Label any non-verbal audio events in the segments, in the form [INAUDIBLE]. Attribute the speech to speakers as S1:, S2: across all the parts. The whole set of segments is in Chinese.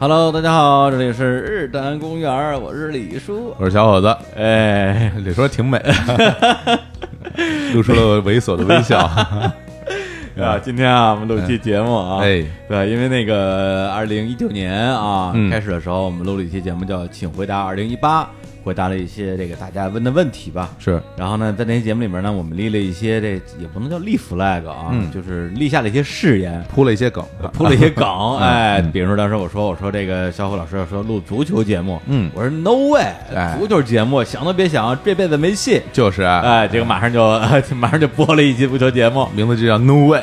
S1: Hello，大家好，这里是日坛公园，我是李叔。
S2: 我是小伙子，
S1: 哎，
S2: 李叔挺美， [LAUGHS] 露出了猥琐的微
S1: [LAUGHS]
S2: 笑。 [LAUGHS]
S1: 啊，今天啊，我们录期节目啊，
S2: 哎，
S1: 对，因为那个二零一九年啊、
S2: 嗯
S1: 开始的时候，我们录了一期节目叫《请回答二零一八》，回答了一些这个大家问的问题吧。
S2: 是，
S1: 然后呢，在那期节目里面呢，我们立了一些这也不能叫立 flag 啊，
S2: 嗯
S1: 就是立下了一些誓
S2: [LAUGHS]
S1: 言。
S2: 铺了一些梗，
S1: 铺了一些梗，
S2: 嗯
S1: 哎，比如说当时我说我说这个小虎老师要说录足球节目，
S2: 嗯
S1: 我说 no way，
S2: 哎
S1: 足球节目想都别想，这辈子没戏，
S2: 就是啊，
S1: 哎，结果马上就 [LAUGHS] 马上就播了一期足球节目，
S2: 名字就叫
S1: [LAUGHS]
S2: No Way。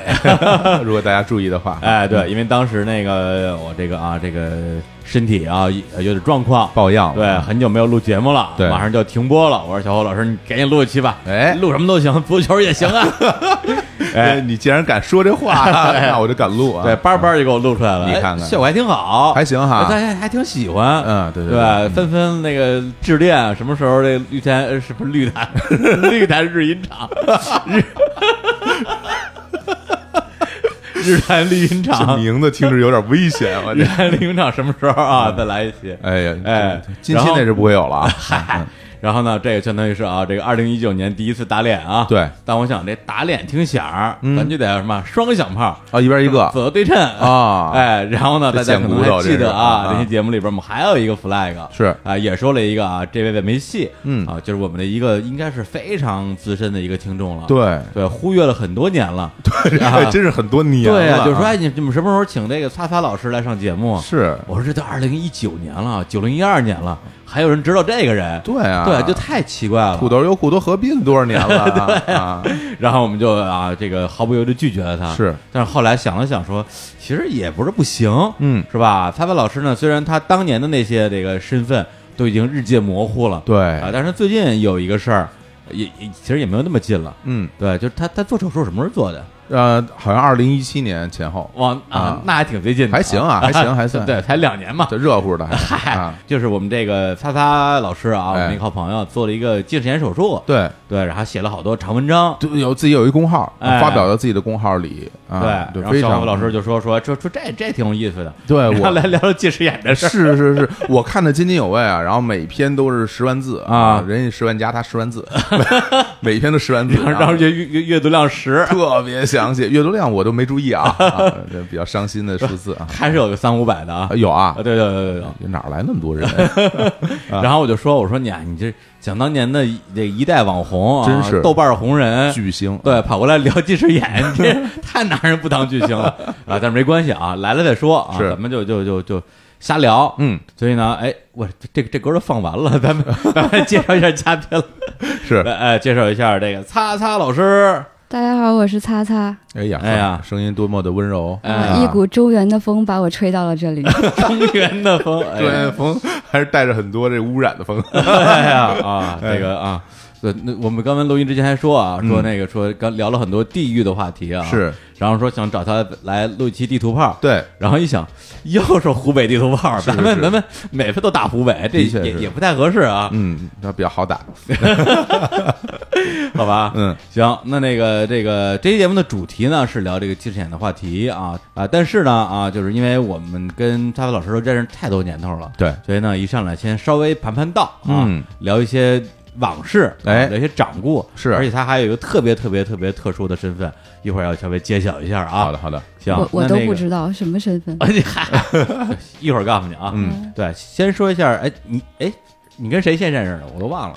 S2: 如果大家注意的话，
S1: 哎，对，因为当时那个我这个啊这个身体啊有点状况，
S2: 抱恙了，
S1: 对，啊很久没有录节目了，
S2: 对
S1: 马上就要停播了，我说小虎老师你赶紧录一期吧，
S2: 哎
S1: 录什么都行，足球也行
S2: [LAUGHS]
S1: 啊，
S2: 哎，你既然敢说
S1: [LAUGHS]
S2: 这话，那我就敢录啊。
S1: 哎对，叭叭就给我录出来了，
S2: 你
S1: 哎
S2: 看看
S1: 效果还挺好，
S2: 还行哈
S1: 大家还挺喜欢，
S2: 嗯对
S1: 对
S2: 对对
S1: 吧
S2: 嗯
S1: 纷纷那个致电，啊什么时候这绿田呃是不是绿坛 [LAUGHS] 绿坛日音场日。日坛绿茵
S2: 这
S1: 场，
S2: 名字听着有点危险，我
S1: 日
S2: 这。
S1: 坛绿茵场什么时候啊？再来一期。
S2: 哎呀，
S1: 哎
S2: 近期
S1: 然后
S2: 那是不会有
S1: [LAUGHS]
S2: 了啊。
S1: 嗨，然后呢，这个相当于是啊，这个二零一九年第一次打脸啊。
S2: 对嗯
S1: 但我想这打脸听响儿，咱就得什么双响炮，
S2: 啊，一边一个
S1: 左右对称
S2: 啊
S1: [LAUGHS] 哎，然后呢，
S2: 这
S1: 大家可能
S2: 贱骨
S1: 还
S2: 头
S1: 记
S2: 这
S1: 得
S2: 是
S1: 啊，
S2: 啊
S1: 这期节目里边我们还有一个 flag
S2: 是
S1: 啊，也说了一个啊，这位的没戏，
S2: 嗯
S1: 啊，就是我们的一个应该是非常资深的一个听众了，
S2: 对
S1: 对，忽略了很多年了，
S2: 对， [LAUGHS]
S1: 啊
S2: 真是很多年
S1: 对
S2: 了
S1: 啊，
S2: 啊，
S1: 就是说哎，你你们什么时候请这个擦擦老师来上节目？
S2: 是
S1: 我说这都二零一九年了，九零一二年了，还有人知道这个人？
S2: 对啊
S1: 对，就太奇怪了
S2: 土。豆有苦豆合并多少年了
S1: [LAUGHS]
S2: 啊啊？
S1: 然后我们就啊，这个毫不犹豫的拒绝了他。
S2: 是，
S1: 但是后来想了想说，其实也不是不行，
S2: 嗯
S1: 是吧？蔡文老师呢，虽然他当年的那些这个身份都已经日渐模糊了，
S2: 对
S1: 啊，但是最近有一个事儿，也也其实也没有那么近了。
S2: 嗯，
S1: 对，就是他他做手术什么时候做的？
S2: 呃，好像二零一七年前后，
S1: 往啊
S2: 啊，
S1: 那还挺最近的，
S2: 还行啊还行还
S1: [LAUGHS]
S2: 算
S1: 对，才两年嘛。
S2: 这热乎的还是
S1: 嗨、
S2: 啊，
S1: 就是我们这个擦擦老师啊，我们
S2: 哎
S1: 一个好朋友做了一个近视眼手术，
S2: 对，
S1: 对，然后写了好多长文章，
S2: 就有自己有一公号，
S1: 哎
S2: 发表到自己的公号里啊，
S1: 对，然后
S2: 非
S1: 小
S2: 常嗯
S1: 虎老师就说说说说这这挺有意思的，
S2: 对
S1: 然后
S2: 我
S1: 来 [LAUGHS] 聊聊近视眼的事儿。
S2: [LAUGHS] 是是是，我看的津津有味啊，然后每篇都是十万字
S1: 啊
S2: 人家十万加他十万字， [LAUGHS] 每每篇都十万字，啊
S1: 然后。阅阅阅阅读量十，
S2: 特别详细，阅读量我都没注意
S1: [LAUGHS]
S2: 啊，啊这比较伤心的数字啊，
S1: 还是有个三五百的啊
S2: 啊。有啊
S1: 啊，，对对对对对。
S2: 哪儿来那么
S1: [LAUGHS]
S2: 多人？
S1: 然后我就说，我说你啊，你这想当年的一这一代网红啊，
S2: 真是
S1: 豆瓣红人，
S2: 巨星，
S1: 对，跑过来聊近视眼，你这
S2: [LAUGHS]
S1: 太拿人不当巨星了啊！但是没关系啊，来了再说啊，
S2: 是
S1: 咱们就就就就瞎聊，
S2: 嗯，
S1: 所以呢，哎，我这这这歌都放完了，咱
S2: [LAUGHS]
S1: 们咱们介绍一下嘉宾了，
S2: 是
S1: 来，哎，介绍一下这个擦擦老师，
S2: [LAUGHS]
S3: 大家好，我是擦擦。
S2: 哎呀，
S1: 哎呀
S2: 声音多么的温柔，
S1: 哎
S3: 啊
S2: 啊
S3: 一股周原的风把我吹到了这
S1: [LAUGHS]
S3: 里。
S1: 中原的风，哎
S2: 中原风还是带着很多这污染的
S1: [LAUGHS]
S2: 风。
S1: 哎呀啊，这个啊，对，那我们刚才录音之前还说啊，说那个说刚聊了很多地域的话题啊，
S2: 嗯是，
S1: 然后说想找他来录一期地图炮，，
S2: 对，
S1: 然后一想又是湖北地图炮，
S2: 是
S1: 咱们
S2: 是
S1: 咱们每次都打湖北，这
S2: 的确
S1: 也
S2: 是
S1: 也不太合适
S2: [LAUGHS]
S1: 啊，
S2: 嗯，那比较好打。
S1: 好吧，
S2: 嗯，
S1: 行，那那个这个这期节目的主题呢是聊这个近视眼的话题啊啊，但是呢啊，就是因为我们跟大飞老师都认识太多年头了，
S2: 对
S1: 所以呢一上来先稍微盘盘道啊，
S2: 嗯
S1: 聊一些往事，啊
S2: 哎
S1: 聊一些掌故，
S2: 是
S1: 而且他还有一个特别特别特别特殊的身份，一会儿要稍微揭晓一下啊。
S2: 好的，，好的，
S1: 行，
S3: 我我
S1: 那
S3: 都
S1: 那
S3: 不
S1: 个。
S3: 知道什么身份。
S1: 哎，嗨， [LAUGHS] 一会儿告诉你啊。
S2: 嗯，
S1: 对，先说一下，哎，你哎，你跟谁先认识的？我都忘了，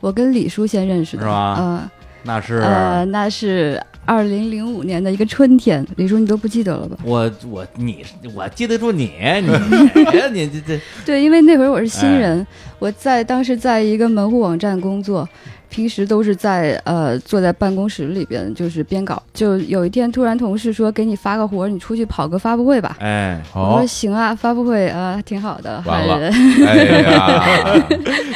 S3: 我跟李叔先认识的，
S1: 是吧
S3: 嗯
S1: 那是
S3: 呃，那是二零零五年的一个春天。李叔，你都不记得了吧？
S1: 我我你我记得住你，你
S3: [LAUGHS]
S1: 哎你这这
S3: 对，因为那会儿我是新人，
S1: 哎
S3: 我在当时在一个门户网站工作，平时都是在呃坐在办公室里边就是编稿。就有一天突然同事说给你发个活儿，你出去跑个发布会吧。
S1: 哎，
S3: 我
S2: 好
S3: 说，行啊，发布会啊、呃挺好的，
S2: 完
S3: 喊
S2: 了
S3: 人。
S2: 哎呀，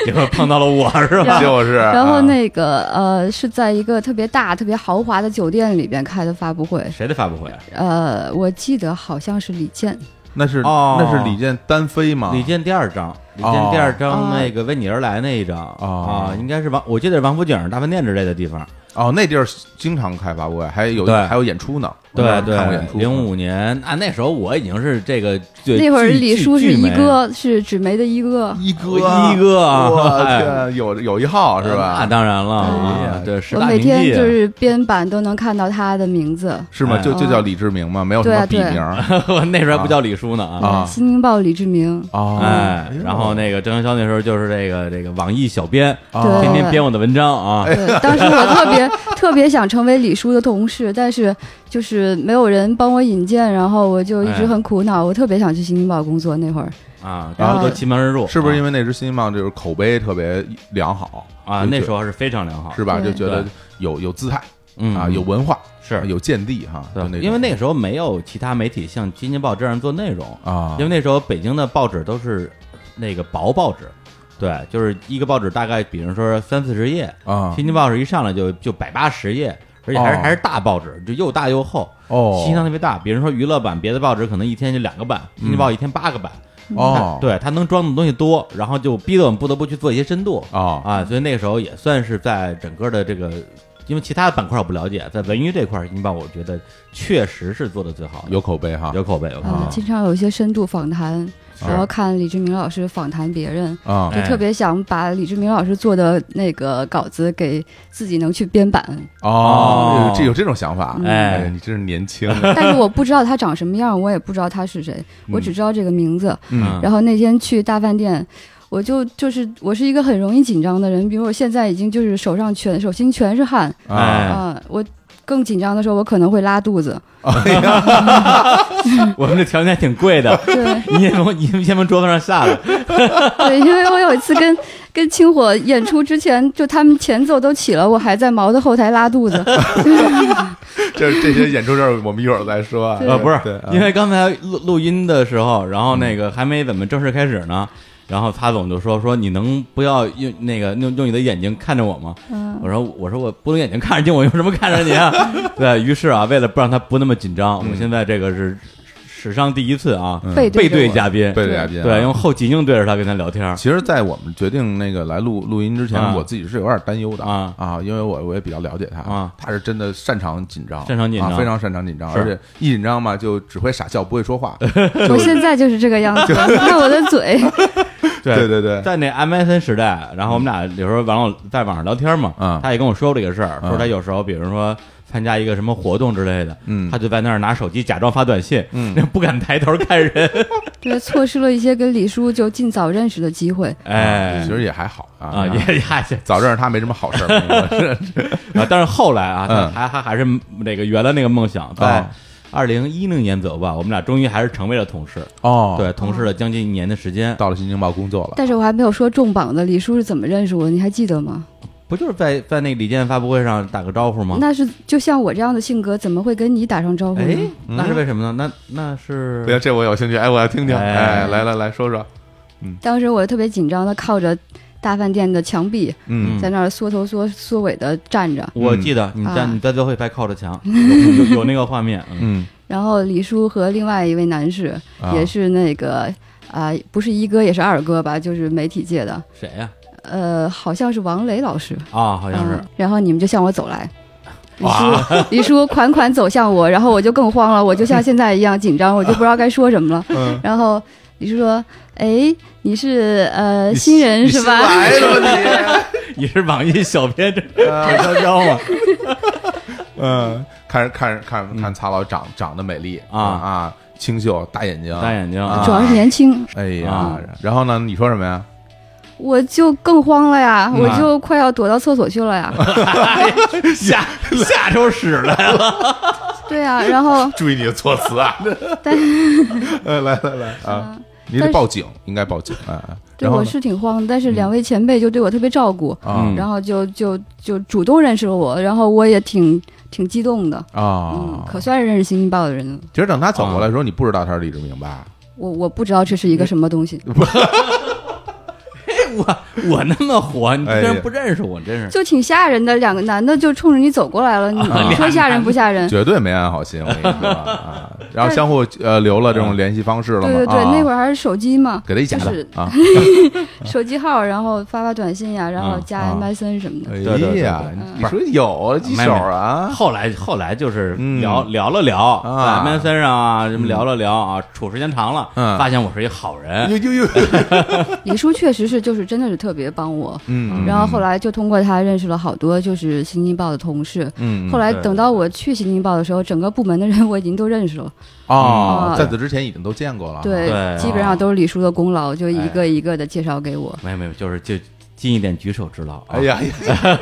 S1: 结果碰到了我 [LAUGHS] 是吧？
S2: 就是。
S3: 然后
S2: 啊
S3: 那个呃，是在一个特别大、特别豪华的酒店里边开的发布会。
S1: 谁的发布会？
S3: 呃，我记得好像是李健，
S2: 那是
S1: 哦
S2: 那是李健单飞吗？
S1: 李健第二张，人间第二
S3: 哦
S1: 章那个为你而来那一章
S2: 哦
S1: 啊，应该是王，我记得是王府井大饭店之类的地方。
S2: 哦，那地儿经常开发布会，还有
S1: 对
S2: 还有演出呢。我那
S1: 对
S2: 儿看过演
S1: 对，
S2: 出。
S1: 零五年啊，那时候我已经是这个对
S3: 那会儿
S1: 剧
S3: 李
S1: 剧
S3: 叔是
S1: 剧
S3: 一
S1: 媒
S3: 哥，是纸媒的一哥。
S2: 一哥
S1: 一哥啊
S2: 我
S1: 哎
S2: 天，有有一号是吧？
S1: 那啊当然了，
S2: 哎呀
S1: 啊对，十
S3: 我
S1: 大
S3: 每
S1: 名
S3: 天
S1: 妓
S3: 就
S1: 啊，
S3: 是编版都能看到他的名字，
S2: 是吗？
S1: 哎
S2: 就就叫李志明嘛，没有什
S3: 对
S2: 么
S3: 啊
S2: 笔
S3: 对啊
S1: [LAUGHS]
S2: 名儿
S1: 那时候还不叫李叔呢啊。
S2: 啊
S3: 《新京报》李志明，
S2: 哦
S1: 哎，
S2: 呦
S1: 然后那个郑元宵那时候就是这个这个网易小编，
S2: 哦哎
S1: 天天编我的文章啊， [LAUGHS]
S3: 对，当时我特别特别想成为李叔的同事，但是就是没有人帮我引荐，然后我就一
S1: 哎
S3: 直很苦恼。我特别想去新京报工作那会儿，
S1: 啊，
S3: 然
S1: 然
S3: 后
S1: 后都奇门而入，啊
S2: 是不是因
S1: 为
S2: 为那只新京报就是口碑特别良好
S1: 啊
S2: 就
S1: 那
S2: 觉
S1: 时候是非常良好，
S2: 是吧？就
S3: 对
S2: 觉得
S1: 对
S2: 有有姿态
S1: 嗯
S2: 啊，有文化，
S1: 是
S2: 有见地哈，就那
S1: 对，
S2: 种
S1: 因为那个时候没有其他媒体像《新京报》这样做内容，
S2: 啊，
S1: 因为那时候北京的报纸都是那个薄报纸，对，就是一个报纸大概比如说三四十页，
S2: 啊
S1: 《新京报》是一上来就就百八十页，而且还是、
S2: 哦
S1: 还是大报纸，就又大又厚，
S2: 哦
S1: 信息量特别大。比如说娱乐版，别的报纸可能一天就两个版，《新京报》一天八个版，
S2: 哦
S1: 它对它能装的东西多，然后就逼得我们不得不去做一些深度
S2: 哦
S1: 啊，所以那个时候也算是在整个的这个。因为其他的板块我不了解，在文娱这块儿，新京报我觉得确实是做的最好的，
S2: 有口碑哈
S1: 有口碑，有口
S3: 啊、
S1: 碑。
S3: 经常有一些深度访谈，
S1: 啊
S3: 然后看李志明老师访谈别人，
S2: 啊
S1: 哎
S3: 就特别想把李志明老师做的那个稿子给自己能去编版，
S1: [LAUGHS]
S2: 哦，有这有这种想法，
S3: 嗯
S2: 哎，
S1: 哎，
S2: 你真是年轻，
S3: 但是我不知道他长什么样，我也不知道他是谁，
S2: 嗯
S3: 我只知道这个名字。
S1: 嗯
S3: 然后那天去大饭店，我就就是我是一个很容易紧张的人，比如我现在已经就是手上全手心全是汗
S1: 哎
S2: 啊，
S3: 啊、我更紧张的时候我可能会拉肚子。
S2: 哎呀
S1: 嗯 [LAUGHS] 我们这条件挺贵的，
S3: 对
S1: 你也从你们先从桌子上下来，
S3: 对，因 [LAUGHS] 为我有一次跟跟清火演出之前，就他们前奏都起了，我还在毛的后台拉
S1: [LAUGHS]
S3: 肚子。
S2: 这这些演出事儿我们一会儿再说啊
S3: 对
S1: 呃，不
S2: 对
S1: 是
S2: 啊，
S1: 因为刚才录录音的时候，然后那个还没怎么正式开始呢，
S2: 嗯
S1: 然后擦总就说说你能不要用那个用用你的眼睛看着我吗？
S3: 嗯，
S1: 我说我说我不能眼睛看着你，我用什么看着你啊？
S3: [LAUGHS]
S1: 对于是啊，为了不让他不那么紧张，我们现在这个是史上第一次啊，
S2: 嗯
S3: 背
S1: 背
S3: 对
S1: 对
S3: 着我
S1: 嘉宾，
S2: 被这嘉宾啊
S1: 对，用后颈硬对着他跟他聊天儿，
S2: 其实，在我们决定那个来录录音之前，
S1: 啊
S2: 我自己是有点担忧的
S1: 啊
S2: 因为我我也比较了解他
S1: 啊
S2: 他是真的擅长紧张，
S1: 擅长紧张
S2: 啊非常擅长紧张，
S1: 是
S2: 而且一紧张嘛就只会傻笑，不会说话。
S3: 我现在就是这个样 [LAUGHS] 子，看我的嘴。
S2: 对对对，
S1: 在那 MSN 时代，然后我们俩有时候网友在网上聊天嘛，
S2: 嗯
S1: 他也跟我说过这个事儿，
S2: 嗯
S1: 说他有时候比如说参加一个什么活动之类的，
S2: 嗯
S1: 他就在那儿拿手机假装发短信，
S2: 嗯，
S1: [LAUGHS]
S2: 啊
S1: 不敢抬头看人，
S3: 对，错失了一些跟李叔就尽早认识的机
S1: [LAUGHS]
S3: 会。
S1: 哎
S2: 其实也还好
S1: 啊
S2: 啊，
S1: 也也还行
S2: 早认识他没什
S1: [LAUGHS]
S2: 么好事儿。
S1: 啊，但是后来啊，他
S2: 嗯哦
S1: 还还还是那个圆了那个梦想，在二零一零年左右吧，我们俩终于还是成为了同事，
S2: 哦，
S1: 对，，同事了将近一年的时间，
S2: 到了新京报工作了，
S3: 但是我还没有说重磅的，李叔是怎么认识我？你还记得吗？
S1: 不就是在在那个李健发布会上打个招呼吗？
S3: 那是就像我这样的性格，怎么会跟你打上招呼
S1: 哎
S3: 呢？，
S1: 那是为什么呢？那那是
S2: 对，这我有兴趣，哎，我要听听，
S1: 哎
S2: 哎，来来来说说，
S3: 当时我特别紧张的靠着大饭店的墙壁，
S2: 嗯
S1: 嗯
S3: 在那儿缩头缩缩尾的站着。
S1: 我记得你在
S3: 啊
S1: 你在最后一排靠着墙， [LAUGHS] 有有有那个画面，嗯
S2: 嗯，
S3: 然后李叔和另外一位男士，
S2: 啊
S3: 也是那个啊、不是一哥也是二哥吧，就是媒体界的，
S1: 谁呀？
S3: 呃，好像是王雷老师，
S1: 啊，好像是
S3: 嗯。然后你们就向我走来。李叔，李叔款款走向我，然后我就更慌了，我就像现在一样紧张，我就不知道该说什么了。
S2: 嗯
S3: 然后李叔说：“哎，你是呃新人是吧？”
S2: 来了
S1: [LAUGHS] 你是网易小编 [LAUGHS] 这
S2: 你，啊
S1: 飘飘 [LAUGHS] 吗？
S2: 嗯，看着看着看着看曹老长长得美丽
S1: 嗯啊
S2: 啊，清秀，大眼睛，
S1: 大眼睛
S2: 啊
S3: 主要是年轻，
S2: 哎呀
S1: 啊，
S2: 然后呢？你说什么呀？
S3: 我就更慌了呀，
S1: 嗯
S3: 我就快要躲到厕所去了呀。
S1: [LAUGHS]
S2: [LAUGHS]
S1: 下下周屎了，
S3: 对呀、然后
S2: 注意你的措辞啊！
S3: [LAUGHS] 但
S2: [LAUGHS] 呃，来来来啊，
S3: 嗯
S2: 你得报警，应该报警啊。
S3: 对
S2: 然后
S3: 我
S2: 呢
S3: 是挺慌的，但是两位前辈就对我特别照顾，
S2: 啊
S1: 嗯
S3: 然后就就就主动认识了我，然后我也挺挺激动的。嗯
S2: 啊，，
S3: 可算是认识新京报的人了。
S2: 其实等他走过
S1: 啊
S2: 来的时候，你不知道他是李志明吧？
S3: 我我不知道这是一个什么东西，
S1: 我我那么火，你居
S2: 哎
S1: 然
S2: 呀
S1: 不认识我，真是。
S3: 就挺吓人的，两个男的就冲着你走过来了，你
S1: 啊
S3: 你说吓人不吓人？
S2: 绝对没安好心，我跟你
S1: [LAUGHS]
S2: 说啊。然后相互呃留了这种联系方式了
S3: 对
S2: 吗？
S3: 对对，
S2: 啊
S3: 那会儿还是手机嘛，
S2: 给他一假
S3: 就
S2: 的
S3: 是
S1: [LAUGHS]
S2: 啊！
S3: 手机号，然后发发短信呀、然后
S1: 啊
S3: 加
S2: 啊
S3: MSN 什么的。
S1: 对对
S2: 哎呀，你说有几手啊？
S1: 后来后来就是
S2: 嗯
S1: 聊、聊了聊，
S2: 啊
S1: 在 MSN 上啊，什么聊了聊啊，处时间长了，
S2: 嗯
S1: 发现我是一好人，
S2: 呦呦
S1: [LAUGHS]
S2: 呦！
S3: 李叔确实是，就是真的是特别帮我。
S2: 嗯，
S3: 然后后来就通过他认识了好多就是新京报的同事。
S2: 嗯，
S3: 后来
S1: 对
S3: 等到我去新京报的时候，整个部门的人我已经都认识了，
S2: 哦，
S3: 嗯
S2: 在此之前已经都见过了。啊
S3: 对，
S1: 对
S3: 基本上都是李叔的功劳，就一个一个的介绍给我。
S1: 没有没有，就是就尽一点举手之劳、啊。
S2: [LAUGHS] 哎，呀哎呀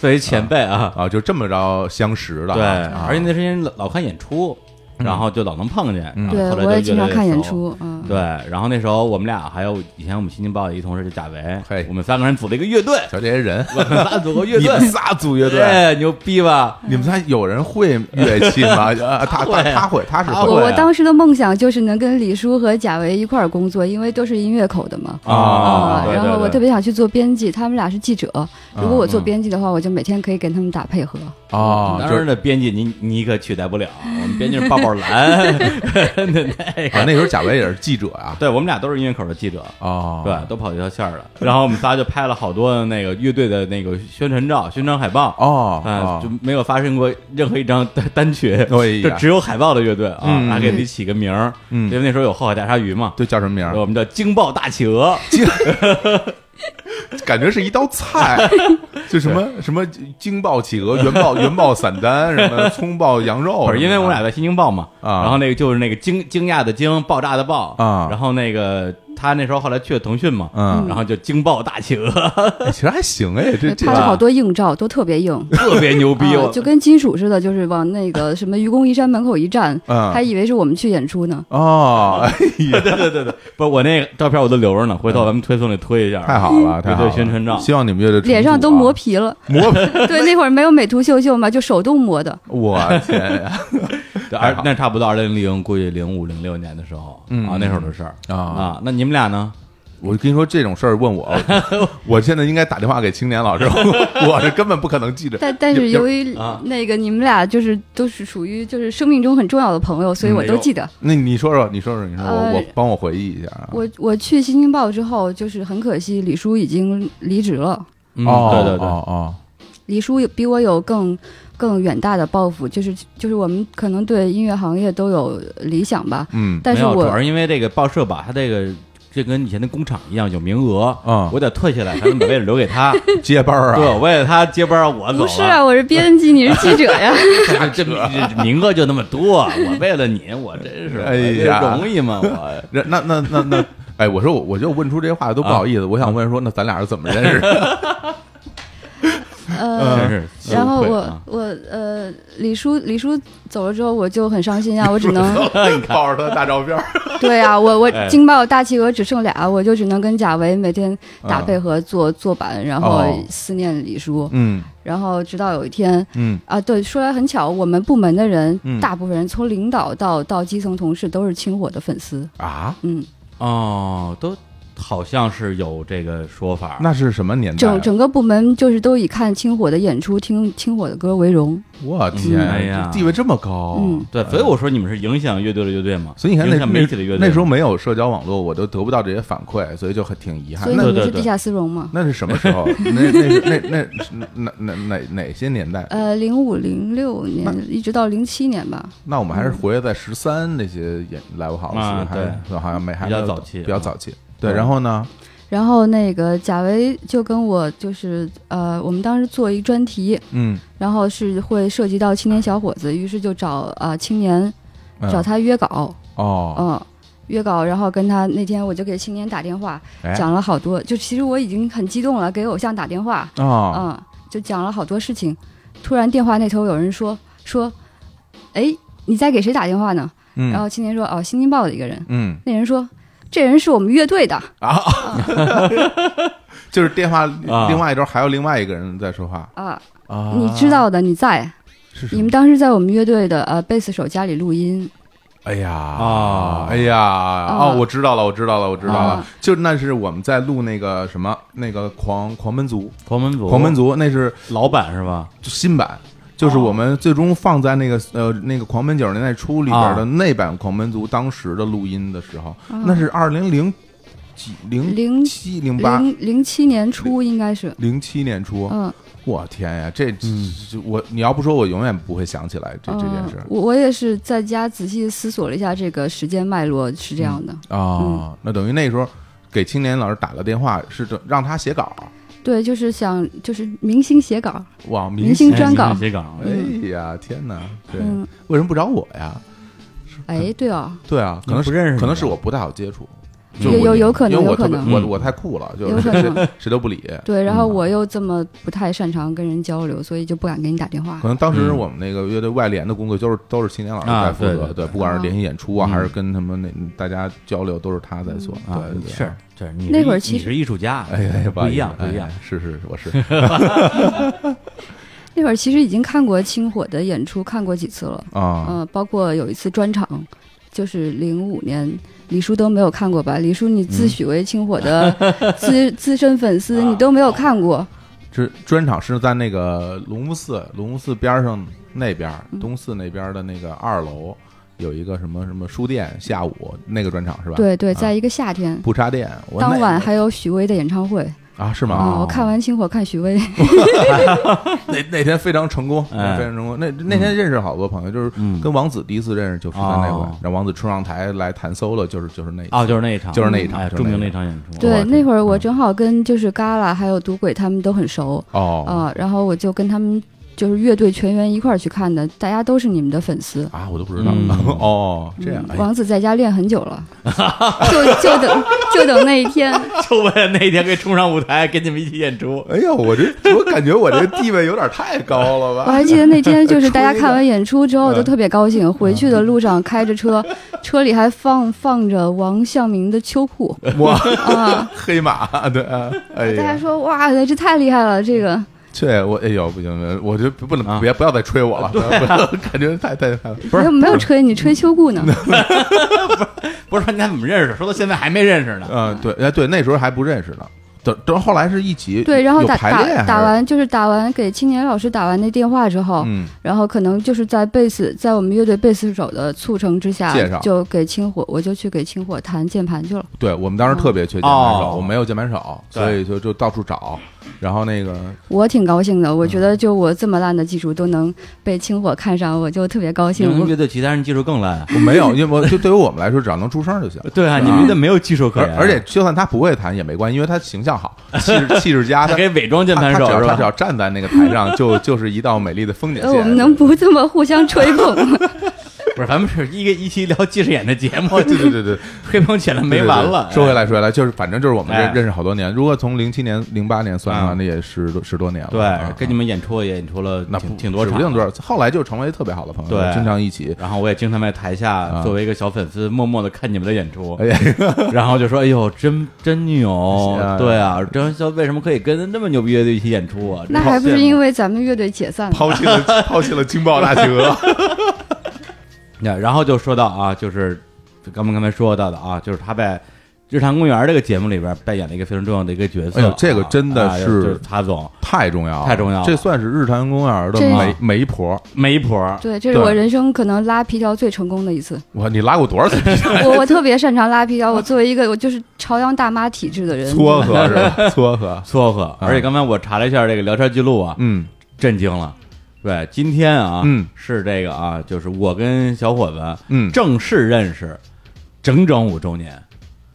S1: 作为前辈啊，
S2: 啊，就这么着相识的啊。
S1: 对，
S2: 啊
S1: 而且那时间老老看演出，然后就老能碰见，
S2: 嗯
S1: 然后
S3: 对，
S1: 后来就
S3: 我也
S1: 越
S3: 经
S1: 来
S3: 常
S1: 越
S3: 看演
S1: 熟。
S3: 出，嗯，
S1: 对，然后那时候我们俩还有以前我们新京报的一同事叫贾维
S2: 嘿，
S1: 我们三个人组了一个乐
S2: [LAUGHS]
S1: 队，
S2: 瞧这些人，
S1: 我们仨组个 [LAUGHS] 乐
S2: 你
S1: 队
S2: 们，仨组乐队，
S1: 对，牛逼吧？
S2: 你们仨有人会乐器
S1: [LAUGHS]
S2: 吗？啊他
S1: 会
S2: 他他会，他是
S1: 他
S2: 会
S1: 啊会
S3: 我
S1: 对
S3: 我当时的梦想就是能跟李叔和贾维一块儿工作，因为都是音乐口的嘛。
S1: 啊对
S3: 然
S1: 对
S3: 后我
S1: 对嗯
S3: 特别想去做编辑，他们俩是记者。如果我做编辑的话，我就每天可以跟他们打配合。
S2: 哦，
S1: 当
S2: 就
S1: 然的，编辑你你可取代不了，我们编辑是抱抱蓝，
S2: [LAUGHS]
S1: 那那个，
S2: 啊，那时候贾维也是记者啊。
S1: 对我们俩都是音乐口的记者，
S2: 哦，
S1: 对，都跑这条线儿了。然后我们仨就拍了好多那个乐队的那个宣传照、宣传海报，
S2: 哦，
S1: 啊，
S2: 哦
S1: 就没有发生过任何一张单单曲，
S2: 哎呀
S1: 就只有海报的乐队啊，
S2: 嗯
S1: 还给自己起个名儿，
S2: 嗯
S1: 因为那时候有后海大鲨鱼嘛，
S2: 对，叫什么名
S1: 所
S2: 儿
S1: 呃以？我们叫惊爆大企
S2: [LAUGHS]
S1: 鹅，
S2: 惊，感觉是一道
S1: [LAUGHS]
S2: 菜，就什么什么惊爆企鹅、原爆原爆散丹，什么葱爆羊肉
S1: [LAUGHS] 不
S2: 什么的，
S1: 是因为我们俩在新京报嘛，
S2: 哦啊
S1: 然后那个就是那个惊惊讶的惊，爆炸的爆
S2: 啊
S1: 然后那个他那时候后来去了腾讯嘛，
S2: 嗯，
S1: 然后就惊爆大企
S2: [LAUGHS]
S1: 鹅，
S2: 哎其实还行哎，这这
S3: 拍了
S1: 吧
S3: 好多硬照，都特
S1: [LAUGHS]
S3: 别硬，
S1: 特别牛逼，
S3: 啊
S1: 我
S3: 就跟金属似的，就是往那个什么愚公移山门口一站，
S2: 嗯
S3: 还以为是我们去演出呢。
S1: [LAUGHS]
S2: 哦，哎
S1: 对
S2: 呀，
S1: [LAUGHS] 对对对，不是我那个照片我都留着呢，回头咱们推送里推一下，
S2: 嗯太好了，太
S1: 乐
S2: 好了
S1: 队宣传照，
S2: 希望你们乐队
S3: 脸上都磨
S2: 磨
S3: 皮
S1: [LAUGHS]
S3: 了，
S2: 磨皮，
S3: 对，那会儿没有美图秀秀嘛，就手动磨的。
S2: 我天
S1: [LAUGHS]
S2: 呀！
S1: 对二
S2: 太好
S1: 那差不多二零零，估计零五零六年的时候
S2: 嗯
S1: 啊，那时候的事儿
S2: 啊
S1: 啊。那你们俩呢？
S2: 我跟你说这种事儿，问
S1: [LAUGHS]
S2: 我，我现在应该打电话给青年老师， [LAUGHS] 我我是根本不可能记着。
S3: 但但是由于
S1: 啊
S3: 那个你们俩就是都是属于就是生命中很重要的朋友，所以我
S1: 没嗯
S3: 都
S1: 有
S3: 记得。
S2: 那你说说，你说说，你说我
S3: 呃
S2: 我帮我回忆一下啊。
S3: 我我去新京报之后，就是很可惜，李叔已经 [LAUGHS] 离职了。
S1: 嗯
S2: 哦，
S1: 对对对，
S2: 哦哦，
S3: 李叔有比我有更更远大的抱负，就是就是我们可能对音乐行业都有理想吧，
S2: 嗯
S3: 但
S1: 没
S3: 是
S1: 有，主要
S3: 我
S1: 是因为这个报社吧，它这个这跟以前的工厂一样有名额，
S2: 啊
S1: 我得退下来才能把位置留给他。
S2: 接班儿啊，
S1: 对，我为了他接班儿，我走
S3: 不是
S1: 了
S3: 啊，我是编辑，你是记者
S1: [LAUGHS]
S3: 呀。
S1: 这这名额就那么多，我为了你，我真是
S2: 啊哎呀
S1: 我这容易吗？我
S2: 人那那那那，哎，我说我我就问出这话都不好
S1: 啊
S2: 意思，我想问说，那咱俩是怎么认
S1: [LAUGHS]
S2: 识的？嗯
S3: 呃，
S1: 真是
S3: 然后
S1: 羞愧
S3: 我
S1: 啊
S3: 我呃，李叔李叔走了之后，我就很伤心啊呀，我
S1: [LAUGHS]
S2: [LAUGHS]
S3: 只能
S2: 抱着他的大照片儿，
S3: 对呀、我我
S1: 哎
S3: 惊爆大企鹅只剩俩，我就只能跟贾维每天
S1: 啊
S3: 打配合做做版，然后
S2: 哦
S3: 思念李叔，
S2: 嗯
S3: 然后直到有一天。
S2: 嗯，
S3: 啊，对，说来很巧，我们部门的人，
S2: 嗯
S3: 大部分人从领导到到基层同事都是清火的粉丝，
S2: 啊，
S3: 嗯，
S1: 哦，都好像是有这个说法。
S2: 那是什么年代啊？
S3: 整整个部门就是都以看清火的演出、听清火的歌为荣，
S2: 我天，
S1: 嗯哎呀
S2: 这地位这么高，
S3: 嗯
S1: 对，所以我说你们是影响乐队的乐队嘛，
S2: 所以你看那
S1: 影响媒体的乐
S2: 那
S1: 队
S2: 那时候没有社交网络，我都得不到这些反馈，所以就很挺遗憾
S3: 所以。你
S2: 啊那
S1: 对
S3: 们
S1: 对
S3: 是
S1: 对
S3: 地下丝绒嘛？
S2: 那是什么
S1: [LAUGHS]
S2: 时候？那那是那那那哪哪哪些年代？
S3: 呃，零五零六年一直到零七年吧，
S2: 那我们还是活跃在十三那些演 live house，
S1: 啊
S2: 还好像没还
S1: 比较
S2: 没有
S1: 早期
S2: 比较早期。对，
S1: 嗯
S2: 然后呢？
S3: 然后那个贾维就跟我就是呃，我们当时做一专题，
S2: 嗯，
S3: 然后是会涉及到青年小伙子，于是就找呃青年
S2: 嗯
S3: 找他约稿，
S2: 哦，
S3: 嗯，约稿，然后跟他那天我就给青年打电话，
S2: 哎
S3: 讲了好多，就其实我已经很激动了，给偶像打电话，
S2: 哦，
S3: 嗯，就讲了好多事情。突然电话那头有人说说，哎，你在给谁打电话呢？
S2: 嗯
S3: 然后青年说，哦，新京报的一个人。
S2: 嗯
S3: 那人说，这人是我们乐队的。
S2: 啊，就是电话
S1: 啊
S2: 另外一头还有另外一个人在说话
S3: 啊，
S2: 啊
S3: 你知道的，你在，
S2: 是什
S3: 你
S2: 么
S3: 们当时在我们乐队的呃贝斯手家里录音，
S2: 哎呀
S1: 啊
S2: 哎呀哦，我知道了，我知道了，我知道了
S3: 啊，
S2: 就那是我们在录那个什么那个狂狂奔族，
S1: 狂门族，
S2: 狂奔族那是
S1: 老板是吧？
S2: 新版，就是我们最终放在那个呃那个《狂奔九十年代初》里边的
S1: 啊
S2: 那版《狂奔族》当时的录音的时候，那是二零零几零
S3: 零
S2: 七零八哦
S3: 零零七年初应该是，
S2: 零七年初，
S3: 嗯，
S2: 我天呀，这这这我你要不说，我永远不会想起来这这件事
S3: 嗯我我也是在家仔细思索了一下这个时间脉络，是这样的。嗯
S2: 啊。那等于那时候给青年老师打个电话，是这让他写稿，
S3: 对，就是想就是明星写稿，
S2: 哇，
S3: 明星嗯专
S1: 哎
S3: 稿
S1: 明星写稿，
S2: 哎呀，天哪，对，
S3: 嗯，
S2: 为什么不找我呀？
S3: 哎，对哦，
S2: 对啊，可能是
S1: 不认识你
S2: 可能是我不太好接触，就
S3: 有
S2: 是我
S3: 有有可能，
S2: 因为
S3: 有
S2: 我
S3: 可
S2: 特别
S3: 能，
S2: 我
S1: 嗯
S2: 我太酷了，就
S3: 有
S2: 是
S3: 可
S2: 谁
S3: 能。
S2: 谁都不理。
S3: 对，然后
S2: 嗯
S3: 我又这么不太擅长跟人交流，所以就不敢给你打电话
S2: 可。能当时
S1: 嗯
S2: 我们那个乐队外联的工作就是都是青年老师
S1: 啊
S2: 在负
S1: 对
S2: 责，
S1: 对
S2: 对，不管是联系演出啊，
S1: 嗯
S2: 还是跟他们那大家交流，都是他在做。
S3: 嗯
S1: 啊
S2: 对，对，
S1: 是，对，你
S3: 那
S1: 是
S3: 会儿
S1: 艺
S3: 其
S1: 你
S3: 实
S1: 是艺术家，
S2: 对哎哎，
S1: 不一样，
S2: 好
S1: 不
S2: 意思
S1: 一样
S2: 哎，是是，我
S1: [LAUGHS]
S2: 是
S3: 那会儿其实已经看过清火的演出，看过几次了，
S2: 啊，
S3: 嗯，包括有一次专场，就是零五年，李叔都没有看过吧？李叔，你自
S2: 嗯
S3: 诩为清
S2: [LAUGHS]
S3: 火的资资深粉丝，
S2: 啊
S3: 你都没有看过，
S2: 这专场是在那个龙福寺，龙福寺边上那边儿，
S3: 嗯
S2: 东寺那边的那个二楼有一个什么什么书店，下午那个专场是吧？，
S3: 对对，
S2: 啊
S3: 在一个夏天。
S2: 不插电，我
S3: 当
S2: 那
S3: 晚还有许巍的演唱会
S2: 啊是
S3: 啊、
S2: 吗？啊
S3: 我看完清火看
S2: [LAUGHS]
S3: 许巍，
S2: 那那天非常成功，
S1: 哎
S2: 非常成功。那那天认识好多朋友，就是
S1: 嗯
S2: 跟王子第一次认识就是在那回
S1: 哦，
S2: 让王子冲上台来弹 solo，就是就是那一次
S1: 哦，就是那一场，
S2: 就是那一场
S1: 哎
S2: 就是
S1: 著名
S2: 那
S1: 那
S2: 一
S1: 场演出，
S3: 对，
S2: 天
S3: 那会儿我正好跟就是嘎啦还有赌鬼他们都很熟
S2: 哦
S3: 啊、然后我就跟他们就是乐队全员一块儿去看的，大家都是你们的粉丝。
S2: 啊，我都不知道
S1: 嗯
S2: [LAUGHS] 哦，这样
S3: 嗯
S2: 哎呀
S3: 王子在家练很久
S2: [LAUGHS]
S3: 了，就就等就等那一天，
S1: 就为了那一天可以冲上舞台跟你们一起演出，
S2: 哎呦，我这我感觉我这地位有点太高了
S3: 我
S2: 吧？[LAUGHS]
S3: 还记得那天就
S2: 吹
S3: 是
S2: 的
S3: 大家看完演出之
S2: 嗯
S3: 后都特别高兴，回去的路上开着
S2: [LAUGHS]
S3: 车，车里还放放着王向明的《
S2: [LAUGHS]
S3: 秋裤
S2: 我》
S3: 啊，
S2: 黑马对，啊哎
S3: 大家
S2: 呀，
S3: 说哇，这太厉害了，这个
S2: 这我哎呦不行，我就不
S1: 啊
S2: 能别不要再吹我了，不要不要 [LAUGHS] 感觉太太
S1: [LAUGHS]
S2: 太
S1: 不
S3: 没
S1: 是
S3: 有没有吹你吹秋裤呢，
S1: 不是你俩怎么认识？说到现在还没认识呢，
S2: 嗯对哎对，那时候还不认识呢，等等后来是一起
S3: 对，然后
S2: 有
S3: 打
S2: 排练还
S3: 打
S2: 是
S3: 打完就是打完给青年老师打完那电话之后，
S2: 嗯
S3: 然后可能就是在贝斯在我们乐队贝斯手的促成之下
S2: 介绍，
S3: 就给清火我就去给清火弹键盘去了。
S2: 对我们当时特别缺键盘手，
S1: 哦
S2: 我没有键盘手，
S1: 对
S2: 所以就就到处找。然后那个 [LAUGHS]
S3: 我挺高兴的，我觉
S2: 嗯
S3: 得就我这么烂的技术都能被清火看上，我就特别高
S1: 你
S3: 兴。
S1: 们乐队其他人技术更烂，
S2: 我没有，因为我就对于我们来说，只要能出
S1: [LAUGHS]
S2: 声就行。
S1: 对啊，你们乐队没有技术可
S2: 而
S1: 言，
S2: 而且就算他不会弹也没关系，因为他
S1: [LAUGHS]
S2: 形象好，气质气质佳。
S1: 他
S2: 他
S1: 可以伪装键
S2: 他
S1: 盘手
S2: 他
S1: 是
S2: 只要他
S1: 吧？
S2: 只要站在那个台上，就就是一道美丽的风景
S3: 呃，
S2: 线。
S3: 我们能不这么互相吹
S2: [LAUGHS]
S3: 捧吗？
S1: 不是，咱们是一个一期聊近视眼的节目
S2: 对？，对对对对，
S1: 黑捧起来没完了。
S2: 对对对说回来，说回来，就是反正就是我们
S1: 哎
S2: 认认识好多年。如果从零七年、零八年算的话，
S1: 嗯
S2: 那也十多十多年了。
S1: 对，跟你
S2: 们
S1: 们演出也演出了
S2: 那不
S1: 挺挺多
S2: 指
S1: 场，
S2: 不定多少。后来就成为特别好的朋友，
S1: 对
S2: 经常一起。
S1: 然后我也经常在台下
S2: 啊
S1: 作为一个小粉丝，默默的看你们的演出
S2: 哎，呀，
S1: 然后就说：“哎呦，真真牛
S2: 是！”啊
S1: 对啊，张潇为什么可以跟那么牛逼乐队一起演出啊？
S3: 那还不是因
S1: 为……
S3: 为咱们乐队解散了？
S2: 抛
S1: [LAUGHS]
S2: 弃了抛弃了惊爆大企鹅。
S1: 那然后就说到啊，就是就刚刚刚才说到的啊，就是他在《日常公园》这个节目里边扮演了一个非常重要的一个角色。
S2: 哎呦这个
S1: 啊
S2: 真的
S1: 啊
S2: 是
S1: 就是他总
S2: 太重要了，
S1: 太重要了
S2: 这算是日坛公园的
S3: 这
S2: 媒媒婆。
S1: 媒婆，
S3: 对，这是
S2: 对
S3: 我人生可能拉皮条最成功的
S2: [LAUGHS]
S3: 一次。
S2: 哇，你拉过多
S1: [LAUGHS]
S2: 少次皮
S3: 我我特别擅长拉皮条，我作为一个我就是朝阳大妈体质的人，
S2: 撮合是吧？撮合，
S1: 撮合。而且刚才我查了一下这个聊天记录啊，
S2: 嗯
S1: 震惊了。对，今天啊，
S2: 嗯
S1: 是这个啊，就是我跟小伙子
S2: 嗯
S1: 正式认识整整五周年。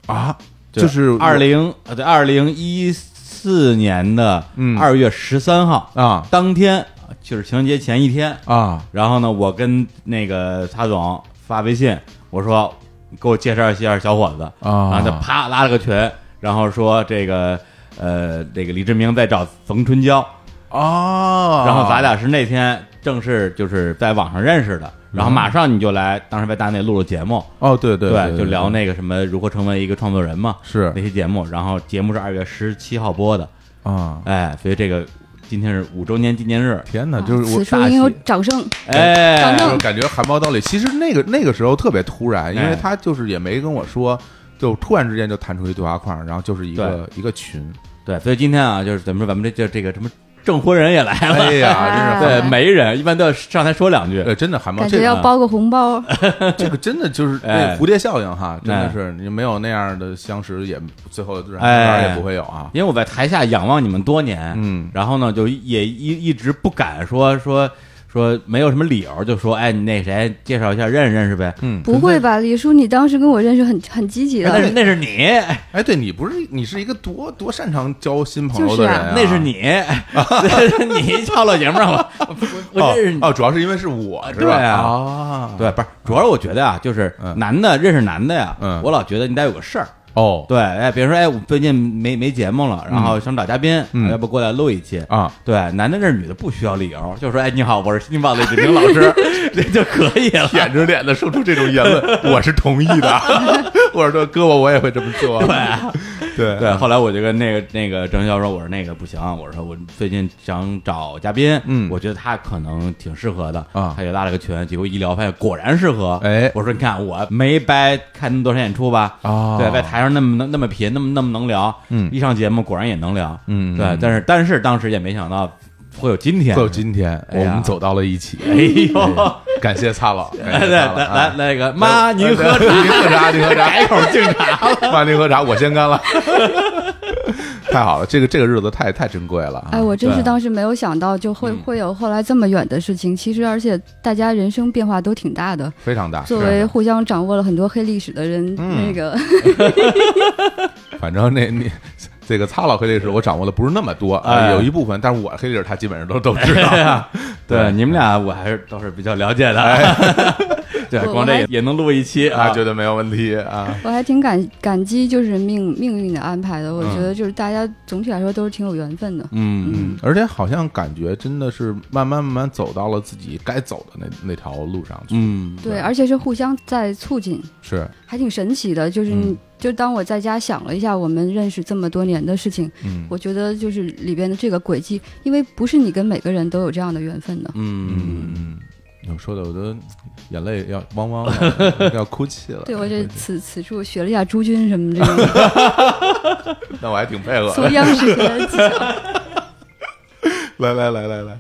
S2: 啊，
S1: 对
S2: 就是
S1: 二零呃对二零一四年的
S2: 嗯
S1: 二月十三号、
S2: 啊
S1: 当天，就是情人节前一天。
S2: 啊
S1: 然后呢，我跟那个他总发微信，我说给我介绍一下小伙子，然后他
S2: 啊
S1: 啪拉了个群，然后说这个呃这个李志明在找冯春娇，
S2: 啊！
S1: 然后咱俩是那天正式就是在网上认识的，然后马上你就来，当时在大内录了节目，
S2: 哦，嗯对对对，
S1: 就聊
S2: 对
S1: 那个什么如何成为一个创作人嘛，
S2: 是
S1: 那期节目，然后节目是二月十七号播的，
S2: 啊
S1: 哎，所以这个今天是五周年纪念日，
S2: 天哪，
S3: 啊
S2: 就是我
S3: 此处
S2: 大
S3: 应有
S2: 喜啊
S3: 掌声。
S1: 哎
S3: 反，
S2: 就
S3: 正
S2: 是感觉汗毛倒立。其实那个那个时候特别突然，因
S1: 哎
S2: 为他就是也没跟我说，就突然之间就弹出一对话框，然后就是一个一个群。
S1: [LAUGHS] 对，所以今天啊，就是怎么说，咱们这这这个什么证婚人也来了，
S2: 哎呀，真
S3: 啊
S2: 是
S1: [LAUGHS] 对，媒人一般都要上台说两句，
S2: 对，真的汗毛，
S3: 感
S2: 这
S3: 觉
S2: 个
S1: 啊
S3: 要包个红包，
S2: [LAUGHS] 这个真的就是
S1: [LAUGHS] 哎
S2: 那蝴蝶效应哈，真
S1: 哎
S2: 的是你没有那样的相识，也最后自然
S1: 哎
S2: 而然也不会有啊。
S1: 因为我在台下仰望你们多年，
S2: 嗯
S1: 然后呢，就也一一直不敢说说说没有什么理由，就说哎，你那谁介绍一下认识认识呗。哎
S2: 嗯，
S3: 不会吧，李叔？你当时跟我认识很很积极
S1: 那是
S3: 的，
S1: 那是你，
S2: 哎，对你不是你是一个多多擅长交新朋友
S3: 就
S2: 的
S3: 是
S2: 人
S3: 啊
S2: 啊，
S1: 那是
S2: [LAUGHS]
S1: 你， [LAUGHS] 那是你叫老爷们儿了， [LAUGHS] 我
S2: 哦
S1: 我认识你。
S2: 哦，主要是因为是我是
S1: 对
S2: 吧？
S1: 啊
S2: 啊，
S1: 对，不是，主要是我觉得啊，就是
S2: 嗯
S1: 男的认识男的呀，
S2: 嗯
S1: 我老觉得你得有个事儿。
S2: 哦
S1: 对，哎，比如说，哎，我最近没没节目了，然后想找嘉宾，
S2: 嗯
S1: 要不过来录一期？
S2: 啊，
S1: 对，男的认识女的不需要理由，就说，哎，你好，我是新报的李志明老
S2: [LAUGHS]
S1: 师，这就可以了。
S2: 舔着脸的说出这种言论，
S1: [LAUGHS]
S2: 我是同意的。我说哥，我我也会这么做。对对
S1: 哎对，后来我就跟那个那个郑潇说，我说那个不行，我说我最近想找嘉宾，
S2: 嗯
S1: 我觉得他可能挺适合的
S2: 啊
S1: 他也拉了个群，结果一聊发现果然适合，
S2: 哎
S1: 我说你看我没白看那么多场演出吧，
S2: 哦
S1: 对，在台上那么能那么贫，那么那么能聊，
S2: 嗯
S1: 一上节目果然也能聊，
S2: 嗯
S1: 对
S2: 嗯，
S1: 但是但是当时也没想到会有今天，
S2: 会有今天，
S1: 哎
S2: 我
S1: 呀
S2: 们走到了一起。
S1: 哎呦。
S2: 感谢擦老，
S1: 来
S2: 感
S1: 来
S2: 谢擦老
S1: 来
S2: 啊哎
S1: 来那个妈，您喝茶，
S2: [LAUGHS] 您喝茶，您喝
S1: [LAUGHS]
S2: 茶，
S1: 改口敬茶
S2: [LAUGHS]
S1: 了。
S2: 妈您喝茶，我先
S1: [LAUGHS]
S2: 干了。太好了，这个这个日子太太珍贵了啊。
S3: 哎，我真
S1: 对
S3: 是当时没有想到，就会
S1: 嗯
S3: 会有后来这么远的事情。其实，而且大家人生变化都挺大的。
S2: 非常大。
S3: 作
S2: 啊是
S3: 为互相掌握了很多黑历史的人，
S2: 嗯
S3: 那个 [LAUGHS]
S2: 反正那那这个擦老黑历史，我掌握的不是那么多，
S1: 哎
S2: 啊，有一部分，但是我黑历史他基本上都都知道。
S1: [LAUGHS]
S2: [LAUGHS]
S1: 对，你们俩我还是都是比较了解的。[LAUGHS]
S2: 哎
S1: 对，
S3: 我
S1: 光
S3: 我
S1: 这
S3: 还
S1: 也也能录一期
S2: 啊，
S1: 啊，
S2: 觉得没有问题啊。
S3: 我还挺感感激，就是命命运的安排的。我觉
S2: 嗯
S3: 得就是大家总体来说都是挺有缘分的。
S1: 嗯嗯，
S2: 而且好像感觉真的是慢慢慢慢走到了自己该走的那那条路上去，
S1: 嗯，
S3: 对，而且是互相在促进，
S2: 是，
S3: 还挺神奇的。就是你、
S2: 嗯
S3: 就当我在家想了一下我们认识这么多年的事情，
S2: 嗯，
S3: 我觉得就是里边的这个轨迹，因为不是你跟每个人都有这样的缘分的。
S1: 嗯，
S2: 嗯，有说的我都眼泪要汪汪了，要哭泣了。
S3: 对我这此此处学了一下朱军什么这种
S2: 那 [LAUGHS] 我还挺配合
S3: 从
S2: 的。
S3: 央视学
S2: [LAUGHS]
S3: 的技巧。
S2: 来来来来来，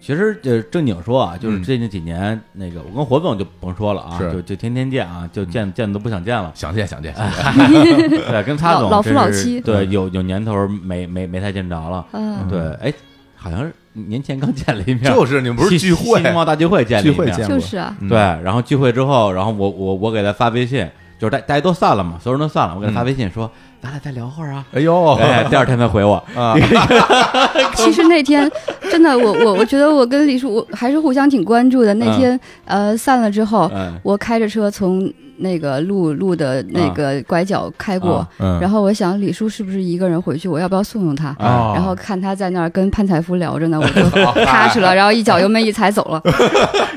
S1: 其实呃，正经说啊，就是
S2: 嗯
S1: 最近几年那个，我跟火总就甭说了啊，
S2: 是。
S1: 就就天天见啊，就见见都不想见了
S2: 想见想见想见，
S1: 对，跟擦
S3: 老
S1: 总
S3: 老夫
S1: 真
S3: 老
S1: 是
S3: 妻
S1: 对，有有年头没没没太见着了。
S3: 嗯，
S1: 对，哎，好像是年前刚见了一面，
S2: 就是你们不是
S1: 西
S2: 聚会
S1: 西宁贸大聚会见了一
S2: 聚会
S1: 面
S2: 见见过
S3: 就是啊，
S2: 嗯
S1: 对，然后聚会之后，然后我我我给他发微信，就是大大家都散了嘛，所有人都散了，我给他发微信说，咱俩再聊会儿啊。
S2: 哎呦，
S1: 哎，第二天才回我，
S2: 啊，
S3: 其实那天真的，我我我觉得我跟李叔，我还是互相挺关注的。
S2: 嗯
S3: 那天、呃散了之后，
S1: 嗯，
S3: 我开着车从那个路路的那个拐角开过，
S1: 啊
S2: 嗯
S3: 然后我想李叔是不是一个人回去，我要不要送送他？
S1: 啊
S3: 然后看他在那儿跟潘采夫聊着呢，我就
S2: 后
S3: [LAUGHS] 踏实了，然后一脚油门一踩走了。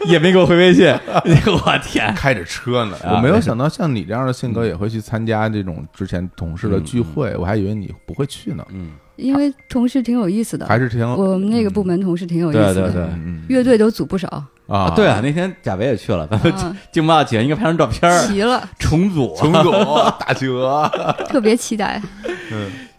S1: 也没给我回微 [LAUGHS] 信，我天，
S2: 开着车呢，
S1: 啊
S2: 我没有想到像你这样的性格也会去参加这种之前同事的聚会，我还以为你不会去呢，
S1: 嗯，
S3: 因为同事挺有意思的，
S2: 还是挺有
S3: 我们那个部门同事挺有意
S1: 对
S3: 思的，
S1: 对对
S2: 嗯嗯
S3: 乐队都组不少，
S2: 啊
S1: 啊，对啊，那天贾维也去了，咱们
S3: 啊
S1: 劲爆起来应该拍张照片
S3: [LAUGHS]
S1: 儿，
S3: 齐
S1: [LAUGHS]
S3: 了，
S1: 重组。
S2: 熊总大企鹅，
S3: 特别期待。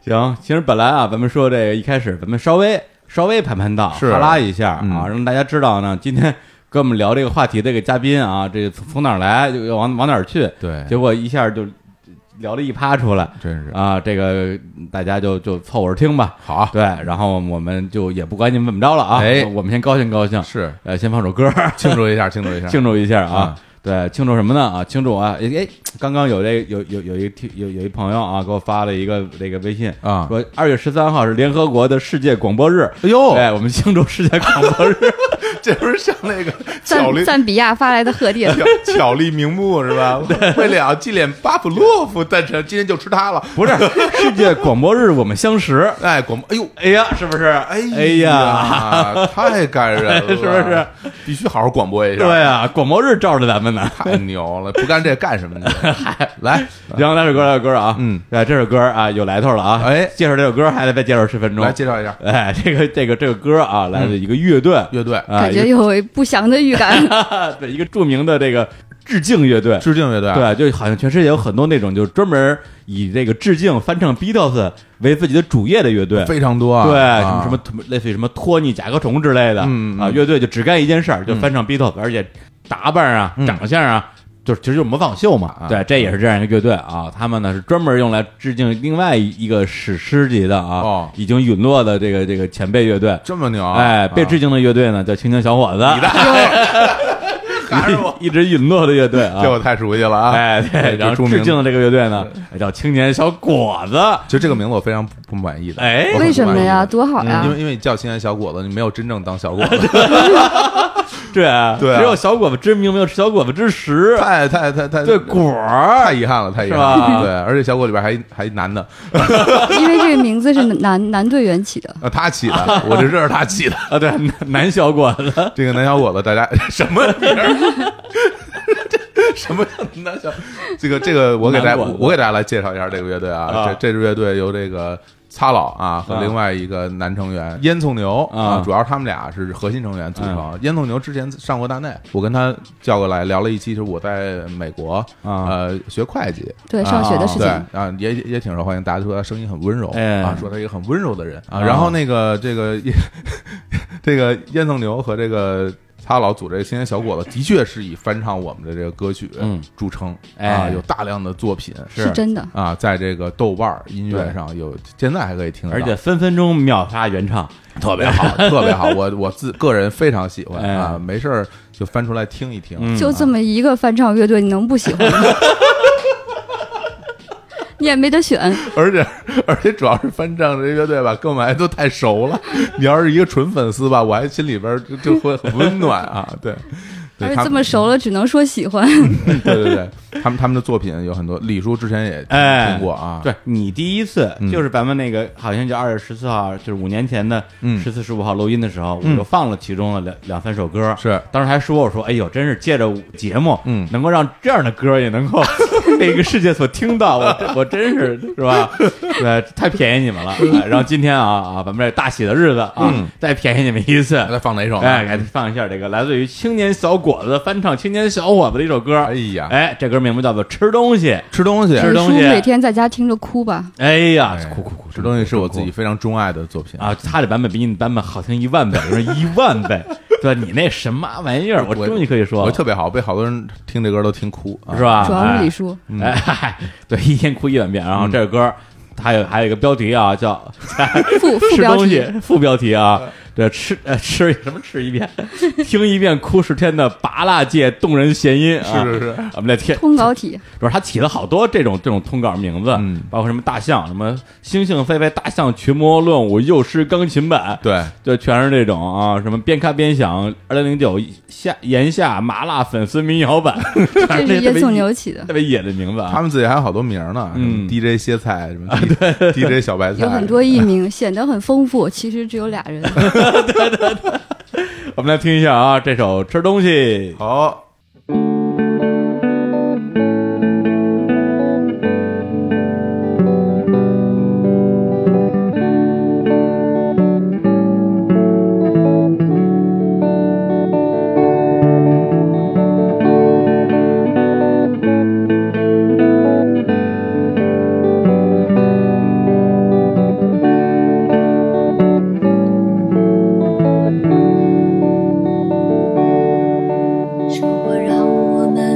S1: 行，其实本来啊，咱们说这个一开始，咱们稍微稍微盘盘道，
S2: 是
S1: 哈拉一下啊，
S2: 嗯
S1: 让大家知道呢，今天跟我们聊这个话题这个嘉宾啊，这个从从哪儿来，又往往哪儿去，
S2: 对
S1: 结果一下就聊了一趴出来。
S2: 真是
S1: 啊，这个大家就就凑合着听吧。
S2: 好啊，
S1: 对，然后我们就也不管你们怎么着了啊，
S2: 哎
S1: 我们先高兴高兴，
S2: 是
S1: 呃，先放首歌儿
S2: 庆祝一下，庆祝一下，
S1: 庆祝一下啊
S2: 是。
S1: 对，庆祝什么呢？啊，庆祝啊！哎哎，刚刚有这有有有一听有有一朋友啊，给我发了一个这个微信
S2: 啊
S1: 说二月十三号是联合国的世界广播日，
S2: 哎呦，
S1: 哎，我们庆祝世界广播日，
S2: 这不是像那个巧
S3: 赞
S2: 力
S3: 赞比亚发来的贺
S2: [LAUGHS]
S3: 电，
S2: 巧巧立名目
S1: [LAUGHS]
S2: 是吧？为了纪念巴甫洛夫诞辰，今天就吃它了。
S1: [LAUGHS] 不是世界广播日，我们相识。
S2: 哎，广播，哎呦，
S1: 哎呀，是不是？哎
S2: 哎
S1: 呀，
S2: 呀，太感人了，
S1: [LAUGHS] 是不是？
S2: 必须好好广播一下，
S1: 对啊，广播日罩着咱们呢。
S2: 太牛了！不干这干什么呢？来，
S1: 行，来首歌，来首歌啊，
S2: 嗯，
S1: 哎，这首歌啊有来头了啊，
S2: 哎
S1: 介绍这首歌还得再介绍十分钟
S2: 来，介绍一下
S1: 哎，这个这个这个歌啊，来自一个乐队，
S2: 乐队，
S1: 啊
S3: 感觉
S1: 一
S3: 有不祥的预感。
S1: 个对一个著名的这个致敬乐队，
S2: 致敬乐队，，啊
S1: 对，就好像全世界有很多那种就是专门以这个致敬翻唱 Beatles 为自己的主业的乐队。
S2: 非常多啊，
S1: 对，什
S2: 啊
S1: 么什么什么类似于什么托尼、甲壳虫之类的，
S2: 嗯
S1: 啊，
S2: 嗯
S1: 乐队就只干一件事儿，就翻唱 Beatles，、而且打扮啊、
S2: 嗯
S1: 长相啊，就是其实就是模仿秀嘛。
S2: 啊
S1: 对，这也是这样一个乐队啊，他们呢是专门用来致敬另外一个史诗级的啊，
S2: 哦
S1: 已经陨落的这个这个前辈乐队。
S2: 这么牛啊？
S1: 哎，被
S2: 啊哎
S1: 致敬的乐队呢叫青年小伙子，哎
S2: 还是我，
S1: [LAUGHS] 一直陨落的乐队
S2: [LAUGHS]
S1: 啊，
S2: 这我太熟悉了啊！
S1: 哎，对，然
S2: 这
S1: 后
S2: 著
S1: 致
S2: 名
S1: 敬的这个乐队呢，哎叫青年小果子。
S2: 就这个名字我非常不不满意的，
S1: 哎
S2: 我很
S3: 为什么呀？
S2: 不
S3: 多好
S2: 满意
S1: 嗯
S2: 的？
S3: 呀
S2: 因！为因为你叫青年小伙子，你没有真正当小
S1: [LAUGHS]
S2: 伙子，
S1: 对啊，
S2: 对啊
S1: 只有小果子之名，没有小果子之
S2: [LAUGHS]
S1: 实。
S2: 太太太太
S1: 对果儿，
S2: 太遗憾了，太遗
S1: 是
S2: 憾
S1: 吧
S2: 了。对，而且小伙里边还还男的，
S3: 因为这个名字是男男队员起的，
S2: 呃他起的，我这这是他起的。
S1: 啊，对，男男小果子，
S2: 这个男小伙子，大家什么名儿？这什么样的男小？这个这个，我给大家
S1: 男管子
S2: 我给大家来介绍一下这个乐队
S1: 啊
S2: 啊。这这支乐队由这个擦老啊和
S1: 啊
S2: 另外一个男成员烟囱牛
S1: 啊
S2: 主要是他们俩是核心成员组成。烟囱牛之前上过大内，我跟他叫过来聊了一期，就是我在美国
S1: 啊
S2: 呃学会计，
S3: 对上学的事
S2: 对
S3: 情。
S2: 啊，也也挺受欢迎，大家说他声音很温柔、
S1: 哎
S2: 啊，说他是一个很温柔的人啊。
S1: 啊
S2: 然后那个这个这个烟囱牛和这个他老组这个青年小伙子，的确是以翻唱我们的这个歌曲
S1: 嗯
S2: 著称、啊，
S1: 哎
S2: 有大量的作品
S3: 是真的，
S2: 啊，在这个豆瓣儿音乐
S1: 对
S2: 上有，现在还可以听得
S1: 而
S2: 到，
S1: 且分分钟秒杀原唱，
S2: 特别好，特别好，我我自个人非常喜欢、
S1: [LAUGHS] 哎
S2: 啊，没事儿就翻出来听一听。
S1: 嗯
S3: 就这么一个翻唱乐队，你能不喜欢吗？你也没得选，
S2: 而且而且主要是翻唱这乐队吧，跟我们还都太熟了。你要是一个纯粉丝吧，我还心里边就就会很温暖啊。对，对
S3: 而
S2: 他
S3: 且这么熟了，只能说喜欢。
S2: 们，对对对，他们他们的作品有很多，李叔之前也听
S1: 哎
S2: 听过啊。
S1: 对你第一次
S2: 嗯
S1: 就是咱们那个好像就二月十四号，就是五年前的
S2: 嗯
S1: 十四十五号录音的时候，我
S2: 嗯
S1: 就放了其中的两两三首歌，
S2: 是
S1: 当时还说我说哎呦，真是借着节目，
S2: 嗯
S1: 能够让这样的歌也能够 [LAUGHS] 被一个世界所听到，我真 [LAUGHS] 我真是是吧？对，太便宜你们了。哎然后今天啊啊，咱们这大喜的日子啊，
S2: 嗯
S1: 再便宜你们一次，
S2: 那他放哪首呢？
S1: 哎，给放一下这个来自于青年小伙子翻唱青年小伙子的一首歌。
S2: 哎呀
S1: 哎，这歌名字叫做《吃东西》。
S2: 吃东西，
S1: 吃
S3: 李
S1: 东
S3: 叔
S1: 西
S3: 每天在家听着哭吧，
S1: 哎呀
S2: 哎，
S1: 哭哭哭！
S2: 吃东西是我自己
S1: 哭
S2: 非常钟爱的作品
S1: 啊，他这版本比你的版本好听一万倍，有人一万倍。对你那什么玩意儿，我
S2: 我
S1: 终于可以说
S2: 我
S1: 了，
S2: 特别好，被好多人听这歌都听哭，啊
S1: 是？吧？
S3: 主要是
S1: 哎
S3: 李叔。
S1: 哎，嗨 [LAUGHS] 对，一天哭一万遍。然后这首歌，还有还有一个标题啊，叫
S3: 副
S2: [LAUGHS]
S3: 副
S1: 吃
S3: 标
S1: 东西
S3: 题，
S1: 副标题啊，对，吃呃吃什么吃一遍， [LAUGHS] 听一遍哭十天的拔蜡界动人弦音啊，
S2: 是是是，
S1: 我们在天
S3: 通稿
S2: [LAUGHS]
S3: 体，
S1: 不是他起了好多这种这种通稿名字，
S2: 嗯
S1: 包括什么大象，什么猩猩飞飞，大象群魔乱舞，幼师钢琴版，
S2: 对，
S1: 就全是这种啊，什么边看边想，二零零九下炎夏麻辣粉丝民谣
S3: [LAUGHS]
S1: 版，
S2: 哎
S3: 这是
S1: 特
S3: 烟
S1: 别
S3: 囱牛起的，
S1: 特别野的名字啊
S2: 他，们自己还有好多名儿呢，什么
S1: 嗯啊
S2: DJ 歇菜什么 D- DJ 小白菜，
S3: 有很多艺名，显得很丰富。其实只有俩
S2: [LAUGHS]
S3: 人，
S1: 我们来听一下啊，这首吃东西。
S2: 好。
S4: 说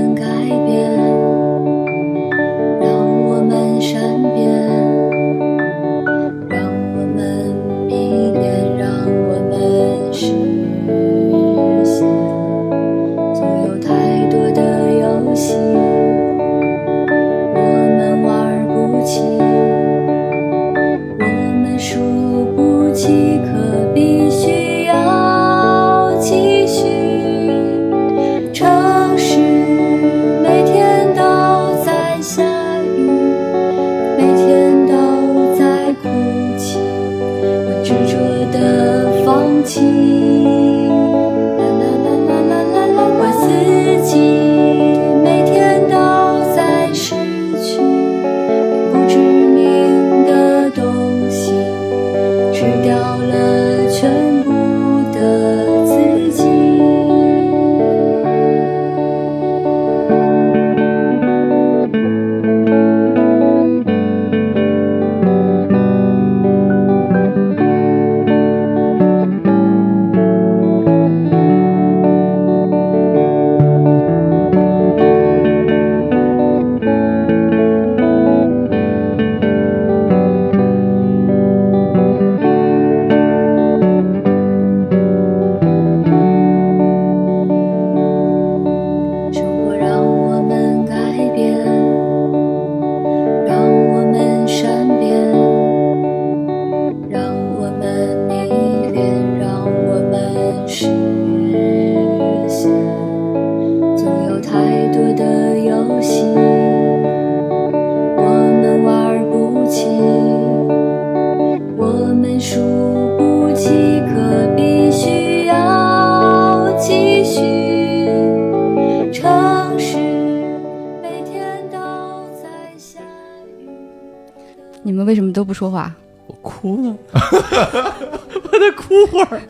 S3: 你们为什么都不
S2: [LAUGHS]
S3: 说话？
S1: 我哭呢， [LAUGHS] 我得哭会儿，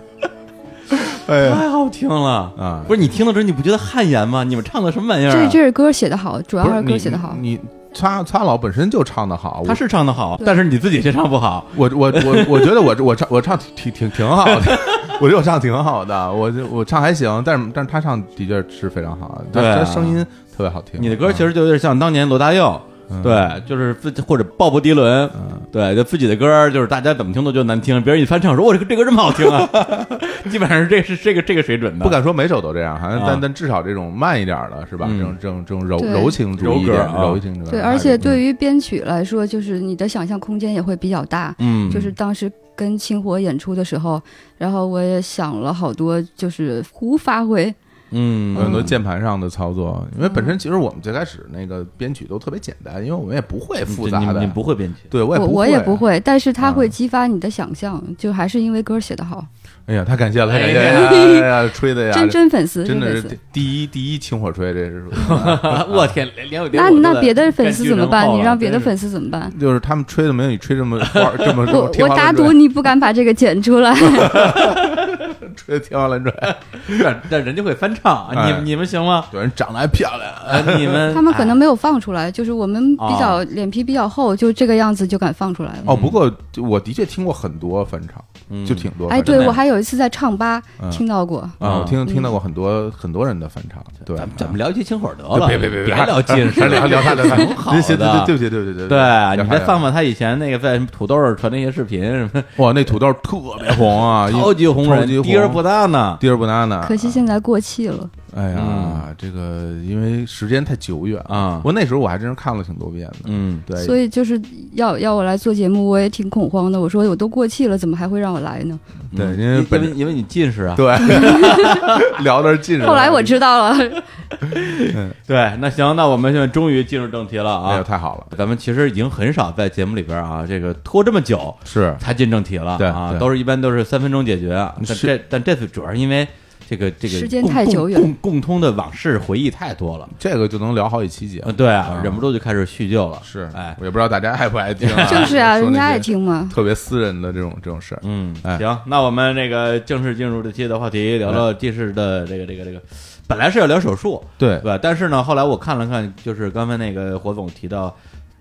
S2: 哎呀
S1: 太好听了。
S2: 啊，
S1: 不是你听到这，你不觉得汗颜吗？你们唱的什么玩意儿啊、
S3: 这这是歌写的好，主要
S2: 不
S3: 还
S2: 是
S3: 是歌
S2: 你
S3: 写的好。
S2: 你你擦擦老本身就唱的好，
S1: 他是唱的好，
S3: 对
S1: 但是你自己却唱不好。
S2: 我我我我觉得我我唱我唱挺挺挺好的， [LAUGHS] 我觉得我唱挺好的，我就我唱还行，但是但是他唱的确是非常好，他
S1: 对啊
S2: 他声音特别好听。
S1: 你的歌其实就有点像当年罗大佑，
S2: 嗯，
S1: 对，就是自或者鲍勃迪伦，
S2: 嗯
S1: 对，就自己的歌儿就是大家怎么听都觉得难听，别人一翻唱说，我这个这歌这么好听啊，基本上是这是这个这个水准的。
S2: 不敢说每首都这样，好像
S1: 啊
S2: 但但至少这种慢一点儿的是吧？
S1: 嗯
S2: 这种这种这种柔
S3: 对
S2: 柔情主义一
S1: 柔歌
S2: 点
S1: 啊
S2: 柔情主义。
S3: 对，而且对于编曲来说，就是你的想象空间也会比较大。
S1: 嗯，
S3: 就是当时跟清火演出的时候，然后我也想了好多，就是胡发挥。
S1: 嗯
S2: 有很多键盘上的操作，因为本
S3: 嗯
S2: 身其实我们最开始那个编曲都特别简单，因为我们也不会复杂
S1: 你
S2: 的
S1: 你，不会编曲，
S2: 对我也
S3: 我
S2: 不
S3: 我也不。会，但是它
S2: 啊
S3: 会激发你的想象，就还是因为歌写的好。
S2: 哎呀，太感谢了，太感谢
S1: 哎
S2: 了，哎呀，吹的呀，
S3: [LAUGHS] 真真粉丝，
S2: 真的
S3: 粉
S2: 是
S3: 丝
S2: 第。第一第一清火吹，这是属于 [LAUGHS]
S1: 我天，连连我
S3: 那那别的粉丝怎么办？你让别的
S1: 丝
S3: 粉丝怎么办？
S2: 就是他们吹的没有你吹这么花儿这么这
S3: 我
S2: 么天
S3: 我
S2: 花
S3: 打
S2: 乱
S3: 赌
S2: 坠，
S3: 你不敢把这个剪出来。
S2: [LAUGHS] 吹的天花乱坠，
S1: 让让人家会翻唱，
S2: 哎
S1: 你你们行吗？
S2: 有人长得还漂亮，啊
S1: 呃你们
S3: 他们可能没有放出来，就是我们比较脸皮比较厚，就这个样子就敢放出来了。
S2: 哦，不过我的确听过很多翻唱，
S1: 嗯
S2: 就挺多
S3: 哎，
S2: 翻唱的。
S3: 对
S1: 真的
S3: 我还有一次在唱吧
S2: 嗯
S3: 听到过，
S2: 啊，我听
S3: 嗯
S2: 听到过很多很多人的翻唱，对，
S1: 咱们
S2: 啊
S1: 咱们聊一期清火得了，
S2: 别别别别
S1: 别聊近视，
S2: 咱聊聊他的，
S1: 挺好
S2: 行
S1: 的。
S2: 对对对对对
S1: 对，啊你再放
S2: 放。
S1: 放他以前那个在土豆上传那些视频，什么
S2: 哇，那土豆特别红啊，因为
S1: [LAUGHS] 超级红
S2: 超
S1: 人
S2: 级，红
S1: 第二不大呢。
S2: 第二不纳呢？
S3: 可惜现在过气了。
S2: 哎呀，这个因为时间太久远
S1: 嗯啊
S2: 我那时候我还真是看了挺多遍的，
S1: 嗯，
S2: 对，
S3: 所以就是要要我来做节目，我也挺恐慌的。我说我都过气了，怎么还会让我来呢？
S2: 对
S1: 嗯
S2: 因为
S1: 因
S2: 本
S1: 为因为你近视啊。
S2: 对 [LAUGHS] 聊的是近人。
S3: 后来我知道
S2: 啊
S3: 了，
S1: 对，那行，那我们现在终于进入正题了
S2: 哎呦，
S1: 啊。
S2: 太好了，
S1: 咱们其实已经很少在节目里边啊，这个拖这么久
S2: 是
S1: 才进正题了
S2: 对
S1: 啊，
S2: 对
S1: 都是一般都是三分钟解决。啊但
S2: 是
S1: 这但这次主要是因为这个这个
S3: 时间
S1: 共
S3: 太久远
S1: 共共共通的往事回忆太多了。
S2: 这个就能聊好几期节
S1: 呃，
S2: 目，
S1: 对啊
S2: 啊，
S1: 忍不住就开始叙旧了。
S2: 是，
S1: 哎，
S2: 我也不知道大家爱不爱听啊，
S3: [LAUGHS] 就是啊，
S2: 说那
S3: 人家
S2: 些
S3: 爱听嘛。
S2: 特别私人的这种这种事儿，
S1: 嗯，
S2: 哎
S1: 行，那我们这个正式进入这期的话题，聊聊这是的这个这个这个，本来是要聊手术，
S2: 对
S1: 对，吧？但是呢，后来我看了看，就是刚才那个火总提到。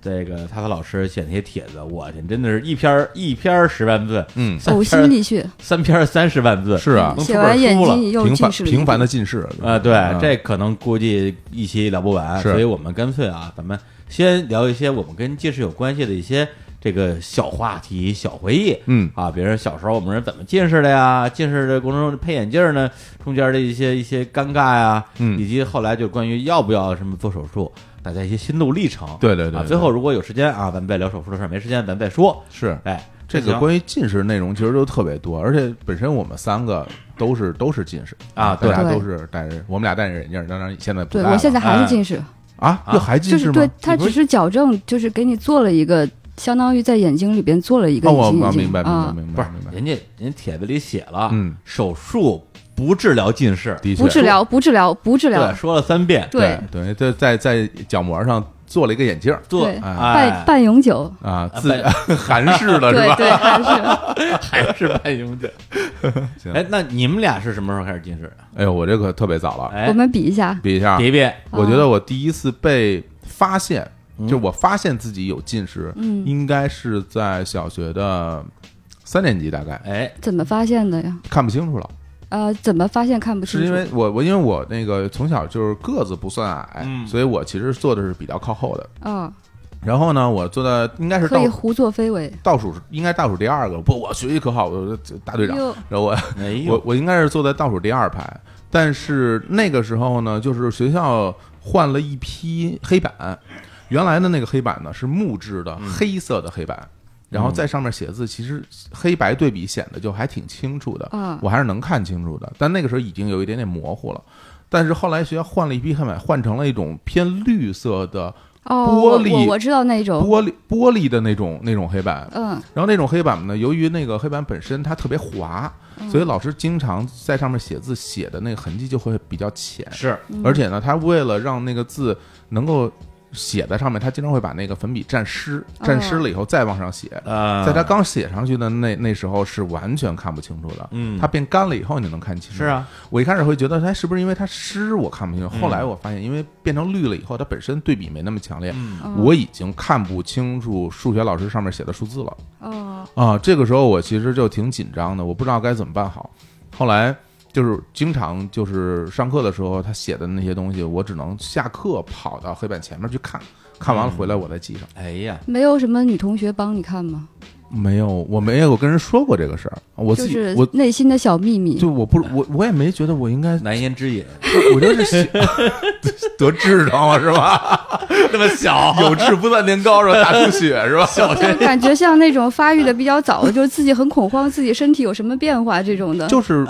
S1: 这个他和老师写那些帖子，我天，真的是一篇儿一篇儿十万字，
S2: 嗯，
S1: 三
S3: 呕
S1: 篇
S3: 心
S1: 儿
S3: 沥血，
S1: 三篇儿三十万字，
S2: 是啊，
S3: 写完眼睛又
S2: 频繁
S3: 近视了一
S2: 频繁
S3: 度
S2: 的近视
S1: 啊、对，
S2: 嗯
S1: 这可能估计一期聊不完，
S2: 是
S1: 所以我们干脆啊，咱们先聊一些我们跟近视有关系的一些这个小话题、小回忆。
S2: 嗯
S1: 啊，比如说小时候我们是怎么近视的呀？近视的过程中配眼镜呢，中间的一些一些尴尬呀，
S2: 嗯
S1: 以及后来就关于要不要什么做手术，大家一些心路历程。
S2: 对对对
S1: 啊，
S2: 对
S1: 最后如果有时间啊，咱们再聊手术的事儿；没时间咱们再说。
S2: 是
S1: 哎，
S2: 这个
S1: 行
S2: 关于近视内容其实都特别多，而且本身我们三个都是都是近视
S1: 啊
S2: 大
S1: 对
S2: 家都是戴着，我们俩戴着眼镜，当然你现在不
S3: 对
S2: 戴了
S3: 我现在还
S1: 哎
S3: 是近视，
S2: 啊
S1: 啊
S2: 又还近
S3: 就
S2: 视
S3: 是
S2: 吗？
S3: 对他
S1: 你不
S3: 只
S1: 是
S3: 是矫正，就是给你做了一个，相当于在眼睛里边做了一个
S2: 哦，我
S3: 隐形
S2: 我
S3: 眼
S2: 明
S3: 镜
S2: 白明白
S3: 啊，
S2: 明
S1: 不
S2: 白
S1: 是
S2: 明白，
S1: 人家人家帖子里写了，
S2: 嗯，
S1: 手术不治疗近视，
S2: 的
S3: 不
S2: 确
S3: 治疗，不治疗，不治疗
S1: 对，，说了三遍，
S3: 对，
S2: 等于在在在角膜上做了一个眼镜
S1: 做
S3: 对
S1: 哎
S3: 半半永久，
S2: 啊，
S1: 啊
S2: 自
S1: 半
S2: [LAUGHS] 韩式的啊是
S3: 对
S2: 吧？
S3: 对，
S1: [LAUGHS] 还
S2: [LAUGHS]
S3: 还是
S1: 是半永久。
S2: 行
S1: 哎，那你们俩是什么时候开始近视的？
S2: 哎呦，我这可特别早了，
S1: 哎，
S3: 我们比一下，
S2: 比一下，
S1: 别别，
S2: 我觉
S3: 哦
S2: 得我第一次被发现，
S1: 嗯
S2: 就我发现自己有近视，
S3: 嗯
S2: 应该是在小学的三年级，大概
S1: 哎，
S3: 怎么发现的呀？
S2: 看不清楚了，
S3: 呃，怎么发现看不清
S2: 是因
S3: 楚？
S2: 为我我因为我那个从小就是个子不算矮，
S1: 嗯
S2: 所以我其实坐的是比较靠后的。
S3: 啊，
S2: 然后呢，我坐的应该是
S3: 可
S2: 倒
S3: 以胡作非为。
S2: 倒数，应该倒数第二个。不，我学习可好，我这大队长。
S3: 哟，
S2: 然后我
S1: 哎
S2: 我
S1: 呦，
S2: 我应该是坐在倒数第二排，但是那个时候呢，就是学校换了一批黑板，原来的那个黑板呢是木质的、黑色的黑板，然后在上面写字，其实黑白对比显得就还挺清楚的，
S3: 啊
S2: 我还是能看清楚的，但那个时候已经有一点点模糊了。但是后来学校换了一批黑板，换成了一种偏绿色的
S3: 哦，
S2: 玻
S3: 我
S2: 璃
S3: 我我知道那种，
S2: 玻璃玻璃的那种那种黑板，
S3: 嗯，
S2: 然后那种黑板呢，由于那个黑板本身它特别滑，所以老师经常在上面写字，写的那个痕迹就会比较浅。
S1: 是
S2: 而且呢，他为了让那个字能够写在上面，他经常会把那个粉笔蘸湿，蘸湿了以后再往上写。
S4: 啊，
S2: 在
S1: 呃
S2: 他刚写上去的那那时候是完全看不清楚的，
S4: 嗯
S2: 它变干了以后你就能看清楚。
S4: 是，啊，嗯
S2: 我一开始会觉得它是不是因为它湿我看不清楚，后来我发现因为变成绿了以后，它本身对比没那么强烈，
S4: 嗯
S3: 嗯
S2: 我已经看不清楚数学老师上面写的数字了
S3: 哦，
S2: 啊。这个时候我其实就挺紧张的，我不知道该怎么办好。后来就是经常就是上课的时候他写的那些东西，我只能下课跑到黑板前面去看，看完了回来我再记上。
S4: 哎呀，
S3: 没有什么女同学帮你看吗？
S2: 没有，我没有跟人说过这个事儿，我
S3: 就
S2: 自己、
S3: 是
S2: 我。
S3: 内心的小秘密。
S2: 就我不我我也没觉得我
S1: [LAUGHS]
S2: 应该，
S4: 难言之隐，
S2: 我就是写 [LAUGHS] 得痔疮了是吧？
S4: [LAUGHS] 那么小，
S2: 有痔不断年高是吧？大出血是吧？
S3: 就是感觉像那种发育的比较早的， [LAUGHS] 就是自己很恐慌，自己身体有什么变化这种的。
S2: 就是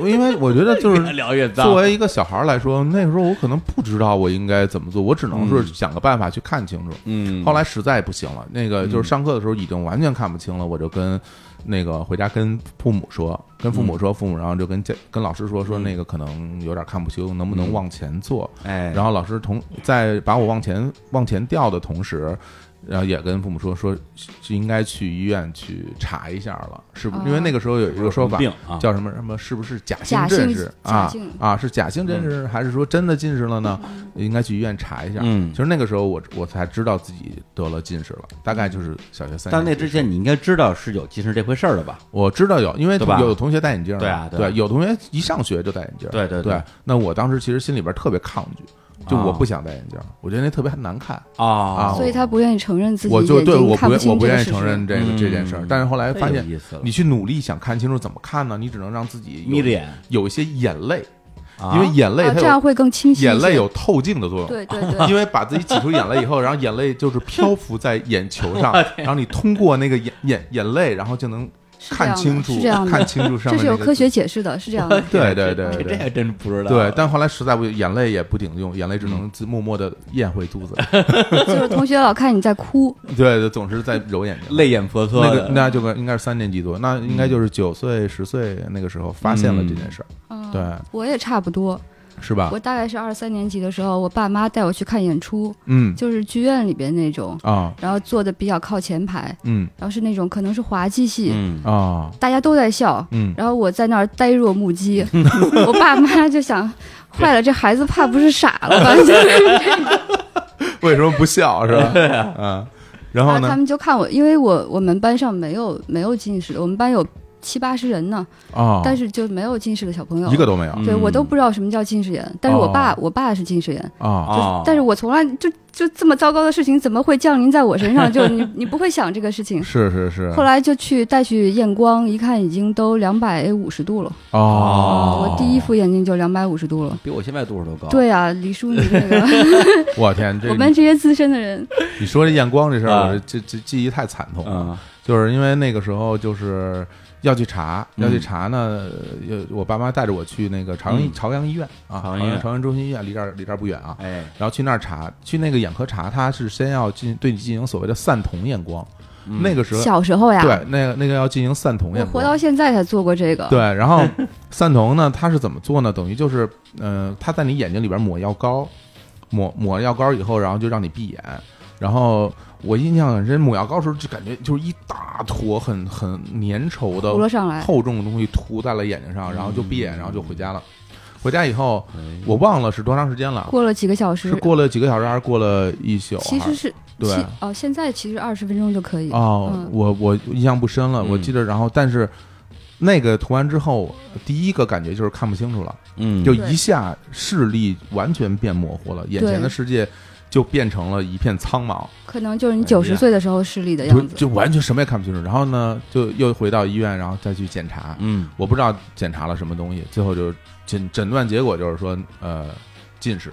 S2: 我因为我觉得
S1: [LAUGHS]
S2: 就是
S4: 越聊越
S2: [LAUGHS] 作
S4: 脏，
S2: 为一个小孩儿来说，那时候我可能不知道我应该怎么做，我只能是想个办法去看清楚。
S1: 嗯，
S2: 后来实在不行了，那个就是上课的时候已经完全看不清了，我就跟那个回家跟父母说，跟父母
S1: 嗯
S2: 说，父母然后就跟家跟老师说说那个可能有点看不清，能不能往前坐？
S1: 嗯哎，
S2: 然后老师同在把我往前往前调的同时，然后也跟父母说说是应该去医院去查一下了，是不是？
S1: 哦
S2: 因为那个时候有一个说法
S1: 病啊，
S2: 叫什么什么，是不是假性
S3: 假
S2: 近
S3: 性
S2: 视
S3: 假
S2: 啊
S3: 性嗯
S2: 啊？是假性近视还是说真的近视了呢？应该去医院查一下。
S1: 嗯
S2: 其实那个时候我我才知道自己得了近视了，大概就是小学三年级。
S1: 到那之前你应该知道是有近视这回事儿的吧？
S2: 我知道有，因为
S1: 对吧
S2: 有同学戴眼镜儿嘛，
S1: 对啊对
S2: 对
S1: 啊
S2: 有同学一上学就戴眼镜儿，
S1: 对对对
S2: 对。那我当时其实心里边特别抗拒，就
S1: 啊
S2: 我不想戴眼镜儿，我觉得那特别难看，
S1: 啊
S3: 所以他不愿意承认自己
S2: 我就
S3: 眼
S2: 对
S3: 睛
S2: 我
S3: 看
S2: 不
S3: 不
S2: 愿我
S3: 清
S2: 不
S3: 这个
S2: 愿意
S3: 事
S2: 承认这
S3: 实。啊
S2: 个
S1: 嗯哎
S2: 这件事儿。但是后来发现
S1: 这有意思了，
S2: 你去努力想看清楚怎么看呢？你只能让自己有
S1: 眯着眼，
S2: 有一些眼泪，
S1: 啊
S2: 因为眼泪
S3: 啊，
S2: 它
S3: 这样
S2: 有
S3: 会更清晰一些。
S2: 眼泪有透镜的作用，
S3: 对
S2: [LAUGHS]
S3: 对对，
S2: 因为把自己挤出眼泪以后，然后眼泪就是漂浮在眼
S3: [LAUGHS]
S2: 球上，然后你通过那个眼眼眼泪，然后就能
S3: 是这样
S2: 看
S3: 的
S2: 清楚
S3: 是这样，的
S2: 看清楚上
S3: 这
S2: 面
S3: 是
S2: 那
S3: 有
S2: 个
S3: 科
S2: 字
S3: 学解释的，是这样
S2: [LAUGHS]
S3: 的。
S2: 对对对
S4: 这
S2: 对
S4: 这还真不知道，
S2: 对，但后来实在不眼泪也不顶用，眼泪只
S1: 嗯
S2: 能自默默的咽回肚子。
S3: 就是同学老看你在哭，
S2: 对对，总是在揉眼睛。
S1: 泪眼婆娑
S2: 那个
S1: 的，嗯
S2: 那就跟应该是三年级多，那应该就是九岁十岁那个时候发现了这件事儿，
S3: 嗯，
S2: 对，啊
S3: 我也差不多。
S2: 是吧
S3: 我？大概是二三年级的时候，我爸妈带我去看演出，
S2: 嗯
S3: 就是剧院里边那种，
S2: 啊
S3: 然后坐的比较靠前排，
S2: 嗯
S3: 然后是那种可能是滑稽戏，
S1: 嗯
S2: 啊
S3: 大家都在笑，
S2: 嗯
S3: 然后我在那儿呆若
S2: [LAUGHS]
S3: 木鸡，我爸妈就想，坏了，这孩子怕不是傻了
S2: [LAUGHS]
S3: 吧？就是
S2: 为什么不笑
S1: [LAUGHS]
S2: 是吧？
S1: 啊
S2: 嗯，然后
S3: 然后他
S2: 呢？
S3: 啊们就看我，因为我我们班上没有没有近视的，我们班有七八十人呢，
S2: 啊，
S3: 但是就没有近视的小朋友，
S2: 一个嗯哦都没
S1: 嗯
S2: 有
S3: 对我都不知道什么叫近视眼，但是我爸、我爸是近视眼，
S2: 啊
S3: 就是
S1: 哦，
S3: 但是我从来就就这么糟糕的事情怎么会降临在我身上？就你 [LAUGHS] 你不会想这个事情。
S2: 是啊是是，
S3: 后来就去带去验光，一看已经都两百五十度了。
S1: 啊
S2: 哦，
S3: 我第一副眼镜就两百五十度了。
S1: 比我现在度数都高。
S3: 对啊，李叔，你这个
S2: 我天，这
S3: 我们这些资深的人，
S2: 你说这验光这事
S1: 啊
S2: 儿，我这这记忆太惨痛了，
S1: 嗯，
S2: 就是因为那个时候就是要去查，
S1: 嗯
S2: 要去查呢，呃我爸妈带着我去那个朝阳
S1: 嗯
S2: 朝阳医院啊，
S1: 朝
S2: 朝
S1: 阳医院
S2: 阳朝阳中心医院离这儿离这儿不远啊。
S1: 哎，
S2: 然后去那儿查，去那个眼科查，他是先要进对你进行所谓的散瞳验光，
S1: 嗯
S2: 那个时候
S3: 小时候呀，
S2: 对那个那个要进行散瞳
S3: 我
S2: 验
S3: 活
S2: 光，
S3: 到现在才做过这个。
S2: 对，然
S3: [LAUGHS]
S2: 后散瞳呢，它是怎么做呢？等于就是，呃，它在你眼睛里边抹药膏，抹抹了药膏以后，然后就让你闭眼。然后我印象很深，抹药膏的时候就感觉就是一大坨很很粘稠
S3: 涂了
S2: 的
S3: 上来，嗯
S2: 厚重的东西涂在了眼睛上，然后就闭眼，然后就回家了。回家以后，
S1: 哎
S2: 我忘了是多长时间了，
S3: 过了几个小时
S2: 是，过了几个小时还是过了一宿？啊
S3: 其实是
S2: 对
S3: 其哦，现在其实二十分钟就可以。
S2: 哦，
S3: 嗯
S2: 我我印象不深了，我
S1: 嗯
S2: 记得。然后但是那个涂完之后，第一个感觉就是看不清楚了。
S1: 嗯，
S2: 就
S3: 对
S2: 一下视力完全变模糊了，眼前的世界就变成了一片苍茫，
S3: 可能就是你
S2: 哎呀
S3: 九十岁的时候视力的
S2: 就
S3: 样子。
S2: 就完全什么也看不清楚。然后呢，就又回到医院，然后再去检查，
S1: 嗯
S2: 我不知道检查了什么东西，最后就诊诊断结果就是说，呃，近视，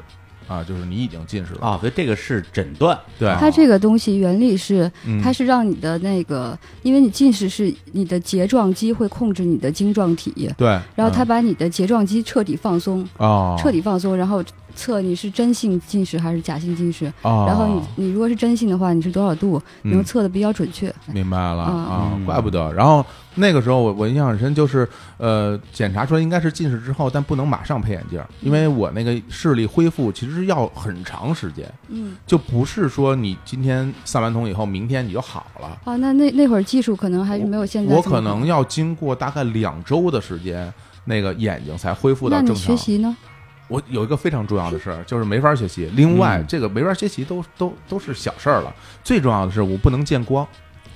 S2: 啊，就是你已经近视了，
S1: 啊，所以这个是诊断，
S2: 对，
S3: 它这个东西原理是，
S2: 嗯
S3: 它是让你的那个，因为你近视是你的睫状肌会控制你的晶状体，
S2: 对，
S3: 然后它
S2: 嗯
S3: 把你的睫状肌彻底放松，
S2: 哦，
S3: 彻底放松，然后测你是真性近视还是假性近视。
S2: 哦，
S3: 然后你你如果是真性的话，你是多少度，能
S2: 嗯
S3: [LAUGHS] 测的比较准确。
S2: 明白了
S3: 嗯
S2: 啊
S1: 嗯，
S2: 怪不得。然后那个时候我我印象很深，就是呃，检查出来应该是近视之后，但不能马上配眼镜儿，
S3: 嗯
S2: 因为我那个视力恢复其实要很长时间，
S3: 嗯，
S2: 就不是说你今天散完瞳以后，明天你就好了。
S3: 啊，那那那会儿技术可能还是没有现在
S2: 我
S3: 这么
S2: 可
S3: 好
S2: 能要经过大概两周的时间，那个眼睛才恢复到
S3: 那
S2: 正
S3: 你
S2: 常
S3: 学。习呢？
S2: 我有一个非常重要的事儿，就是没法学习。另外，
S1: 嗯
S2: 这个没法学习都都都是小事儿了，最重要的是我不能见光，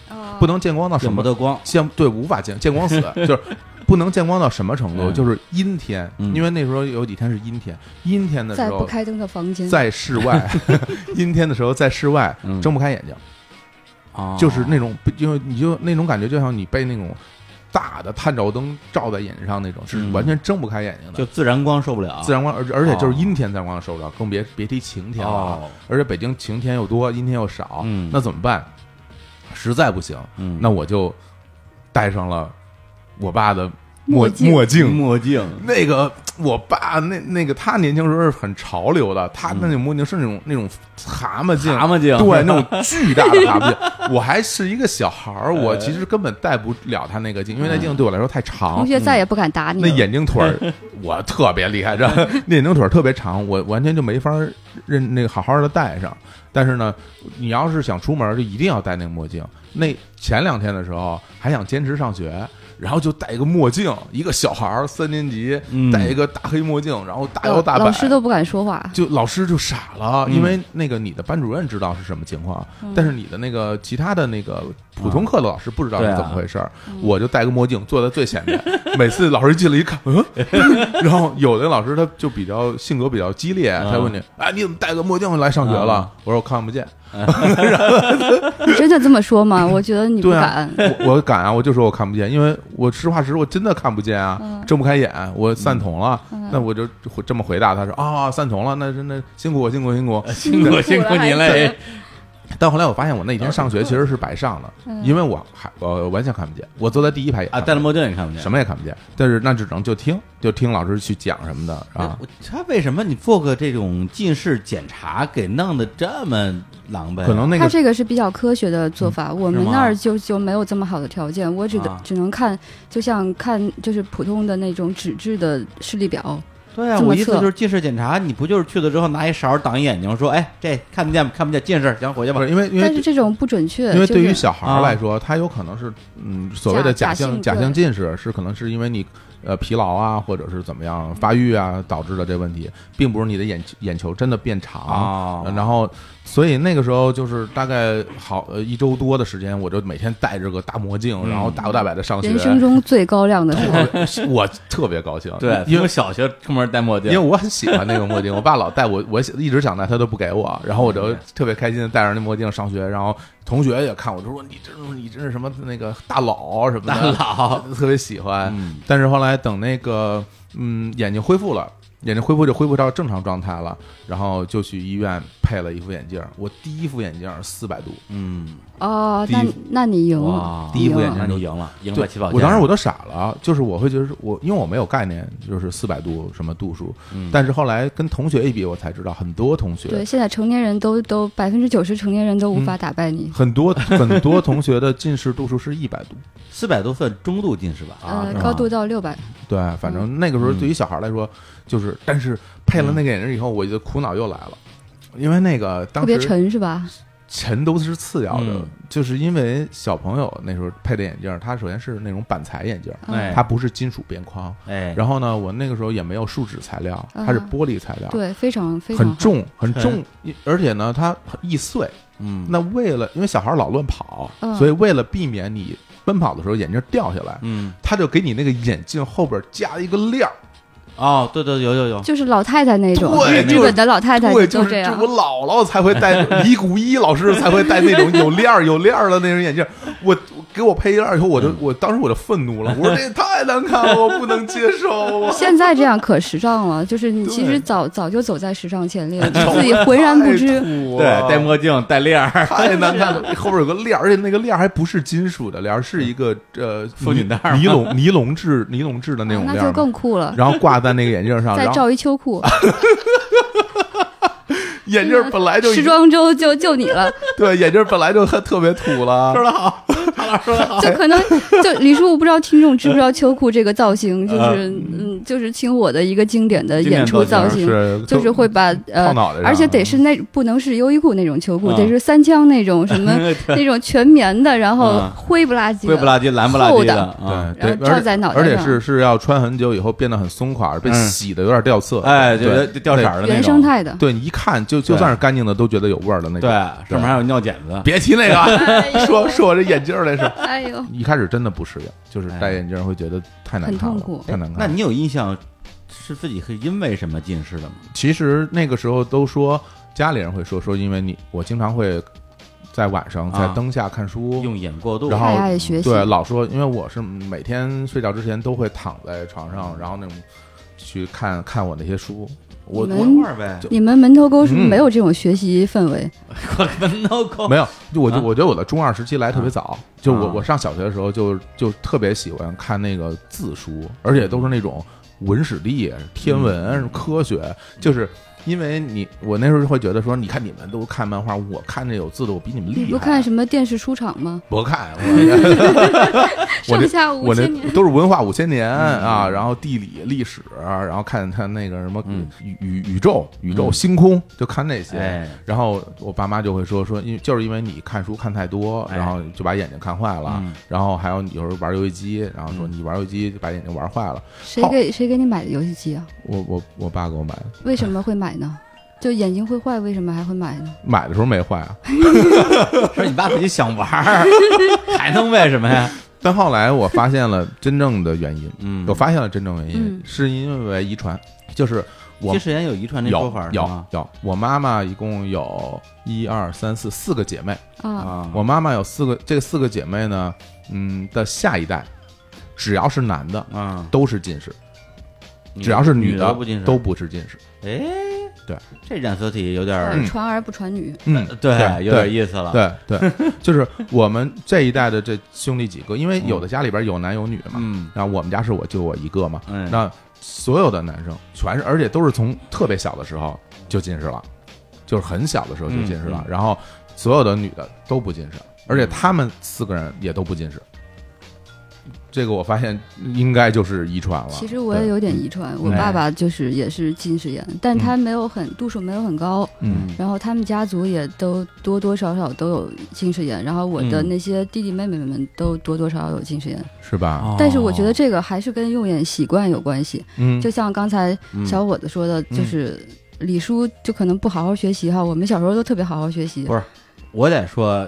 S3: 哦
S2: 不能见光到啊什
S1: 见不
S2: 么
S1: 得光，
S2: 见对无法见见
S1: [LAUGHS]
S2: 光死，就是不能见光到什么程度，
S1: 嗯
S2: 就是阴天，
S1: 嗯
S2: 因为那时候有几天是阴天，阴天的时
S3: 在不
S2: 候
S3: 开灯的房间，
S2: 在室
S3: [LAUGHS]
S2: 外，阴天的时候在室外
S1: 嗯
S2: 睁不开眼睛，
S1: 啊
S2: 就是那种不就你就那种感觉，就像你被那种大的探照灯照在眼睛上那种，是
S1: 嗯
S2: 完全睁不开眼睛
S1: 就
S2: 的。
S1: 自然光受不了，
S2: 自然光，而而且就是
S1: 哦
S2: 阴天自然光受不了，更别别提晴天了啊。
S1: 哦，
S2: 而且北京晴天又多，阴天又少，
S1: 嗯
S2: 那怎么办？实在不行，
S1: 嗯，
S2: 那我就戴上了我爸的
S3: 墨
S2: 镜。
S3: 镜
S2: 墨镜
S1: 墨镜，
S2: 那个我爸那那个他年轻时候是很潮流的，他那种墨镜是那种那种蛤蟆镜，
S1: 嗯蛤蟆镜，
S2: 对，
S1: [LAUGHS]
S2: 那种巨大的蛤蟆镜。我还是一个小孩
S1: 呃
S2: 儿，我其实根本戴不了他那个镜，因为
S1: 嗯
S2: 那镜对我来说太长
S3: 同。学再也不敢打你
S2: 那
S3: 了。
S2: 眼睛腿 [LAUGHS] 儿，我特别厉害， [LAUGHS] 这那眼睛腿儿特别长，我完全就没法儿认那个好好的戴上。但是呢，你要是想出门，就一定要戴那个墨镜。那前两天的时候，还想坚持上学，然后就戴一个墨镜，一个小孩儿三年级
S1: 嗯
S2: 戴一个大黑墨镜，然后大
S3: 老
S2: 摇大摆，
S3: 老师都不敢说话。
S2: 就老师就傻了，
S1: 嗯
S2: 因为那个你的班主任知道是什么情况，
S3: 嗯
S2: 但是你的那个其他的那个普通课的老师不知道是
S1: 对啊
S2: 怎么回事儿。
S3: 嗯
S2: 我就戴个墨镜坐在最前面， [LAUGHS] 每次老师进来一看，嗯， [LAUGHS] 然后有的老师他就比较性格比较激烈，
S1: 啊
S2: 他问你，哎，你怎么戴个墨镜来上学了
S1: 啊？
S2: 我说我看不见， [LAUGHS]
S3: 你真的这么说吗？ [LAUGHS] 我觉得你不
S2: 对
S3: 敢
S2: 啊。，我我敢啊，我就说我看不见，因为我实话实说，我真的看不见啊
S3: 嗯，
S2: 睁不开眼，我散瞳了
S3: 嗯，
S2: 那我就这么回答他说啊，散瞳了，那是那辛苦我辛苦辛苦，
S1: 辛苦辛苦您嘞，
S2: 但后来我发现，我那一天上学其实是白上的，
S3: 嗯
S2: 因为我还我完全看不见，我坐在第一排也
S1: 啊，
S2: 看
S1: 戴
S2: 不见
S1: 了墨镜也看不见
S2: 什。么也看不见，但是那只能就听，就听老师去讲什么的啊。
S1: 我他为什么你做个这种近视检查给弄得这么狼狈啊？
S2: 可能那
S3: 他
S2: 个嗯
S3: 这个是比较科学的做法，我们
S1: 是吗
S3: 那儿就就没有这么好的条件，我只能、
S1: 啊
S3: 只能看，就像看就是普通的那种纸质的视力表，
S1: 对啊，
S3: 这么
S1: 我意思
S3: 测
S1: 就是近视检查，你不就是去了之后拿一勺挡一眼睛，说哎这看不见看不见近视，行回去吧
S2: 不。是因为因
S3: 但是
S2: 为
S3: 这种不准确，
S2: 因为
S3: 就
S2: 对于
S3: 是
S2: 小孩
S1: 啊
S2: 儿来说，他有可能是嗯所谓的
S3: 假
S2: 假性
S3: 假性
S2: 假性近视，是可能是因为你呃疲劳啊，或者是怎么样发育啊导致的这问题，并不是你的眼眼球真的变长。
S1: 啊
S2: 然后，所以那个时候就是大概好呃一周多的时间，我就每天戴着个大墨镜，
S1: 嗯
S2: 然后大摇大摆的上学。
S3: 人生中最高亮的时候，
S2: 我 [LAUGHS] 我特别高兴，
S1: 对，
S2: 因
S1: 因
S2: 为
S1: 为小学出门戴墨
S2: 因为
S1: 镜，
S2: 我很喜欢那个墨镜，我爸老戴我，我一直想戴，他都不给我，然后我就特别开心的戴上那墨镜上学，然后同学也看我，就说你这你这是什么那个大佬
S1: [LAUGHS]
S2: 啊什么
S1: 大
S2: 的，
S1: 佬，
S2: 特别喜欢。
S1: 嗯
S2: 但是后来等那个嗯眼睛恢复了，眼睛恢复就恢复到正常状态了，然后就去医院配了一副眼镜，我第一副眼镜四百度，
S1: 嗯，
S3: 哦，
S2: 第一
S3: 那那你赢
S1: 哇
S3: 了，
S2: 第一副
S3: 你
S2: 眼
S3: 赢了
S2: 镜
S1: 那
S2: 就
S1: 你赢了，赢
S2: 对
S1: 了起跑线。
S2: 我当时我都傻了，就是我会觉得是我，因为我没有概念，就是四百度什么度数。
S1: 嗯
S2: 但是后来跟同学一比，我才知道很多同
S3: 对，
S2: 学，
S3: 现在成年人都都百分之九十成年人都无
S2: 嗯
S3: 法打败你，
S2: 很多很多同学的近视度数是一百度。
S1: 四百多算中度近视吧？啊，
S3: 呃
S1: 是，吧
S3: 高度到六百，
S2: 对，反
S3: 嗯
S2: 正那个
S1: 嗯
S2: 时候对于小孩来说，就是但是配了那个眼镜以后，我就苦恼又来了，因为那个
S3: 特
S2: 当
S3: 别
S2: 时
S3: 沉是吧？
S2: 沉都是次要的
S1: 嗯，
S2: 就是因为小朋友那时候配的眼镜，它首先是那种板材眼镜，
S3: 嗯
S1: 哎
S2: 它不是金属边框。
S1: 哎，啊
S2: 然后呢，我那个时候也没有树脂材料，
S3: 嗯
S2: 它是玻璃材料。
S3: 对，非常非常
S2: 啊很重很
S1: 对
S2: 重，一而且呢，它很易碎。
S1: 嗯
S2: 那为了因为小孩老乱跑，
S3: 嗯
S2: 所以为了避免你奔跑的时候眼镜掉下来，
S1: 嗯，
S2: 他就给你那个眼镜后边加一个链儿。
S1: 哦，对对，有有有
S3: 好，，就是老太太那种，
S2: 对
S3: 日本的老太太
S2: 对，就
S3: 都
S2: 是
S3: 这样
S2: 就。我姥姥才会
S3: [LAUGHS]
S2: 戴，李谷一老师才会戴那种有链儿有链儿的那种眼镜。我我给我配一链儿以后，我
S1: 嗯
S2: 就我当时我就愤怒了，我说这也太难看了，我不能接受。啊我
S3: 现在这样可时尚了，就是你其
S2: 对
S3: 实早早就走在时尚
S2: [LAUGHS]
S3: 前列，你 [LAUGHS] 自己浑然不知。
S1: 对，戴墨镜，戴链
S2: [LAUGHS]
S1: 儿，
S2: 太难看了，后边有个链儿，而且那个链儿还不是金属的链儿，是一个呃
S1: 妇女带儿吗
S2: 尼龙尼龙制尼龙制的那种
S3: 啊
S2: 链
S3: 那
S2: 儿
S3: 就
S2: 嘛，
S3: 更酷了。
S2: [LAUGHS] 啊然后挂在那个眼镜上，
S3: 再
S2: 然后
S3: 罩一秋裤，
S2: 眼镜儿本来就已
S3: 时装周就就你
S2: [LAUGHS]
S3: 了，
S2: 对，眼镜儿本来就特别土了，
S1: 说的好，潘老师说的好，
S3: 就可能就李叔，我不知道听众知不知道秋裤这个造
S2: 呃
S3: 型，就是嗯，就是清火的一个经典的
S1: 经典
S3: 演出
S1: 造
S3: 造型，
S2: 是
S3: 就是会把
S2: 套
S3: 呃，
S2: 脑袋上，
S3: 而且得是那不能是优衣库那种秋裤，
S1: 啊
S3: 得是三枪那种
S1: [LAUGHS]
S3: 什么那种全棉的，然后
S1: 啊
S3: 灰不拉几
S1: 灰不
S3: 的，
S1: 拉几，蓝不拉
S3: 厚
S1: 几
S3: 的
S1: 的，啊，
S2: 对
S3: 然后
S2: 对，而
S3: 罩
S2: 且
S3: 在脑
S2: 而
S3: 袋
S2: 且
S3: 上，
S2: 是是要穿很久以后变得很松垮，被
S1: 嗯
S2: 洗的有点掉色，
S1: 哎，就
S2: 对
S1: 是掉色儿的那种，
S3: 原生 [LAUGHS] 态的。
S2: 对你一看就就算是干净的都觉得有味儿的那种，嗯
S1: 对，上面还有尿碱子，
S2: 别提那 [LAUGHS] 个，
S3: 哎呦
S2: 说说我这眼镜儿来哎是，
S3: 哎呦，
S2: 一开始真的不适应，就是戴眼镜儿会觉得太难看了，
S3: 很痛苦
S2: 太难
S1: 那
S2: 看了。
S1: 你有印象是自己是因为什么近视的吗？
S2: 其实那个时候都说家里人会说说，因为你我经常会在晚上在
S1: 啊
S2: 灯下看书，
S1: 用眼过度，
S2: 然后
S3: [LAUGHS]
S2: 哎
S3: 太爱学习，
S2: 对，老说，因为我是每天睡觉之前都会躺在床上，然后那种去看看我那些书，我
S3: 你
S2: 我
S3: 们
S1: 画儿呗，
S3: 你们门头沟是不是
S2: 嗯
S3: 没有这种学习氛围？
S1: 哎我 [LAUGHS] 门头沟
S2: 没有，就我就
S1: 啊
S2: 我觉得我的中二时期来特别早，就我
S1: 啊
S2: 我上小学的时候就就特别喜欢看那个字书，而且都是那种文史地、天
S1: 嗯
S2: 文、科学，就是。因为你，我那时候会觉得说，你看你们都看漫画，我看这有字的，我比你们厉害。
S3: 不看什么电视书场吗？
S2: 不看，
S3: [LAUGHS]
S2: 我我这
S3: 上下五
S2: 我那
S3: 千年，
S2: 都是文化五
S1: 嗯
S2: 千年啊，然后地理、历史，啊然后看看那个什么
S1: 嗯
S2: 宇宇宇宙、宇宙、
S1: 嗯
S2: 星空，就看那些。
S1: 哎，
S2: 然后我爸妈就会说说，因为就是因为你看书看太多，
S1: 哎
S2: 然后就把眼睛看坏了
S1: 嗯。
S2: 然后还有有时候玩游戏机，然后说你玩游戏机就把眼睛玩坏了。
S3: 谁给谁给你买的游戏机啊？
S2: 我我我爸给我买的，
S3: 为什么会买呢？就眼睛会坏，为什么还会买呢？
S2: 买的时候没
S1: [LAUGHS]
S2: 坏啊，
S1: 说你爸自己想玩儿， [LAUGHS] 还能为什么呀？
S2: 但后来我发现了真正的原因，
S1: 嗯
S2: 我发现了真正原因
S3: 嗯
S2: 是因为遗传，就是我
S1: 近视眼有遗传这说
S2: 有
S1: 法儿是
S2: 有
S1: 吗
S2: 有，我妈妈一共有一二三四四个姐妹，
S3: 啊，
S1: 啊，
S2: 我妈妈有四个，这四个姐妹呢，嗯的下一代，只要是男的
S1: 啊，
S2: 都是近视，
S1: 女
S2: 只要是女
S1: 女
S2: 的
S1: 不近视
S2: 都不是近视。
S1: 哎，
S2: 对，
S1: 这染色体有点儿
S3: 呃传儿不传女，
S2: 嗯，对
S1: 有点意思啊了，，[LAUGHS]
S2: 对对，就是我们这一代的这兄弟几个，因为有的家里边有男有女嘛，
S1: 嗯，
S2: 那我们家是我就我一个嘛，
S1: 哎，
S2: 那所有的男生全是，而且都是从特别小的时候就近视了，就是很小的时候就近视
S1: 嗯
S2: 了。然后所有的女的都不近视，而且他们四个人也都不近视。这个我发现应该就是遗传了。
S3: 其实我也
S1: 嗯
S3: 有点遗传，我
S1: 哎
S3: 爸爸就是也是近视眼，但他没有很度数没有很高，
S2: 嗯，
S3: 然后他们家族也都多多少少都有近视眼，然后我的
S1: 嗯
S3: 那些弟弟妹妹们都多多少少有近视眼，
S2: 是吧？
S1: 哦
S3: 嗯但是我觉得这个还是跟用眼习惯有关系，
S2: 嗯
S3: 就像刚才
S1: 嗯
S3: 小伙子说的，就是李叔就可能不好好学习哈，我们小时候都特别好好学习
S1: 不，我得说。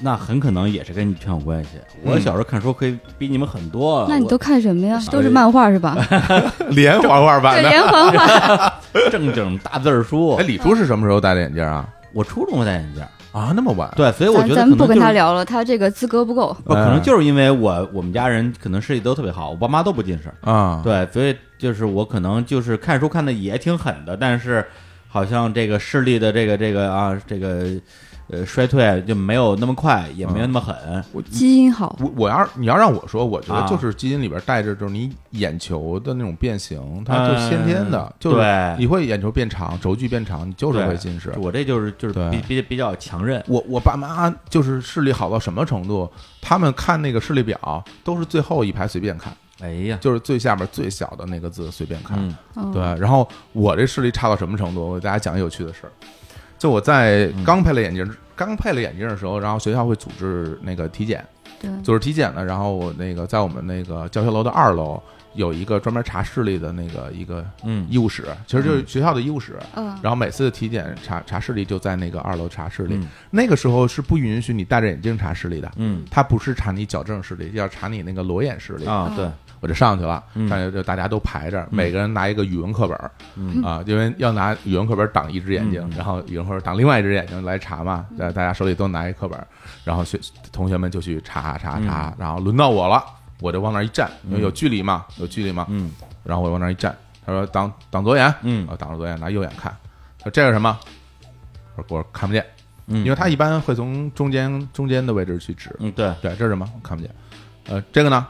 S1: 那很可能也是跟遗传有关系。
S2: 嗯
S1: 我小时候看书可以比你们很多啊，
S3: 那你
S1: 我
S3: 都看什么呀？都是漫画
S1: [LAUGHS]
S3: 是吧？
S2: [LAUGHS] 连环画版
S1: 哎
S3: 对，
S2: 的。
S3: 连环画。
S1: 正经大字儿书
S2: 哎，。李叔是什么时候戴的眼镜啊？
S1: 我初中我戴眼镜儿，
S2: 啊，那么晚？
S1: 对，所以哎我
S3: 咱
S1: 觉得
S3: 咱
S1: 可
S3: 们不
S1: 能
S3: 跟
S1: 就
S3: 他
S1: 是
S3: 聊了，他这个资格不够。
S1: 不可
S2: 嗯
S1: 能就是因为我我们家人可能视力都特别好，我爸妈都不近视，
S2: 啊，
S1: 对，所以就是我可能就是看书看的也挺狠的，但是好像这个视力的这个这个啊这个呃衰退就没有那么快，也
S2: 嗯
S1: 没有那么狠，
S3: 基因好，
S2: 我我要是你要让我说，我觉得
S1: 啊
S2: 就是基因里边带着，就是你眼球的那种变形，它就先天的，
S1: 嗯
S2: 就是
S1: 对
S2: 你会眼球变长，轴距变长，你就是
S1: 对
S2: 会近视。
S1: 我这就是就是比比
S2: 对
S1: 比较强韧，
S2: 我我爸妈就是视力好到什么程度？他们看那个视力表都是最后一排随便看，
S1: 哎呀，
S2: 就是最下边最小的那个字随便看。
S1: 嗯
S3: 嗯
S2: 对，，然后我这视力差到什么程度？我给大家讲一个有趣的事儿，就我在刚配了眼镜，刚配了眼镜的时候，然后学校会组织那个体检。
S3: 对，
S1: 嗯
S2: 就是体检呢，然后我那个在我们那个教学楼的二楼有一个专门查视力的那个一个
S1: 嗯
S2: 医务室，其实就是学校的医务室。
S3: 嗯，
S2: 然后每次体检查查视力就在那个二楼查视力，
S1: 嗯
S2: 那个时候是不允许你戴着眼镜查视力的，
S1: 嗯
S2: 他不是查你矫正视力，要查你那个裸眼视力。
S1: 啊对，
S2: 我就上去了，
S1: 嗯
S2: 上去就大家都排着，每个人拿一个语文课本儿
S1: 嗯
S2: 啊，因为要拿语文课本挡一只眼睛，
S1: 嗯嗯嗯
S2: 然后语文课本挡另外一只眼睛来查嘛，大大家手里都拿一课本儿，然后学同学们就去查查查，
S1: 嗯
S2: 然后轮到我了，我就往那儿一站，因为有距离嘛，有距离嘛，
S1: 嗯
S2: 然后我往那儿一站，他说挡挡左眼，
S1: 嗯
S2: 啊挡着左眼拿右眼看，他说这是什么？我说我说看不见，
S1: 嗯，
S2: 因为他一般会从中间中间的位置去指，
S1: 嗯对，
S2: 对，这是什么？看不见。呃，这个呢？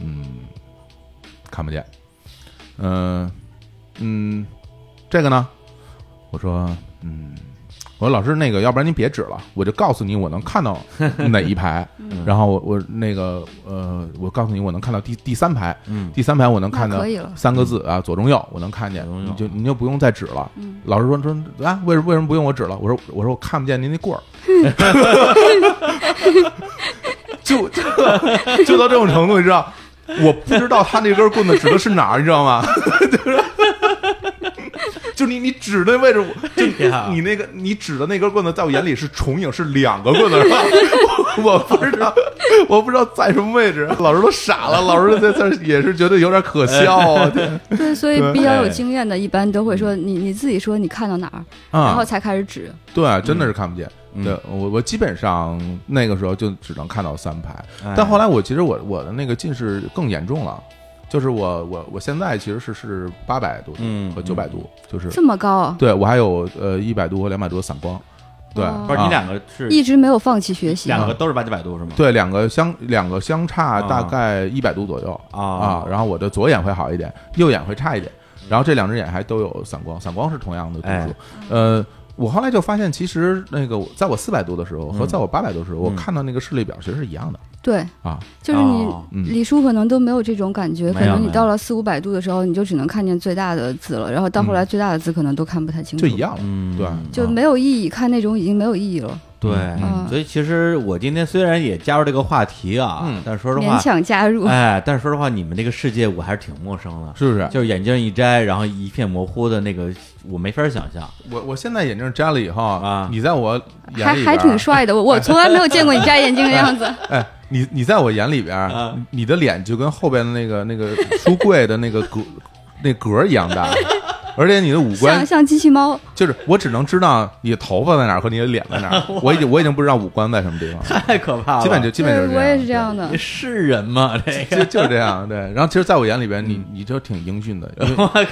S2: 嗯，看不见。呃嗯、嗯，这个呢？我说，嗯，我说老师，那个要不然您别指了，我就告诉你我能看到哪一排，然后我我那个呃，我告诉你我能看到第第三排， [LAUGHS]
S1: 嗯
S2: 第三排我能看
S3: 那
S2: 到
S3: 可以了
S2: 三个字啊，左中右我能看见，
S1: 左中右
S2: 你就你就不用再指了。
S3: 嗯
S2: 老师说说啊，为什为什么不用我指了？我说我说我看不见您那
S3: [LAUGHS]
S2: 棍儿，就 [LAUGHS] 就就到这种程度，你知道？我不知道他那根棍子指的是哪儿，你知道吗？ [LAUGHS] 就是，就你你指的位置，我就
S1: 呀
S2: 你那个你指的那根棍子，在我眼里是重影，是两个
S1: [LAUGHS]
S2: 棍子，是吧？我我不知道，我不知道在什么位置，老师都傻了，老师在这也是觉得有点可笑
S1: [LAUGHS]
S2: 啊，天
S3: 对，所以
S2: 对
S3: 比较有
S1: 哎
S3: 经验的，一般都会说你你自己说你看到哪儿，然后
S2: 啊，
S3: 才开始指。
S2: 对，真的是看不见。
S1: 嗯
S2: 对我，我基本上那个时候就只能看到三排，
S1: 哎
S2: 但后来我其实我我的那个近视更严重了，就是我我我现在其实是是八百度
S1: 嗯
S2: 和九百度，就是
S3: 这么高啊，
S2: 对我还有呃一百度和两百度的散光，对，
S3: 哦
S1: 不是你
S2: 啊
S1: 两个是
S3: 一直没有放弃学习。
S1: 两个都是八九百度是吗？
S2: 对两个相两个相差
S1: 啊
S2: 大概一百度左右
S1: 啊
S2: 啊，然后我的左眼会好一点，右眼会差一点，然后这两只眼还都有散光，散光是同样的度
S1: 哎
S2: 数，呃。我后来就发现，其实那个我在我四百度的时候
S1: 嗯
S2: 和在我八百度的时候，我
S1: 嗯
S2: 看到那个视力表其实是一样的
S3: 对，
S2: 啊。
S3: 就是
S1: 哦
S3: 你
S2: 嗯
S3: 李叔可能都没有这种感
S1: 没
S3: 觉，
S1: 有
S3: 可能
S1: 没
S3: 你
S1: 有
S3: 到了四五百度的时候，你就只能看见最大的字了，然后到后来最大的字可能都看不太清楚，
S2: 就一，样了，
S1: 嗯
S2: 对，
S3: 就没有意义，看那种已经没有意义了，
S1: 对，
S3: 嗯
S1: 所以其实我今天虽然也加入这个话题啊，
S2: 嗯
S1: 但说实话
S3: 勉，强加入。
S1: 哎，但是说实话，你们这个世界我还是挺陌生的，
S2: 是不是？
S1: 就是眼镜一摘，然后一片模糊的那个，我没法想
S2: [LAUGHS]
S1: 象。
S2: 我我现在眼镜摘了以后
S1: 啊
S2: 你在我眼
S3: 还
S2: 里边
S3: 还挺帅
S1: [LAUGHS]
S3: 的，我我从来没有见过你摘眼镜的样子。
S2: 哎，你你在我眼里边，
S1: 啊
S2: 你的脸就跟后边的那个那个书柜的那个格那格儿一样
S3: [LAUGHS]
S2: 大，而且你的五官
S3: 像像机器猫，
S2: 就是我只能知道你的头发在哪儿和你的脸在哪儿，我已经我已经不知道五官在什么地
S1: [LAUGHS]
S2: 方了，
S1: 太可怕了！
S2: 基本就基本就
S3: 对，
S2: 是
S3: 我也是这
S2: 这样
S3: 样的
S1: 你。是人吗？这
S2: 对。
S1: 个
S2: 就就是这样，对。然后其实，在我眼里边，你你就挺英俊的，因为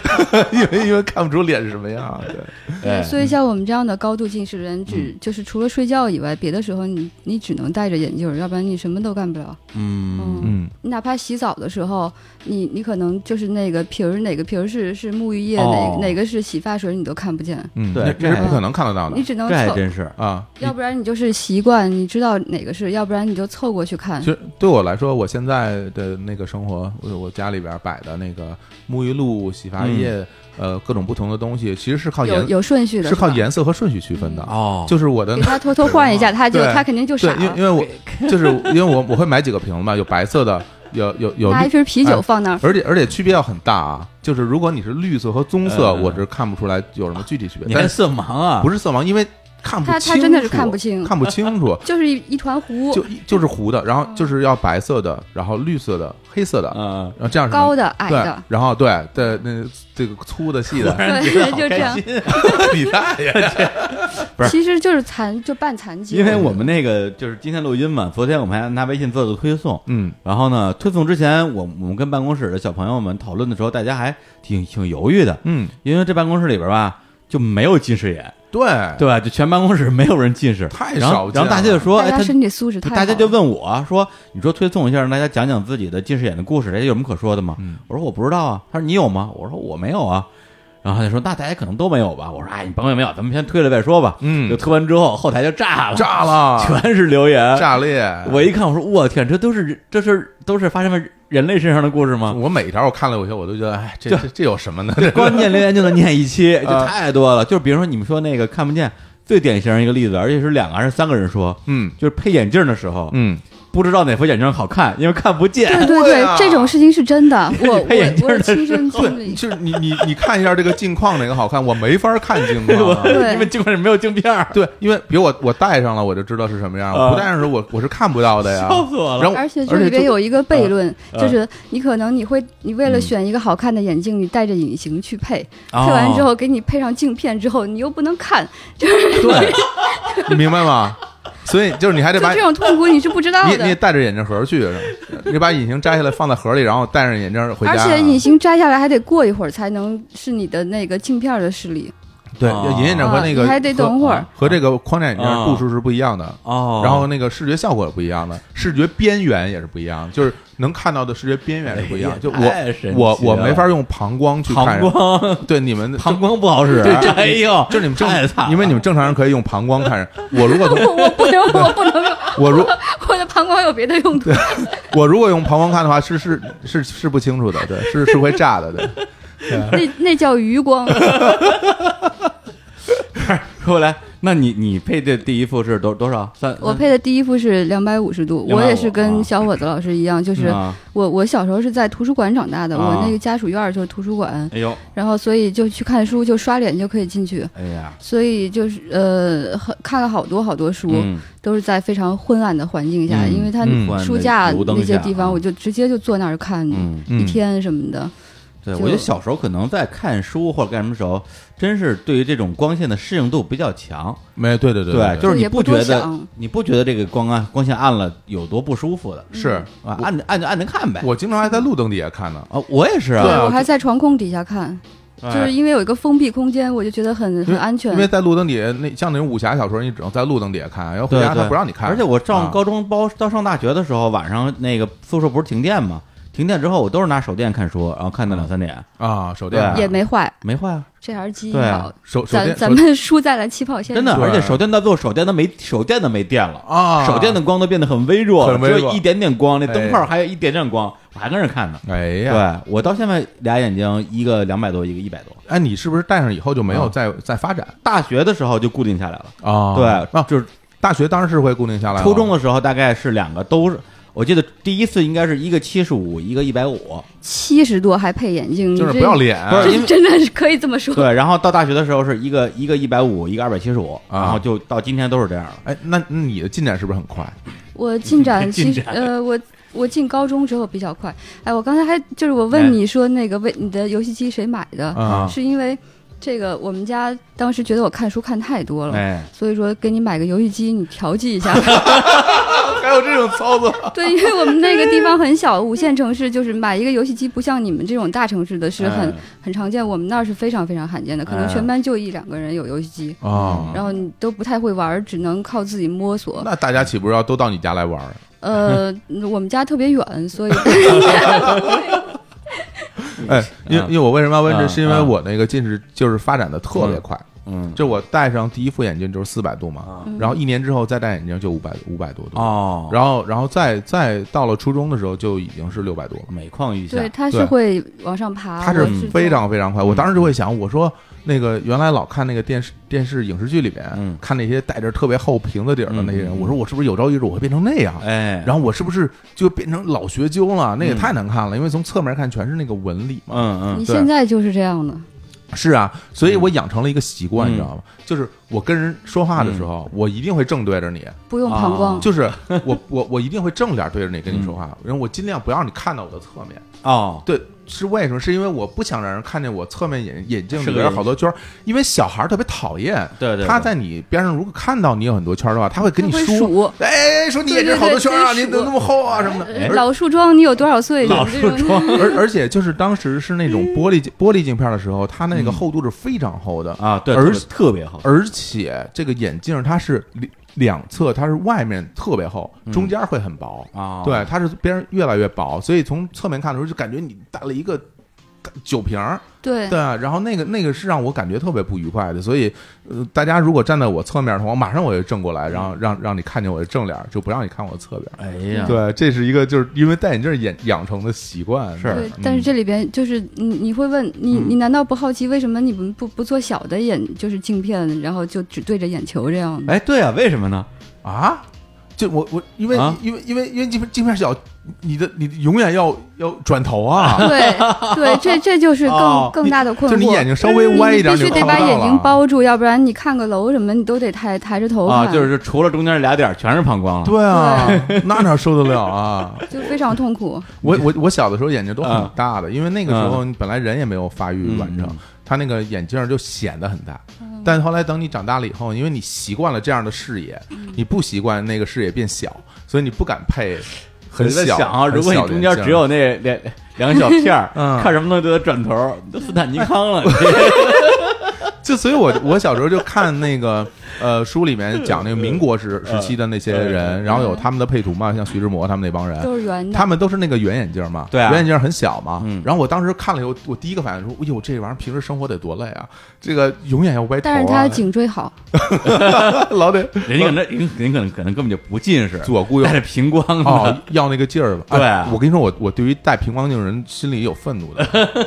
S2: [LAUGHS] 因为因为看不出脸是什么样。对，
S1: 哎
S3: 对，所以像我们这样的高度近视的人，
S1: 嗯
S3: 只就是除了睡觉以外，别的时候你你只能戴着眼镜，要不然你什么都干不了。
S1: 嗯，
S3: 嗯，
S2: 嗯，
S3: 你哪怕洗澡的时候，你你可能就是那个瓶儿，哪个瓶儿是是沐浴液，
S1: 哦
S3: 哪哪个是洗发水，你都看不见，
S2: 嗯，
S1: 对
S2: 那
S1: 这
S2: 这是不可能看得到的
S3: 你只能
S1: 这还
S3: 凑。
S1: 真是
S2: 啊。
S3: 要不然你就是习惯，你知道哪个是，要不然你就凑过去看
S2: 其。实对我来说，我现在的那个生活，我我家里边摆的那个沐浴露、洗发液，呃，各种不同的东西，其实是靠
S3: 嗯有
S2: 颜
S3: 有顺序的
S2: 是靠
S3: 吧嗯
S2: 颜色和顺序区分的。
S1: 哦，
S2: 就是我的
S3: 给他偷偷换一下，他就
S2: 对
S3: 他肯定就
S2: 对
S3: 傻，
S2: 因为
S3: 了，
S2: 因为我就是 [LAUGHS] 因为我我会买几个瓶子嘛，有白色的，有有有
S3: 拿一
S2: 绿，
S3: 瓶啤
S2: 哎
S3: 酒放那儿。
S2: 而且而且区别要很大啊。就是如果你是绿色和棕色，
S1: 嗯嗯嗯
S2: 我是看不出来有什么具体区别，
S1: 你还
S2: 但是
S1: 色盲啊？
S2: 不
S1: 是，
S2: 是色盲，因为看不
S3: 他
S2: 清
S3: 他真的是
S2: 楚
S3: 看不清
S2: 看不清
S3: [LAUGHS]
S2: 楚，
S3: 就是一一团糊，
S2: 就就是糊的，然后就是要白色的，然后绿色的，黑色的，
S1: 嗯，
S2: 然后这样是能
S3: 高的矮
S2: 对 [LAUGHS]
S3: 的，，
S2: 然后对对，那这个粗的细的，
S1: 然
S3: 对，就这样，
S2: 你大爷！
S1: 不是
S3: 其实就是残，就半残
S1: [LAUGHS]
S3: 疾。
S1: 因为我们那个就是今天录音嘛，昨天我们还拿微信做了推送，
S2: 嗯，
S1: 然后呢，推送之前，我我们跟办公室的小朋友们讨论的时候，大家还挺挺犹豫的，
S2: 嗯，
S1: 因为这办公室里边吧就没有近视眼，
S2: 对，
S1: 对吧？就全办公室没有人近视，
S2: 太
S1: 然后
S2: 少见
S1: 然后大家就
S2: 了
S1: 说，
S3: 大
S1: 哎，
S3: 家
S1: 他
S3: 身体素质太好
S1: 大
S3: 了，
S1: 家就问我说：“你说推送一下，让大家讲讲自己的近视眼的故事，这有什么可说的吗？”
S2: 嗯
S1: 我说：“我不知道啊。”他说：“你有吗？”我说：“我没有啊。”然后他就说：“那大家可能都没有吧？”我说：“哎，你甭管有没有，咱们先推了再说吧。”
S2: 嗯
S1: 就推完之后，后台就炸了，
S2: 炸了，
S1: 全是留言。
S2: 炸裂！
S1: 我一看，我说：“我天，这都是这是都是发生在人类身上的故事吗？”
S2: 我每一条我看了有些，我都觉得，哎，这
S1: 对
S2: 这这有什么呢？
S1: 关键留言就能念一
S2: [LAUGHS]
S1: 期，就
S2: 啊
S1: 太多了。就是比如说你们说那个看不见，最典型一个例子，而且是两个还是三个人说，
S2: [LAUGHS] 嗯
S1: 就是配眼镜的时候，
S2: 嗯，
S1: 不知道哪副眼镜好看，因为看不见。
S3: [LAUGHS] 对对
S2: 对
S3: 对
S2: 啊，
S3: 这种事情是
S2: [LAUGHS]
S3: 真的，我
S1: 你配眼镜
S3: 我我
S1: 的
S3: 亲
S1: 时
S3: 身
S1: 候
S3: 经历。
S2: 就是你你你看一下这个镜框哪个好看，我没法看镜框
S1: [LAUGHS]
S2: 啊。
S3: 对
S1: 因为镜框里没有镜片儿，
S2: 对，因为比如我我戴上了，我就知道是什么样；
S1: 啊
S2: 我不戴上的时候，我我是看不到的呀。
S1: 笑死我了。
S2: 然后，
S3: 而且这
S2: 而
S3: 里边
S2: 就啊
S3: 有一个悖论，
S1: 呃
S3: 就是你可能你会，你为了
S1: 嗯
S3: 选一个好看的眼镜，你戴着隐形去配，
S2: 啊
S1: 哦
S3: 配完之后给你配上镜片之后，你又不能看， [LAUGHS]
S2: [LAUGHS]
S3: 就是
S2: 对，你明白吗？所以就是你还得
S3: 就
S2: 把
S3: 这种痛苦你是不知道
S2: [LAUGHS] 你你也
S3: 的。
S2: 带着眼镜盒去，你把隐形摘下来放在盒里，然后戴上眼镜回家。啊 [LAUGHS]
S3: 而且隐形摘下来还得过一会儿才能是你的那个镜片的视力，
S2: 对，
S1: 哦
S2: 眼影展和
S3: 啊
S2: 那
S3: 你
S2: 个
S3: 还得等会儿
S2: 和和这个框架眼
S1: 哦
S2: 镜度数是不一样的。
S1: [LAUGHS] 哦，
S2: 然后那个视觉效果也不一样的，视觉边缘也是不一样，就是能看到的视觉边缘是不一样。就我
S1: 哎太神奇
S2: 我我
S1: 了
S2: 没法用膀胱去看
S1: 膀
S2: 人，
S1: [LAUGHS] 胱
S2: 对你们
S1: 膀胱不好使， [LAUGHS]
S2: 对这
S1: 哎呦，
S2: 就是你们
S1: 太
S2: 正，
S1: 惨，
S2: 因为你们正常人可以用膀胱看人，我如果从
S3: 我我不能，我不能，
S2: 我如 [LAUGHS]
S3: 我的膀胱有别的用途。
S2: 啊我如果用膀胱看的话，是是是是不清楚的，对，是是会炸
S1: [LAUGHS]
S2: 的，对。
S3: 那那叫余光，
S1: 说哎回来，那你你配的第一副是多多少？三
S3: 我配的第一幅是两百五十度，
S1: 250
S3: 我也是
S1: 啊
S3: 跟小伙子老师一样，就是
S1: 啊，
S3: 我我小时候是在图书馆长大的，
S1: 啊
S3: 我那个家属院儿就是图书馆，
S1: 哎呦，
S3: 然后所以就去看书，就刷脸就可以进去，
S1: 哎呀，
S3: 所以就是呃很看了好多好多书，
S1: 嗯
S3: 都是在非常昏暗的环境下，
S1: 嗯
S3: 因为它
S2: 嗯
S1: 昏暗的
S3: 书架
S1: 油灯
S3: 那些
S1: 下
S3: 地
S1: 啊
S3: 方，我就直接就坐那儿看
S1: 嗯，
S2: 嗯
S3: 一天什么的。
S1: 对，
S3: 就
S1: 我觉得小时候可能在看书或者干什么时候，真是对于这种光线的适应度比较强。
S2: 没对对对，
S1: 就是你
S3: 也不
S1: 觉
S3: 多
S1: 得
S3: 想
S1: 你不觉得这个光啊光线暗了有多不舒服的
S2: 是
S1: 啊？按着按着按着看呗。
S2: 我经常还在路灯底下看呢，
S1: 啊，我也是
S2: 对
S1: 啊，
S2: 啊
S3: 我还在床控底下看，
S1: 哎
S3: 就是因为有一个封闭空间，我就觉得很很安全
S2: 因。为在路灯底下那像那种武侠小说，你只能在路灯底下看，要回
S1: 对
S2: 家
S1: 对，
S2: 他不让你看。
S1: 而且我上
S2: 啊
S1: 高中包到上大学的时候，晚上那个宿舍不是停电嘛？停电之后，我都是拿手电看书，然后看到两三点，
S2: 啊，手电
S1: 对
S3: 也没坏，
S1: 没坏啊，
S3: 这还是基因
S1: 对啊
S3: 好。
S2: 手手
S3: 咱
S2: 电
S3: 咱们输在了起跑线
S1: 真的。
S3: 上
S1: 而且
S2: 对
S1: 手电到最后，手电都没手电都没电了 [LAUGHS]
S2: 啊，
S1: 手电的光都变得很微弱了，
S2: 很微弱
S1: 只有一点点光，那灯
S2: 哎
S1: 泡还有一点点光，我还跟着看呢。
S2: 哎呀，
S1: 对我到现在俩眼睛，一个两百多，一个一百多。
S2: 哎，你是不是戴上以后就没有
S1: 啊
S2: 再再发展
S1: 大学的时候就固定下来了，
S2: 啊
S1: 对，
S2: 啊，
S1: 就是
S2: 大学当然是会固定下来了，
S1: 初中的时候大概是两个都是，我记得第一次应该是一个七十五，一个一百五，
S3: 七十多还配眼镜，
S2: 就是
S3: 你
S2: 不
S3: 这
S2: 要脸，
S1: 不是因为
S3: 这真的是可以这么 [LAUGHS] 说。
S1: 对，然后到大学的时候是一个一个一百五，一个二百七十五，
S2: 啊
S1: 然后就到今天都是这样了。
S2: 哎，那那你的进展是不是很快？
S3: 我
S1: [LAUGHS]
S3: 进展
S1: 进
S3: 其实
S1: 展
S3: 呃，我我进高中之后比较快。哎，我刚才还就是我
S1: 哎
S3: 问你说那个为你的游戏机谁买的，
S2: 啊
S3: 是因为这个我们家当时觉得我看书看
S2: 嗯
S3: 太多了，
S1: 哎，
S3: 所以说给你买个游戏机，你调
S1: [LAUGHS]
S3: 剂一下。
S2: 还有这种操作？
S3: 对，因为我们那个地方很小，五线城市就是买一个游戏机，不像你们这种大城市的是很、
S1: 哎
S3: 很常见，我们那儿是非常非常罕见的，可能
S1: 哎
S3: 全班就一两个人有游戏机，
S2: 啊，
S1: 嗯
S3: 然后你都不太会玩儿，只能靠自己摸
S2: [LAUGHS]
S3: 索。
S2: 那大家岂不是要都到你家来玩儿？
S3: 呃，我们家特别远，
S2: [LAUGHS]
S3: 所以
S2: 啊哎，因
S1: 嗯
S2: 因为我为什么要问这，
S1: 嗯
S2: 是因为
S1: 嗯
S2: 我那个近视就是发展的特别快，
S1: 嗯，
S2: 就我戴上第一副眼镜就是四百度嘛，
S1: 啊
S2: 然后一年之后再戴眼镜就五百五百多度，
S1: 哦，
S2: 嗯然后然后再再到了初中的时候就已经是六百多了，
S1: 每况愈下
S3: 对，，它是
S2: 对
S3: 会往上爬，
S2: 它
S3: 我
S2: 是
S3: 是
S2: 非
S3: 做
S2: 常非常快。
S1: 嗯
S2: 我当时就会想，我说那个原来老看那个电视电视影视剧里
S1: 嗯
S2: 面看那些戴着特别厚瓶子底儿的那些
S1: 嗯嗯
S2: 人，
S1: 嗯
S2: 我说我是不是有朝一日我会变成那样？
S1: 哎，
S2: 然后我是不是就变成老学究了？那也
S1: 嗯
S2: 太难看了，因为从侧面看全是那个纹理嘛。
S1: 嗯嗯
S3: 你
S2: 对
S3: 现在就是这样的，
S2: 是啊，所以我养成了一个习惯，
S1: 嗯
S2: 你知道吗？就是我跟人说话的时候，我一定会正对着你，
S3: 不用膀胱。
S2: 啊 [LAUGHS] 就是我我我一定会正脸对着你跟你说
S1: 嗯
S2: 话，然后我尽量不让你看到我的侧面。
S1: 哦，
S2: 对，是为什么？是因为我不想让人看见我侧面眼眼镜
S1: 是
S2: 里
S1: 个
S2: 边好多圈儿，因为小孩儿特别讨厌。
S1: 对对，
S2: 他
S1: 对
S2: 在你边上如果看到你有很多圈儿的话，他会跟你
S3: 它会
S2: 说
S3: 数：“
S2: 哎哎，哎说你眼睛
S3: 对对
S2: 好多
S3: 对
S2: 圈儿啊，
S3: 会
S2: 你怎么
S3: 数
S2: 那么厚啊什么的。”而
S3: 呃老树桩，你有多少岁？
S1: 老
S3: 这
S1: 树
S3: 种
S1: 桩
S2: 而而且就是当时是那种玻璃镜玻璃镜片的时候，它
S1: 嗯
S2: 那个厚度是非常厚的，
S1: 啊，对，
S2: 而
S1: 特别特别好，
S2: 而且这个眼镜它是里两侧它是外面特别厚，
S1: 嗯
S2: 中间会很薄，
S1: 啊，
S2: 对，它是边儿越来越薄，所以从侧面看的时候就感觉你戴了一个大酒瓶儿，
S3: [LAUGHS] 对
S2: 对，啊然后那个那个是让我感觉特别不愉快的，所以呃，大家如果站在我侧面的话，我马上我就正过来，然
S3: 嗯
S2: 后让让你看见我的正脸儿，就不让你看我的侧边儿。
S1: 哎呀，
S2: 对，这是一个就是因为戴眼镜儿养养成的习惯，
S1: 是
S3: 对
S2: 嗯，
S3: 但是这里边就是你，你会问你，
S1: 嗯
S3: 你难道不好奇为什么你们不不做小的眼，就是镜片，然后就只对着眼球这样的？
S1: 哎，对啊，为什么呢？
S2: 啊，就我我因为、
S1: 啊
S2: 因为因为因为镜片镜片小，你的你永远要要转头
S1: [LAUGHS]
S2: 啊，
S3: 对对，这这就是更、
S1: 哦
S3: 更大的困
S2: 就
S3: 惑。嗯
S2: 你眼睛稍微歪一点，
S3: 你必须
S2: 就
S3: 得
S2: 看
S3: 把
S2: 不到
S3: 眼
S2: 了
S3: 睛。包住，要不然你看个楼什么，你都得抬抬着头看，
S1: 啊，就是除了中间俩点儿，全是膀胱了。
S2: 对啊，那哪受得了啊！
S3: 就非常痛苦。
S2: 我我我小的时候眼睛都很
S1: 啊
S2: 大的，因为那个时候你本来人也没有发育
S1: 嗯
S2: 完成
S1: 嗯，
S2: 他那个眼镜就显得很大。但后来等你长大了以后，因为你习惯了这样的视野，你不习惯那个视野变小，所以你不敢配
S1: [LAUGHS]
S2: 很
S1: 我在
S2: 小。
S1: 想啊，
S2: 很
S1: 如果你
S2: 小的
S1: 中
S2: 眼
S1: 间
S2: 镜
S1: 只有那两两小片儿，
S2: [LAUGHS] 嗯 [LAUGHS]
S1: 看什么东西都得转头，你都斯坦尼康了。
S2: 就所以我，我小时候就看那个呃书里面讲那个民国时
S1: 嗯
S2: 时期的那些人，然后有他们的配图嘛，像徐志摩他们那帮人，
S3: 都是圆的
S2: 哎他。们都是那个圆眼镜嘛，
S1: 对啊
S2: 圆眼镜很小嘛。
S1: 嗯
S2: 然后我当时看了以后，我第一个反应说：“哎呦，这玩意儿平时生活得多累啊！这个永远要歪头、啊，
S3: 但是
S2: [LAUGHS]
S3: 他颈椎好，
S1: [LAUGHS]
S2: 老得
S1: 人家可能人人可能可能根本就不近视，
S2: 左顾右
S1: 带着平光的，
S2: 哦，要那个劲儿吧。哎
S1: 对啊
S2: 我跟你说，我我对于戴平光镜的人心里有愤
S1: [LAUGHS]
S2: 怒的，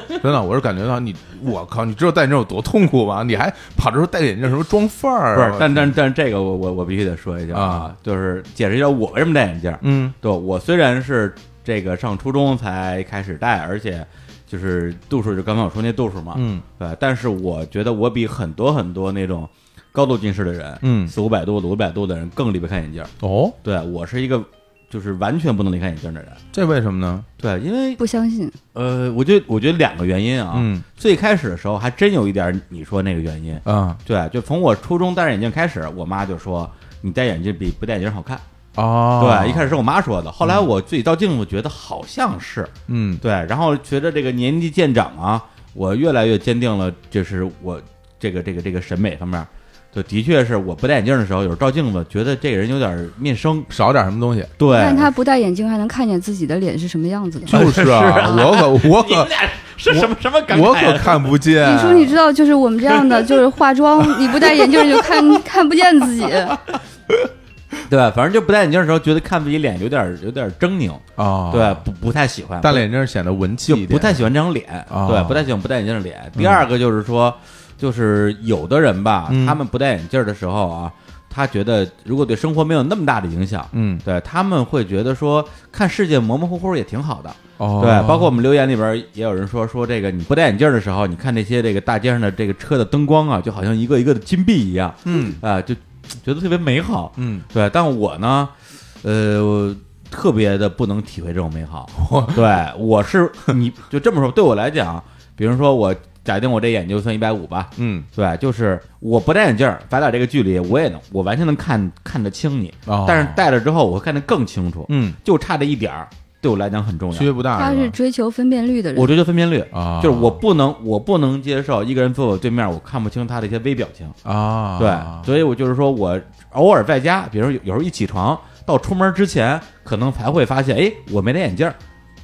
S2: 真的，我是感觉到你，我靠，你知道戴眼镜有多痛苦吗？你还跑这时候戴眼镜什么装范儿、
S1: 不是，但但但这个我我我必须得说一下
S2: 啊，
S1: 就是解释一下我为什么戴眼镜儿。
S2: 嗯
S1: 对我虽然是这个上初中才开始戴，而且就是度数，就刚才我说那度数嘛，
S2: 嗯
S1: 对，但是我觉得我比很多很多那种高度近视的人，
S2: 嗯
S1: 四五百度、五百度的人更离不开眼镜儿。
S2: 哦，
S1: 对我是一个就是完全不能离开眼镜的人。
S2: 这为什么呢？
S1: 对，因为
S3: 不相信。
S1: 呃，我觉得我觉得两个原因啊，
S2: 嗯
S1: 最开始的时候还真有一点儿你说那个原因，
S2: 啊
S1: 对，就从我初中戴着眼镜开始，我妈就说你戴眼镜比不戴眼镜好看。
S2: 哦，
S1: 对，啊一开始是我妈说的，后来我自己照镜子觉得好像是
S2: 嗯
S1: 对，然后随着这个年纪渐长啊，我越来越坚定了，就是我这个这个这个审美方面，就的确是我不戴眼镜的时候，有时候照镜子觉得这个人有点面生，
S2: 少点什么
S1: [LAUGHS]
S2: 东西，
S1: 对，
S3: 但他不戴眼镜还能看见自己的脸是什么样子的。
S2: 就是啊，我可我
S1: 你们
S2: 可
S1: 俩是什么什么感
S2: 我
S1: 慨
S2: 可
S1: 啊？
S2: 看不见。
S3: 你说你知道，就是我们这
S2: [LAUGHS]
S3: 样的，就是化妆，你不戴眼镜就看看不见自己。
S2: 啊
S1: 对，反正就不戴眼镜的时候，觉得看自己脸有点有点狰狞，
S2: 啊，
S1: 对，，不啊不太喜欢
S2: 戴了眼镜显得文气
S1: 就
S2: 一点，
S1: 不太喜欢这张脸，
S2: 哦
S1: 对，不太喜欢不戴眼镜的脸。第二个就是说，就是有的人吧，
S2: 嗯
S1: 他们不戴眼镜的时候啊，他觉得如果对生活没有那么大的影响，
S2: 嗯
S1: 对他们会觉得说看世界模模糊糊也挺好的。
S2: 哦，
S1: 对，包括我们留言里边也有人说说这个你不戴眼镜的时候，你看那些这个大街上的这个车的灯光啊，就好像一个一个的金币一样
S2: 嗯
S1: 啊、就觉得特别美好。
S2: 嗯，
S1: 对，但我呢，呃，我特别的不能体会这种美
S2: [LAUGHS]
S1: 好。对，我是你就这么说，对我来讲，比如说我假定我这眼睛算一百五吧，
S2: 嗯
S1: 对，就是我不戴眼镜儿，咱俩这个距离我也能，我完全能看看得清你，
S2: 哦
S1: 但是戴了之后我会看得更清楚，
S2: 嗯，
S1: 就差这一点儿，对我来讲很重
S2: 区
S1: 要。
S2: 别不大，
S3: 他
S2: 是
S3: 是
S2: 吧
S3: 追求分辨率的人
S1: 我，追求分辨率。
S2: 啊，
S1: 就是我不能，我不能接受一个人坐我对面，我看不清他的一些微表情。
S2: 啊，
S1: 对，所以我就是说我偶尔在家，比如说有有时候一起床到出门之前，可能才会发现，哎，我没戴眼镜儿。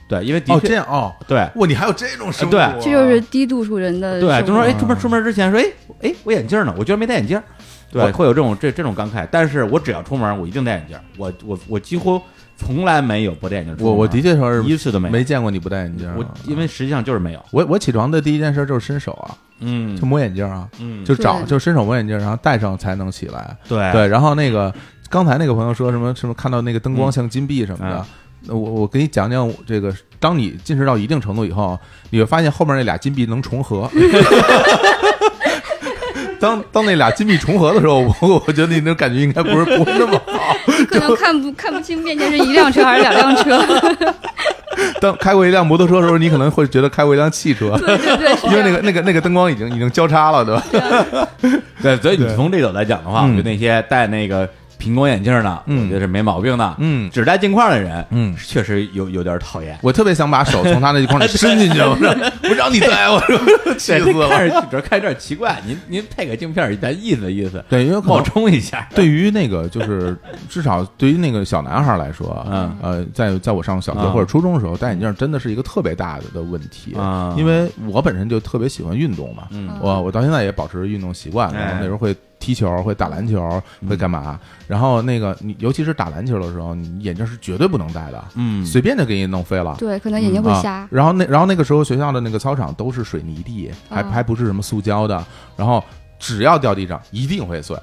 S1: 对，因为的
S2: 哦
S1: 确、
S2: 这样哦，
S1: 对
S2: 哇，你还有这种生活啊，
S1: 对
S3: 这就是低度数人的生活。
S1: 对，就说哎，出门出门之前说，哎哎，我眼镜儿呢？我居然没戴眼镜儿。对，
S2: 我
S1: 会有这种这这种感慨，但是我只要出门，我一定戴眼镜儿。我我我几乎从来没有不戴眼镜儿出门。
S2: 我我的确是
S1: 一次都没有
S2: 没见过你不戴眼镜啊，
S1: 我因为实际上就是没有。
S2: 我我起床的第一件事就是伸手啊，
S1: 嗯
S2: 就摸眼镜啊，
S1: 嗯，
S2: 就找
S3: 对
S2: 就伸手摸眼镜，然后戴上才能起来。
S1: 对
S2: 对，然后那个刚才那个朋友说什么什么看到那个灯光像金币什么的
S1: 嗯，
S2: 那我我给你讲讲我这个，当你近视到一定程度以后，你会发现后面那俩金币能重合。 [LAUGHS] 当当那俩金币重合的时候，我我觉得你那感觉应该不是不是那么好。 [LAUGHS]
S3: 可能看不看不清面前是一辆车还是两辆车。 [LAUGHS]
S2: 当开过一辆摩托车的时候，你可能会觉得开过一辆汽车， [LAUGHS]
S3: 对对对，是
S2: 因为那
S3: 这样
S2: 个那个那个灯光已经已经交叉了， [LAUGHS] 对吧？
S1: [LAUGHS] 对，所以你从这角度来讲的话，我
S2: 嗯
S1: 觉得那些戴那个平光眼镜儿的，
S2: 嗯
S1: 我觉得是没毛病的。
S2: 嗯
S1: 只戴镜框的人，
S2: 嗯
S1: 确实有有点讨
S2: [LAUGHS]
S1: 厌。
S2: 我特别想把手从他那筐里伸进去，我 [LAUGHS] 说不让你戴，我说气
S1: [LAUGHS] 对
S2: 死
S1: 这看
S2: 了。
S1: 着主要看着有点奇怪，您您配个镜片儿，咱意思意思，
S2: 对，因为可
S1: 冒
S2: 能
S1: 充一
S2: [LAUGHS]
S1: 下。
S2: 对于那个就是至少对于那个小男孩来说，
S1: 嗯
S2: 呃，在在我上小学
S1: 啊
S2: 或者初中的时候，戴眼镜真的是一个特别大的的问题
S1: 啊
S2: 因为我本身就特别喜欢运动嘛，
S1: 嗯
S2: 我我到现在也保持着运动习惯，然后
S1: 哎嗯
S2: 那时候会踢球，会打篮球，会干嘛？然后那个你尤其是打篮球的时候，你眼镜是绝对不能戴的，
S1: 嗯，
S2: 随便就给你弄飞了。
S3: 对，可能眼睛会瞎
S2: 啊。。然后那然后那个时候学校的那个操场都是水泥地，还、
S3: 啊
S2: 还不是什么塑胶的。然后只要掉地上，一定会碎。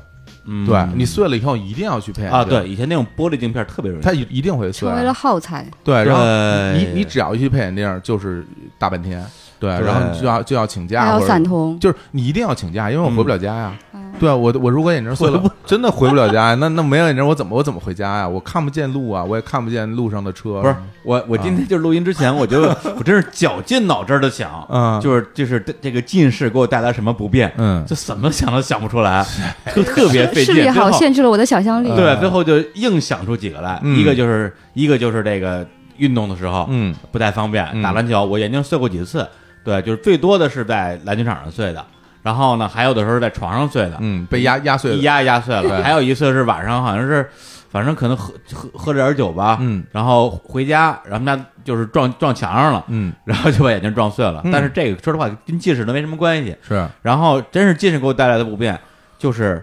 S1: 嗯
S2: 对你碎了以后，一定要去配眼
S1: 啊，
S2: 镜
S1: 对，，以前那种玻璃镜片儿特别容易
S2: 它一一定会碎啊
S3: 成。为了
S1: 啊
S3: 耗材，
S2: 对，然后
S1: 对
S2: 你你只要一去配眼镜，就是大半天。对，
S1: 对
S2: 然后你就要就要请
S3: 还
S2: 假，
S3: 有
S2: 或者
S3: 散瞳。
S2: 就是你一定要请假，因为我回不了家呀。
S3: 嗯
S2: 对啊，我我如果眼镜碎了， [LAUGHS] 真的回不了家呀。那那没有眼镜，我怎么我怎么回家呀？我看不见路啊，我也看不见路上的车。
S1: 不是我，我
S2: 嗯
S1: 今天就是录音之前，
S2: [LAUGHS]
S1: 我就我真是绞尽脑汁儿的想，
S2: 嗯
S1: 就是就是这这个近视给我带来什么不便，
S2: 嗯
S1: 就怎么想都想不出来，就特别费
S3: 视
S1: 劲。
S3: 力
S1: 最
S3: 好
S1: 后
S3: 限制了我的想象力。
S1: 对，最后就硬想出几个来，
S2: 嗯
S1: 一个就是一个就是这个运动的时候，
S2: 嗯，
S1: 不太方便。
S2: 嗯
S1: 打篮球，我眼睛碎过几次，对，就是最多的是在篮球场上碎的。然后呢，还有的时候是在床上碎的，
S2: 嗯，被压压碎
S1: 一
S2: 了，
S1: 压一压碎
S2: 对
S1: 了，还有一次是晚上好像是，反正可能喝喝喝了点酒吧，
S2: 嗯
S1: 然后回家，然后他们家就是撞撞墙上了，
S2: 嗯，
S1: 然后就把眼睛撞碎了。
S2: 嗯
S1: 但是这个说实话跟近视都没什么关系。
S2: 是，
S1: 然后真是近视给我带来的不便，就是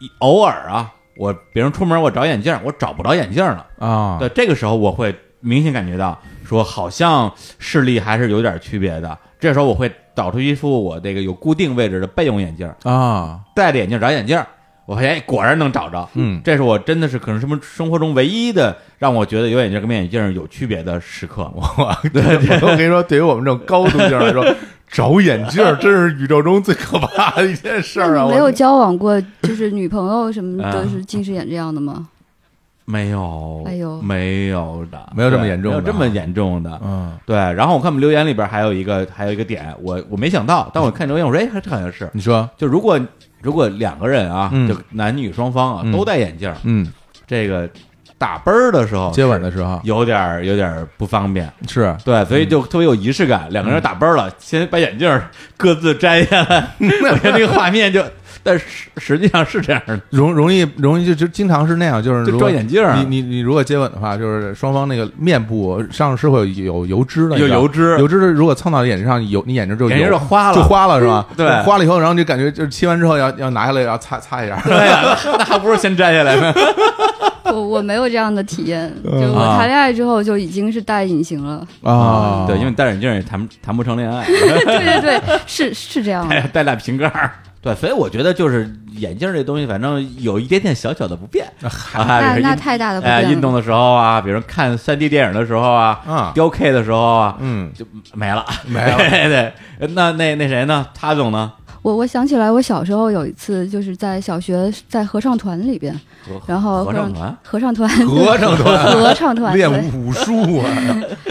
S1: 一偶尔啊，我比如出门我找眼镜，我找不着眼镜了。
S2: 啊，
S1: 对，这个时候我会明显感觉到说好像视力还是有点区别的。这时候我会找出一副我这个有固定位置的备用眼镜，
S2: 啊，
S1: 戴着眼镜找眼镜，我发现哎果然能找着。
S2: 嗯
S1: 这是我真的是可能什么生活中唯一的让我觉得有眼镜跟没眼镜有区别的时
S2: [LAUGHS]
S1: 刻。 [LAUGHS] 对对
S2: 我跟你说，对于我们这种高度镜来说，找眼镜儿真是宇宙中最可怕的一件事儿
S3: 那
S2: 啊！
S3: 嗯你没有
S2: 我
S3: 交往过就是女朋友什么
S1: 啊
S3: 都是近视眼这样的吗？
S1: 没有，
S3: 哎呦
S1: 没有的，
S2: 没有这么严重的啊
S1: 对没有这么严重的。
S2: 嗯，
S1: 对，然后我看我们留言里边还有一个，还有一个点，我我没想到，但我看留言，我说，哎，这好像是，
S2: 你说，
S1: 就如果如果两个人啊，
S2: 嗯
S1: 就男女双方啊、
S2: 嗯
S1: 都戴眼镜，
S2: 嗯，
S1: 这个打啵儿的时候，
S2: 接吻的时候
S1: 有点儿有点儿不方便，
S2: 是
S1: 对，所以就特别有仪式
S2: 嗯
S1: 感。两个人打啵儿了，先把眼镜儿各自摘下来，我觉得那个画面就，但实实际上是这样的，
S2: 容容易容易就就经常是那样，就是
S1: 就
S2: 如果
S1: 装眼镜儿，啊
S2: 你你你如果接吻的话，就是双方那个面部上是会有有油脂的，
S1: 有
S2: 你知道吗
S1: 油脂
S2: 油脂的如果蹭到眼睛上，有你眼睛就
S1: 眼睛
S2: 油
S1: 就花了嗯
S2: 就花了是吧？
S1: 对
S2: 花了以后，然后就感觉就是亲完之后要要拿下来要擦
S1: [LAUGHS]
S2: 擦一下，
S1: 对呀、那还不如先摘下来
S2: [LAUGHS]
S1: 呢。
S3: 我我没有这样的体验，
S1: 嗯
S3: 就我
S1: 啊
S3: 谈恋爱之后就已经是戴隐形
S1: [LAUGHS]
S3: 了。
S2: 啊
S1: 对，因为戴眼镜也谈谈不成恋爱，
S3: 对对对，是是这 [LAUGHS] 样的。
S1: 戴戴俩瓶盖儿。对，所以我觉得就是眼镜这东西，反正有一点点小小的不便，啊，
S3: 那
S1: 比如
S3: 那
S1: 运
S3: 太大的不
S1: 哎运
S3: 便
S1: 动
S3: 了。
S1: 的时候啊，比如看三 D 电影的时候啊
S2: 啊，
S1: 雕 K 的时候啊， [LAUGHS]
S2: 嗯，
S1: 就没了，
S2: 没
S1: [LAUGHS]
S2: 了
S1: 对对，对那那那谁呢？他总呢？
S3: 我我想起来，我小时候有一次就是在小学在合唱团里边，然后
S1: 合唱团，
S3: 合唱团
S2: 合唱团
S3: 合唱团
S2: 练
S3: 对
S2: 武术啊，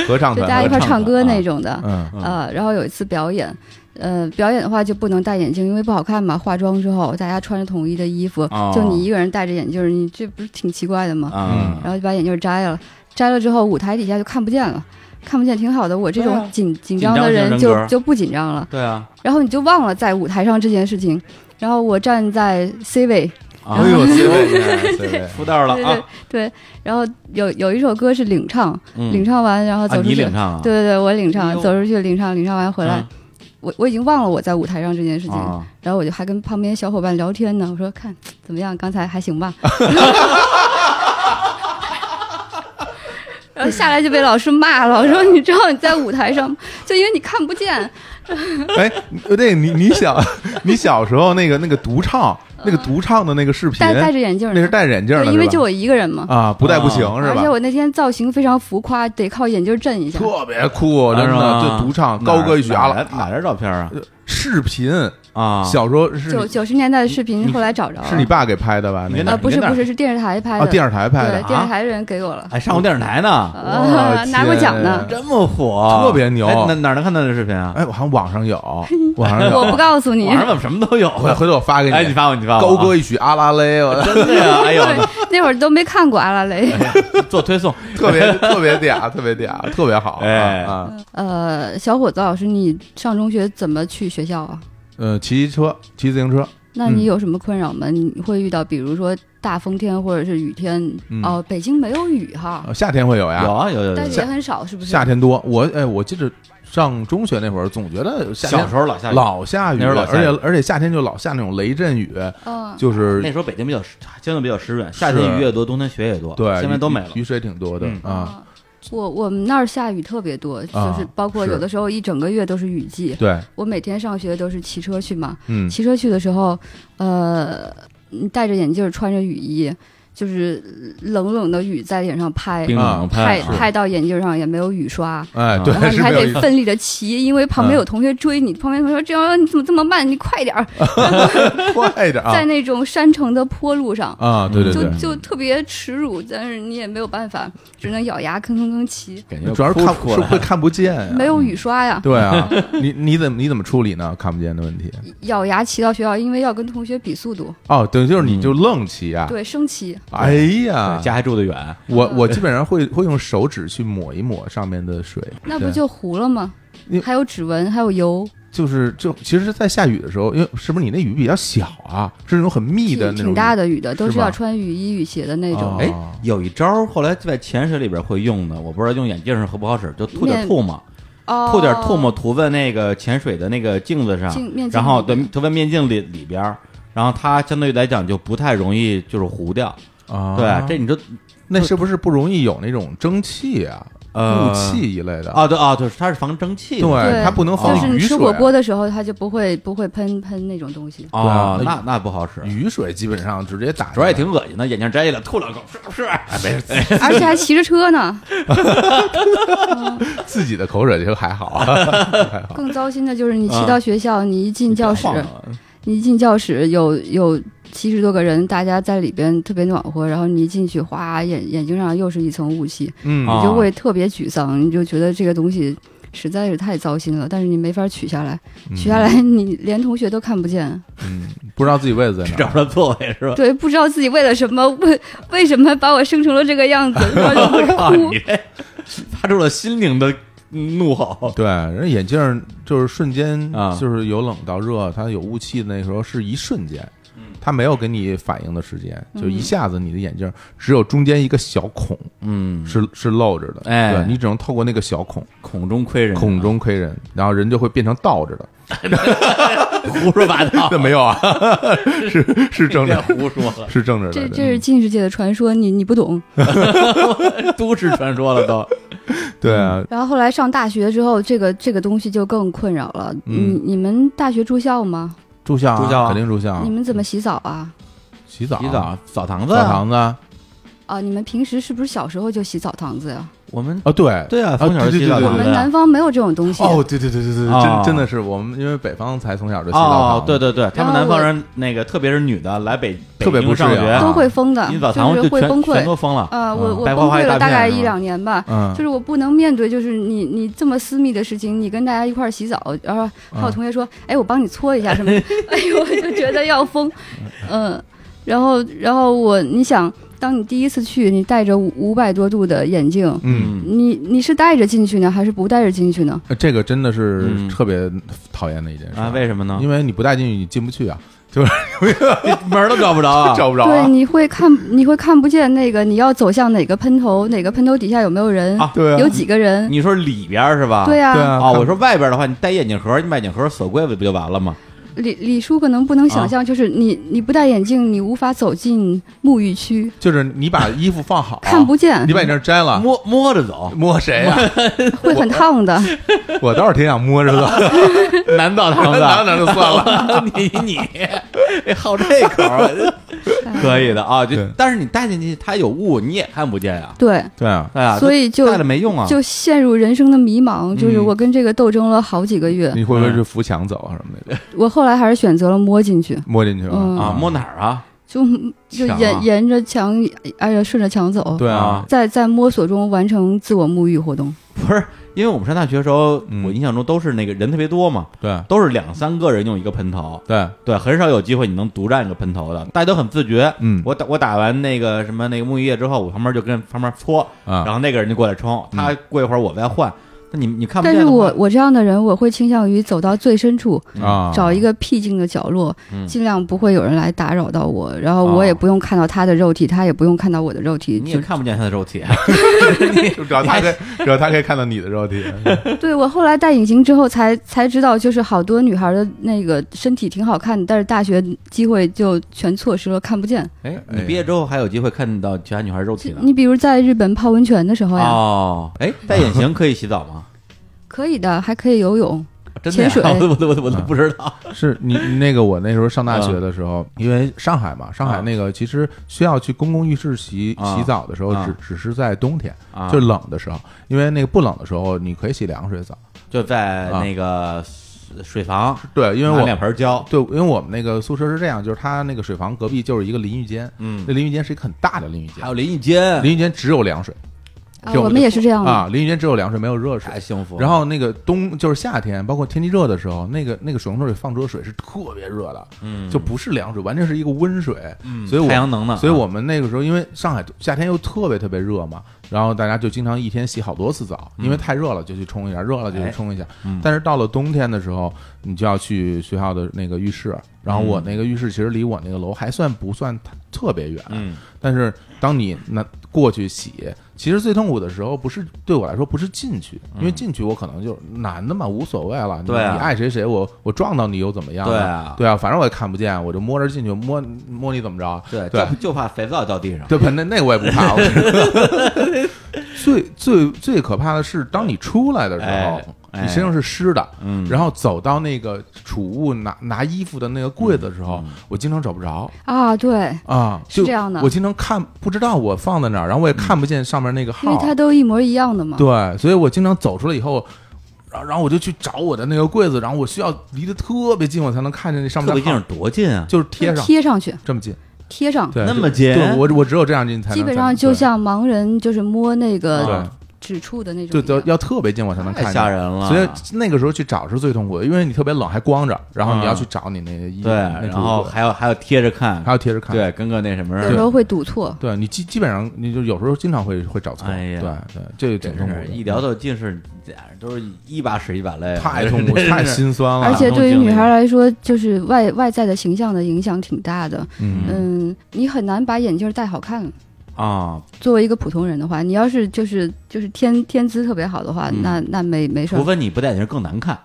S2: 合唱
S3: 就
S2: 团，
S3: 大家一块儿
S1: 合唱
S3: 唱歌
S1: 团啊
S3: 那种的。
S2: 嗯
S3: 呃，然后有一次表演，呃，表演的话就不能戴眼镜，因为不好看嘛。化妆之后，大家穿着统一的衣服，
S1: 哦
S3: 就你一个人戴着眼镜儿，你这不是挺奇怪的吗？
S1: 嗯，
S3: 然后就把眼镜儿摘了，摘了之后，舞台底下就看不见了。看不见挺好的，我这
S1: 对啊
S3: 种紧、紧
S1: 紧
S3: 张
S1: 张
S3: 的
S1: 性
S3: 人
S1: 人
S3: 就
S1: 格
S3: 就不紧张了，
S1: 对啊，
S3: 然后你就忘了在舞台上这件事情。然后我站在 C 位，
S1: 啊
S2: 哎呦，随便随便，
S1: 出道了
S3: 对对
S1: 啊，
S3: 对，然后有有一首歌是领唱，
S1: 嗯
S3: 领唱完然后
S1: 啊，
S3: 走出
S1: 你
S3: 去，
S1: 领唱啊，
S3: 对对对，我领
S1: 哎
S3: 唱
S1: 呦
S3: 走出去领唱，领唱完回来，
S1: 嗯
S3: 我我已经忘了我在舞台上这件事情，
S1: 啊，
S3: 然后我就还跟旁边小伙伴聊天呢，我说看怎么样，刚才还行吧。 [LAUGHS] 然后下来就被老师骂了，我说你知道你在舞台上，就因为你看不见，
S2: 哎，那个你你小你小时候那个那个独唱那个独唱的那个视频，
S3: 戴戴着眼镜儿
S2: 那
S3: 呢，
S2: 是戴着眼镜儿的，
S3: 对，因为
S2: 是吧
S3: 就我一个人嘛，
S2: 啊，不戴不行是
S3: 而
S2: 吧
S3: 且？我那天造型非常浮夸，得靠眼镜震一下。
S2: 特别酷，真
S1: 啊
S2: 的就独唱，高歌一曲啊
S1: 哪来哪来照片啊？
S2: 视频
S1: 啊，
S2: 小时候是
S3: 九
S2: 你
S3: 九十年代的视频，后来找着了。
S2: 是你爸给拍的吧？
S1: 你
S2: 那
S1: 跟
S2: 个
S3: 啊？
S1: 哪
S3: 不是
S1: 你在哪
S3: 不是，是电视台拍
S2: 啊，
S3: 的。
S2: 电视台拍
S3: 对
S2: 的，，
S3: 电视台的人给我了。
S1: 还上过电视台呢，
S2: 我
S3: 啊，
S2: 天
S3: [LAUGHS] 拿过奖呢。
S1: 这么火，
S2: 特别牛
S1: 哎那哪能看到这视频啊？
S2: 哎，我好像网
S3: [LAUGHS]
S2: 上有，网上有，
S3: 我不告
S2: [LAUGHS]
S3: 诉你
S1: 网，上怎么什么都有？
S2: 回回头我发给
S1: 哎，你
S2: 你，
S1: 发我，你发我啊，
S2: 高歌一曲阿拉蕾，我 [LAUGHS]
S1: 真的呀！哎呦，
S3: 那会儿都没看过阿拉蕾。
S1: 做推
S2: [LAUGHS]
S1: 送，
S2: 特别特别嗲，特别嗲，特别好，
S1: 哎
S2: 啊啊，
S3: 呃，小伙子老师，你上中学怎么去学校啊？
S2: 呃，骑车，骑自行车，
S3: 那你有什么困扰吗？你会遇到比如说大风天或者是雨天？
S2: 嗯
S3: 哦，北京没有雨哈
S2: 呃，夏天会有呀
S1: 有，啊有有有
S3: 但是也
S1: 有，
S3: 很少，是不是？
S2: 夏天多，我哎，我记着上中学那会儿，总觉得夏天
S1: 小时候老下雨，
S2: 老下雨，
S1: 那时候老下
S2: 而
S1: 雨啊
S2: 且而且夏天就老下那种雷阵雨，
S3: 嗯，
S2: 就是
S1: 那时候北京比较湿相对比较湿润，夏天雨也多，冬天雪也多，
S2: 对，
S1: 现在都
S2: 雨
S1: 没了
S2: 雨。水挺多的
S1: 嗯
S2: 啊。
S3: 哦我我们那儿下雨特别多，就
S2: 啊
S3: 是包括
S2: 是
S3: 有的时候一整个月都是雨季。
S2: 对，
S3: 我每天上学都是骑车去嘛，
S2: 嗯，
S3: 骑车去的时候，呃，你戴着眼镜儿，穿着雨衣，就是冷冷的雨在脸上拍，
S1: 冰
S2: 啊
S1: 冷
S3: 拍
S1: 派
S3: 拍到眼镜上也没有
S2: [LAUGHS]
S3: 雨刷。
S2: 哎，
S1: 啊
S3: 然后
S2: 对，
S3: 你
S2: 是
S3: 还
S2: 没有雨嗯
S3: 得奋力的骑，因为旁边有同学追你，旁边同学说：“这样你怎么这么慢？你快点儿！”
S2: 快一点
S3: 在
S2: 啊
S3: 那种山城的坡路上，
S2: 啊，对对
S3: 就
S2: 对，
S3: 就特别耻辱，但是你也没有办法，只能咬牙吭吭吭骑。
S1: 感觉
S2: 主要是看
S1: 哭
S2: 是
S1: 出来
S2: 会看不见呀，
S3: 没有雨刷呀，
S2: 对啊，你你怎么你怎么处理呢？看不见的问题
S3: 咬牙骑到学校，因为要跟同学比速度，
S2: 哦，等于就是你就愣骑啊，
S3: 对，生骑。
S2: 哎呀，
S1: 嗯家还住得远，
S2: 我我基本上会会用手指去抹一抹上面的水，
S3: 那不
S2: 对
S3: 就糊了吗
S2: 你？
S3: 还有指纹，还有油，
S2: 就是就其实，在下雨的时候，因为是不是你那雨比较小啊？是那种很密的那种
S3: 挺大
S2: 雨
S3: 的雨的，都
S2: 是
S3: 是
S2: 吧
S3: 要穿雨衣、雨鞋的那种
S2: 哦。
S1: 哎，有一招儿后来在潜水里边会用的，我不知道用眼镜是合不好使，就吐点
S3: 面
S1: 唾沫，
S2: 哎
S3: 哦
S1: 吐点唾沫涂在那个潜水的那个镜子上
S3: 镜面，镜
S1: 然后
S3: 里
S1: 对
S3: 边
S1: 涂在面镜里里边儿，然后它相对来讲就不太容易就是糊掉。
S2: 啊。
S1: 哦对，这你就
S2: 那是不是不容易有那种蒸汽啊、
S1: 呃
S2: 雾气一类的？
S1: 啊对啊对，它是防蒸汽的。
S2: 对，
S3: 对
S2: 哎它不能
S3: 就
S2: 防
S3: 是你
S2: 雨
S3: 吃
S2: 水。
S3: 火锅的时候，它就不会不会喷喷那种东西。
S2: 对啊
S1: 哦，那那不好使，
S2: 雨水基本上直接打，
S1: 主要也挺恶心的，眼镜摘下来吐两口，是不是？没事，
S3: 而且还骑着车
S2: [LAUGHS]
S3: 呢。
S2: 自己的口水就还好啊。
S1: [LAUGHS]
S3: 更糟心的就是你骑到学校，你一进教室，
S2: 啊
S3: 你一进教室有有七十多个人，大家在里边特别暖和，然后你一进去，哗，眼眼睛上又是一层雾气，
S2: 嗯
S1: 啊
S3: 你就会特别沮丧，你就觉得这个东西实在是太糟心了，但是你没法取下来，取下来你连同学都看不见，
S2: 嗯，不知道自己位置在哪
S1: 找
S2: 儿。
S1: 不着座位是吧？
S3: 对，不知道自己为了什么，为为什么把我生成了这个
S2: [LAUGHS]
S3: 样子，然后就
S2: 哎
S3: 会
S1: 啊，
S3: 哭
S1: 你。这发出了心灵的怒吼。
S2: 对，人眼镜儿就是瞬间
S1: 啊，
S2: 就是由冷到热，它有雾气的那时候是一瞬间，它没有给你反应的时间，就
S3: 嗯
S2: 一下子你的眼镜儿只有中间一个小孔
S1: 嗯，
S2: 是是露着的，
S1: 哎
S2: 对你只能透过那个小孔，
S1: 孔中窥人，
S2: 孔中窥人，然后人就会变成倒着的。
S1: 胡说八道，
S2: [LAUGHS] 那没有啊，是是正
S1: 别 [LAUGHS]
S2: 着，
S1: 胡说了，
S2: 是正着
S3: 这
S2: 的。嗯
S3: 这是近世界的传说，你你不懂。
S1: 都市传说了都。
S2: 对
S1: 嗯
S2: 啊，
S3: 然后后来上大学之后，这个这个东西就更困扰了。
S2: 嗯
S3: 你你们大学住校吗？
S2: 住校啊，
S1: 住校啊
S2: 肯定住校啊
S3: 你，们怎么洗澡啊？
S2: 洗澡啊
S1: 洗澡澡堂子
S2: 澡
S1: 啊，
S2: 堂子啊，
S3: 啊，你们平时是不是小时候就洗澡堂子呀？
S1: 我们
S2: 啊对
S1: 对啊，
S2: 啊
S1: 从小
S2: 对对
S1: 洗澡
S2: 对
S3: 我
S1: 堂
S3: 们
S1: 子啊
S3: 南方没有这种东西。
S2: 哦，对对对对对，对
S1: 啊
S2: 真真的是我们因为北方才从小就洗
S1: 哦，
S2: 澡堂，
S1: 对，对对，他们
S3: 然后
S1: 南方
S3: 我
S1: 人那个，特别是女的来北
S2: 特别
S1: 北京
S2: 不适
S1: 上
S2: 应
S1: 学，
S2: 啊
S3: 都会疯的，
S1: 你
S3: 就
S1: 澡堂
S3: 是
S1: 就
S3: 会
S1: 全
S3: 崩
S1: 全
S3: 溃。
S1: 都疯了。
S3: 呃，我
S2: 嗯
S3: 我
S1: 白
S3: 崩
S1: 花花一
S3: 溃
S1: 大
S3: 了大
S1: 片
S3: 概
S1: 是
S3: 一
S1: 吗
S3: 两年吧，
S2: 嗯
S3: 就，是我不能面对，就是你你这么私密的事情，你跟大家一块儿洗澡，然后还有
S2: 嗯
S3: 同学说，哎，我帮你搓一下什么的， [LAUGHS] 哎呦，我就觉得要疯，嗯，然后然后我，你想，当你第一次去，你戴着五百多度的眼镜，
S2: 嗯，
S3: 你你是戴着进去呢，还是不戴着进去呢？
S2: 呃这个真的是
S1: 嗯
S2: 特别讨厌的一件事
S1: 啊，为
S2: 么？
S1: 什么呢？
S2: 因为你不带进去，你进不去啊，
S1: [LAUGHS] 门儿都 [LAUGHS] 找不着啊。
S2: 找不着
S3: 对，
S2: 啊。
S3: 你会看你会看不见那个你要走向哪个喷头，哪个喷头底下有没有人，
S1: 啊
S2: 对啊，
S3: 有几个人，
S1: 你说里边儿是吧？
S3: 对呀、
S2: 对啊
S1: 啊，
S2: 看
S1: 我说外边的话，你戴眼镜盒，你把眼镜盒锁柜子不就完了吗？
S3: 李李叔可能不能想象，
S2: 啊
S3: 就是你、你不戴眼镜，你无法走进沐浴区，
S2: 就是你把衣服放好，
S3: 看不见
S2: 哦你，把你这摘了，
S1: 摸摸啊着走，
S2: 摸谁呀？
S3: 会很烫的。
S2: 我倒是挺想摸着的，
S1: [LAUGHS] 男澡堂子，
S2: 拿那就算了。
S1: [LAUGHS] [LAUGHS] 你你哎好这口
S3: [LAUGHS]
S1: 儿，可以的啊。就
S2: 对
S1: 但是你戴进去，它有雾，你也看不见呀。
S3: 对，
S2: 对啊，
S1: 对啊，
S3: 所以就
S1: 戴了没用啊。
S3: 就陷入人生的迷茫，就是
S1: 嗯
S3: 我跟这个斗争了好几个月，
S2: 你会不会是扶墙走啊什么的？
S3: 我后来还是选择了摸进去，
S2: 摸进去了
S3: 嗯
S1: 啊，摸哪儿啊？
S3: 就就
S1: 墙啊
S3: 沿沿着墙，哎呀，顺着墙走，
S2: 对啊
S1: 啊，
S3: 在在摸索中完成自我沐浴活动。
S1: 不是，因为我们上大学的时候，
S2: 嗯
S1: 我印象中都是那个人特别多嘛，
S2: 对
S1: 都是两三个人用一个喷头，
S2: 对，
S1: 对，很少有机会你能独占一个喷头的，大家都很自觉。
S2: 嗯
S1: 我打我打完那个什么那个沐浴液之后，我旁边就跟旁边搓，然
S2: 啊，嗯
S1: 后那个人就过来冲，他过一会儿我再换。那你你看不
S3: 但
S1: 见
S3: 是
S1: 的话
S3: 我我这样的人，我会倾向于走到最深处，
S2: 啊，
S3: 找一个僻静的角落，
S1: 嗯
S3: 尽量不会有人来打扰到我，然后我
S1: 哦
S3: 也不用看到他的肉体，他也不用看到我的肉体，
S1: 你也
S3: 就
S1: 看不见他的肉体，啊
S2: 哎就 [LAUGHS] 只要他可以，只要他可以看到你的
S1: [LAUGHS]
S2: 肉体，
S3: 对我后来戴隐形之后才才知道，就是好多女孩的那个身体挺好看的，但是大学机会就全错失了，看不见。
S1: 哎，
S2: 哎
S1: 你
S2: 呀
S1: 毕业之后还有机会看到其他女孩肉体呢。
S3: 你比如在日本泡温泉的时候呀，
S1: 哦，哎，
S2: 啊
S1: 戴隐形可以洗澡
S2: [LAUGHS]
S1: 吗？
S3: 可以的，还可以游泳。
S1: 真的呀？
S3: 潜水
S1: 我都我都我都我都不知道。
S2: [LAUGHS] 是你你那个我那时候上大学的时候，因为上海嘛，上海那个其实需要去公共浴室洗
S1: 啊
S2: 洗澡的时候，
S1: 啊
S2: 只只是在冬天，
S1: 啊
S2: 就冷的时候，因为那个不冷的时候你可以洗凉水澡。
S1: 就在
S2: 啊
S1: 那个水房，
S2: 对，因为
S1: 拿
S2: 我
S1: 两盆胶，
S2: 对，因为我们那个宿舍是这样，就是它那个水房隔壁就是一个淋浴间，
S1: 嗯
S2: 那，淋浴间是一个很大的淋浴间
S1: 还，有淋浴间，
S2: [LAUGHS] 淋浴间只有凉水
S3: 啊，
S2: 这我
S3: 我们也是这样的。
S2: 啊，淋浴间只有凉水没有热水
S1: 太。幸福了。
S2: 然后那个冬就是夏天，包括天气热的时候，那个那个水龙头里放出的水是特别热的，
S1: 嗯，
S2: 就不是凉水，完全是一个温水。
S1: 嗯
S2: 所以我
S1: 太阳能呢，
S2: 嗯所以我们那个时候，因为上海夏天又特别特别热嘛，然后大家就经常一天洗好多次澡，因为太热了就去冲一下，热了就去冲一下。
S1: 嗯
S2: 嗯但是到了冬天的时候，你就要去学校的那个浴室。然后我那个浴室其实离我那个楼还算不算太特别远，
S1: 嗯
S2: 但是当你那过去洗，其实最痛苦的时候不是对我来说不是进去，因为进去我可能就男的嘛无所谓了，你
S1: 对啊
S2: 你爱谁谁，我我撞到你又怎么样？
S1: 对啊
S2: 对啊，反正我也看不见，我就摸着进去，摸摸你怎么着？啊
S1: 对，
S2: 对
S1: 就就怕肥皂掉地上。
S2: 对吧？那那个我也不怕。我
S1: [LAUGHS]
S2: 最最最可怕的是，当你出来的时候
S1: 哎，哎
S2: 你身上是湿的，
S1: 嗯
S2: 然后走到那个储物拿拿衣服的那个柜子的时候，
S1: 嗯
S2: 我经常找不着
S3: 啊，对，
S2: 啊，
S3: 是
S2: 就
S3: 这样的
S2: 我经常看不知道我放在哪儿，然后我也看不见上面那个
S3: 因为
S2: 号，
S3: 它都一模一样的嘛。
S2: 对，所以我经常走出来以后。然后，然后我就去找我的那个柜子，然后我需要离得特别近，我才能看见那上面
S1: 特
S2: 的
S1: 别
S2: 号，
S1: 近是多近啊？
S2: 就是贴上
S3: 贴上去，
S2: 这么近，
S3: 贴上，
S2: 对，
S1: 那
S2: 就
S1: 么近
S2: 对我我只有这样近才能
S3: 基本
S2: 才
S3: 上就
S2: 对
S3: 像盲人就是摸那个
S2: 对
S3: 指处的那种
S2: 就
S3: 一样。
S2: 都要特别近我才能看
S1: 太
S2: 见，
S1: 吓人了。
S2: 所以那个时候去找是最痛苦的，因为你特别冷还光着，然后你要去找你那个衣服，
S1: 对，
S2: 那
S1: 然
S2: 储物
S1: 后
S2: 柜
S1: 还要还要贴着看
S2: 还，要贴着看。
S1: 对，跟个那什么
S3: 有
S1: 似
S3: 时
S1: 的。
S3: 候会堵错，
S2: 对你基基本上你就有时候经常会会找错，
S1: 哎呀
S2: 对对，这就挺痛苦的
S1: 是，一聊到近视，俩人都是一把屎一把泪，啊
S2: 太痛
S1: [LAUGHS]
S2: 苦，
S1: 真是
S2: 太心酸了。
S3: 而且
S1: 啊
S3: 对于
S1: 弄进
S3: 女
S1: 来
S3: 孩来说，就是外外在的形象的影响挺大的。
S2: 嗯，
S3: 嗯，你很难把眼镜戴好看。
S1: 啊！
S3: 作为一个普通人的话，你要是就是就是天天资特别好的话，
S1: 嗯
S3: 那那没没事儿
S1: 除。非你不戴眼镜更难看，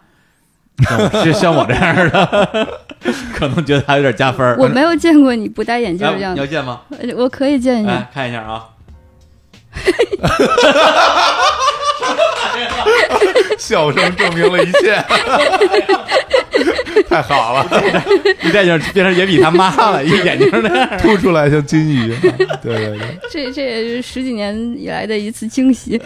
S1: 像我是像我这样的，可能觉得还有点加分儿。
S3: 我没有见过你不戴眼镜
S1: 哎
S3: 的样
S1: 你
S3: 子
S1: 要，见吗？
S3: 呃我可以建议你。
S1: 哎，看一下啊，
S2: [LAUGHS] 笑声证明了一 [LAUGHS] 切，太好了，
S1: 你戴眼镜变成野比他妈了，一眼睛那样。
S3: [LAUGHS]
S2: 吐出来像金鱼， [LAUGHS] 对对对，
S3: 这这也是十几年以来的一次
S1: [LAUGHS]
S3: 惊喜。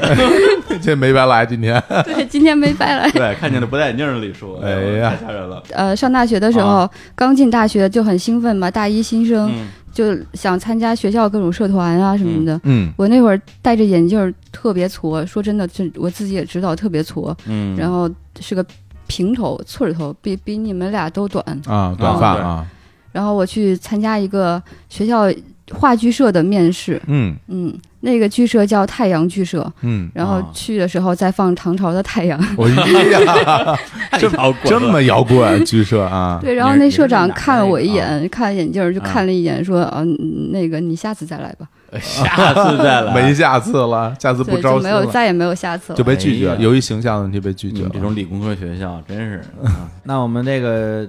S2: 这没白来今天。
S3: 对，今天没白来。
S1: 对，看见了不戴眼镜的李叔，
S2: 哎呀
S1: 太吓人了。
S3: 呃，上大学的时候，
S1: 啊
S3: 刚进大学就很兴奋嘛，大一新生、
S1: 嗯
S3: 就想参加学校各种社团啊什么的。
S2: 嗯，
S3: 我那会儿戴着眼镜儿特别矬，说真的，就我自己也知道特别矬，
S1: 嗯，
S3: 然后是个平头、寸儿头，比比你们俩都短。
S2: 啊，短发啊，
S3: 然后我去参加一个学校话剧社的面试，
S2: 嗯
S3: 嗯，那个剧社叫太阳剧社，
S2: [LAUGHS] 嗯，
S3: 然后
S1: 啊
S3: 去的时候再放唐朝的太阳，
S2: 我呀，
S1: 这么
S2: 这么摇滚，剧社啊，
S3: [LAUGHS] 对，然后那社长
S1: 你是
S3: 看了我一
S1: 你是哪儿
S3: 眼，看了眼镜儿就
S1: 啊
S3: 看了一眼，说啊，嗯那个你下次再来吧，
S1: [LAUGHS] 下次再来，
S2: 没下次了，下次不
S3: 对，
S2: 招
S3: 就
S2: 新
S3: 没有
S2: 了，
S3: 再也没有下次
S2: 就
S3: 了。
S2: 被拒绝
S1: 哎
S2: 了。
S1: 呀
S2: 由于形象的问题被拒
S1: 你
S2: 绝
S1: 们
S2: 了。
S1: 嗯这种理工科学校真是，
S2: [LAUGHS]
S1: 啊那我们这个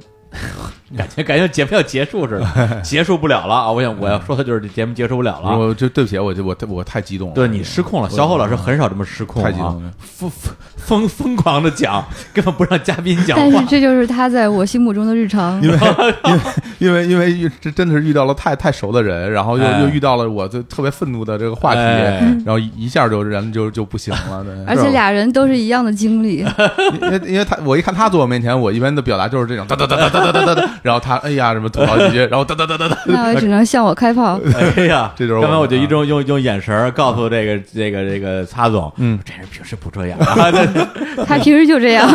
S1: 感觉感觉节目要结束似的，结束不了了啊！我想我要说的就是这节目结束不了了啊。
S2: 我就对不起，我就我我太激动了。
S1: 对你失控了，小侯老师很少这么失控
S2: 太激动
S1: 啊
S2: 了，
S1: 疯疯疯疯狂的讲，根本不让嘉宾讲
S3: 但
S1: 话
S3: 是。这就是他在我心目中的日常。
S2: 因为因为因为因为这真的是遇到了太太熟的人，然后又、
S1: 哎
S2: 又遇到了我就特别愤怒的这个话题，
S1: 哎
S2: 然后一一下就人就就不行了。对
S3: 而且俩人都是一样的经历，
S1: [LAUGHS]
S2: 因为因为他我一看他坐我面前，我一般的表达就是这种哒哒哒哒哒哒哒哒，然后他哎呀什么吐槽几句，然后哒哒哒哒哒，
S3: 那我只能向我
S1: [LAUGHS]
S3: 开炮。
S1: 哎呀，
S2: 这就是我
S1: 刚才我就
S2: 啊
S1: 一种用用眼神儿告诉这个这个这个擦总，
S2: 嗯，
S1: 这人平时不这样啊， [LAUGHS] 对
S3: 他平时就这
S1: [LAUGHS]
S3: 样，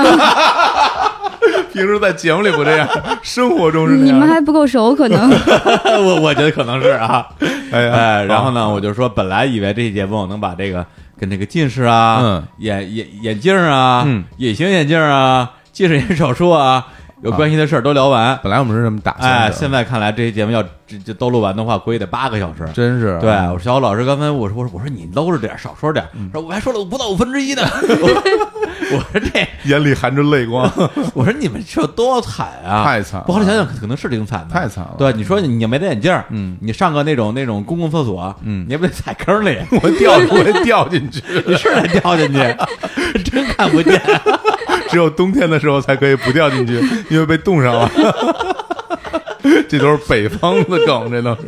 S2: 平时在节目里不这样， [LAUGHS] 生活中是这
S3: 你们
S2: 样。
S3: 还不够熟，可能。
S1: 我我觉得可能是啊，
S2: 哎呀
S1: 哎，然后
S2: 啊
S1: 呢，我就说本来以为这期节目能把这个跟这个近视啊、
S2: 嗯
S1: 眼眼眼镜啊、
S2: 嗯
S1: 隐形眼镜啊、近视眼手术啊有关系的事儿都聊完，
S2: 本来我们是这么打算的，
S1: 哎，现在看来这期节目要这这都录完的话，估计得八个小时。
S2: 真是啊
S1: 对，我小虎老师刚才我说我说我说你搂着点儿，少说点儿，
S2: 嗯
S1: 说我还说了不到五分之
S2: [LAUGHS]
S1: 一呢。我我说这，
S2: 眼里含着泪光，
S1: 我说你们这有多惨啊！
S2: 太惨了
S1: 我后来想想，可能是挺惨的，
S2: 太惨了
S1: 对，你说你你没戴眼镜，
S2: 嗯，
S1: 你上个那种那种公共厕所，
S2: 嗯
S1: 你也不得踩坑里，
S2: [LAUGHS] 我掉我也掉进去，
S1: 你是得掉进去， [LAUGHS] 真看不见。
S2: [LAUGHS] 只有冬天的时候才可以不掉进去， [LAUGHS] 因为被冻上了。 [LAUGHS] 这都是北方的梗，这都是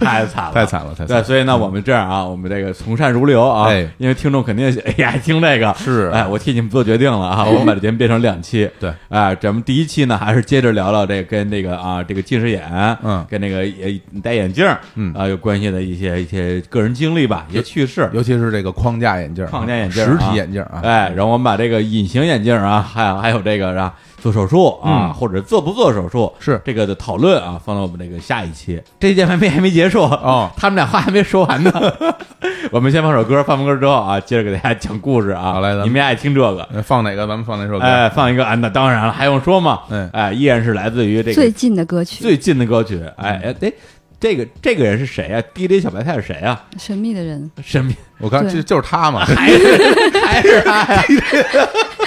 S1: 太惨了，
S2: [LAUGHS] 太惨了太惨
S1: 对，
S2: 了
S1: 所以呢，我们这样啊，我们这个从善如流啊，
S2: 嗯哎
S1: 因为听众肯定也也爱听这个，
S2: 是
S1: 哎，我替你们做决定了啊，我们把这节目变成两期，
S2: 对
S1: 哎，咱们第一期呢，还是接着聊聊这跟这个啊，这个近视眼，
S2: 嗯
S1: 跟那个也戴眼镜，
S2: 嗯
S1: 啊，有关系的一些一些个人经历吧，一些趣事。
S2: 尤其是这个框架眼镜儿啊，
S1: 框架眼镜儿
S2: 实
S1: 啊
S2: 体眼镜儿啊，
S1: 哎，然后我们把这个隐形眼镜啊，还有还有这个是吧，做手术啊，
S2: 嗯
S1: 或者做不做手术，
S2: 是
S1: 这个的讨论啊，放到我们这个下一期。这件还没还没结束
S2: 哦
S1: 他们俩话还没说完呢。 [LAUGHS] 我们先放首歌，放完歌之后啊，接着给大家讲故事啊。
S2: 好嘞咱们
S1: 你们也爱听这个。
S2: 呃放哪个？咱们放哪首歌？
S1: 哎，放一个啊，那当然了，还用说吗？
S2: 哎
S1: 哎，依然是来自 [LAUGHS] 于这个
S3: 最近的歌曲
S1: 最近的歌曲。哎哎，对，这个这个人是谁啊？DJ 小白菜是谁啊？
S3: 《神秘的人
S1: 身边
S2: 我刚
S3: 对
S2: 这就是他 [LAUGHS] 嘛，
S1: 还是还是他呀？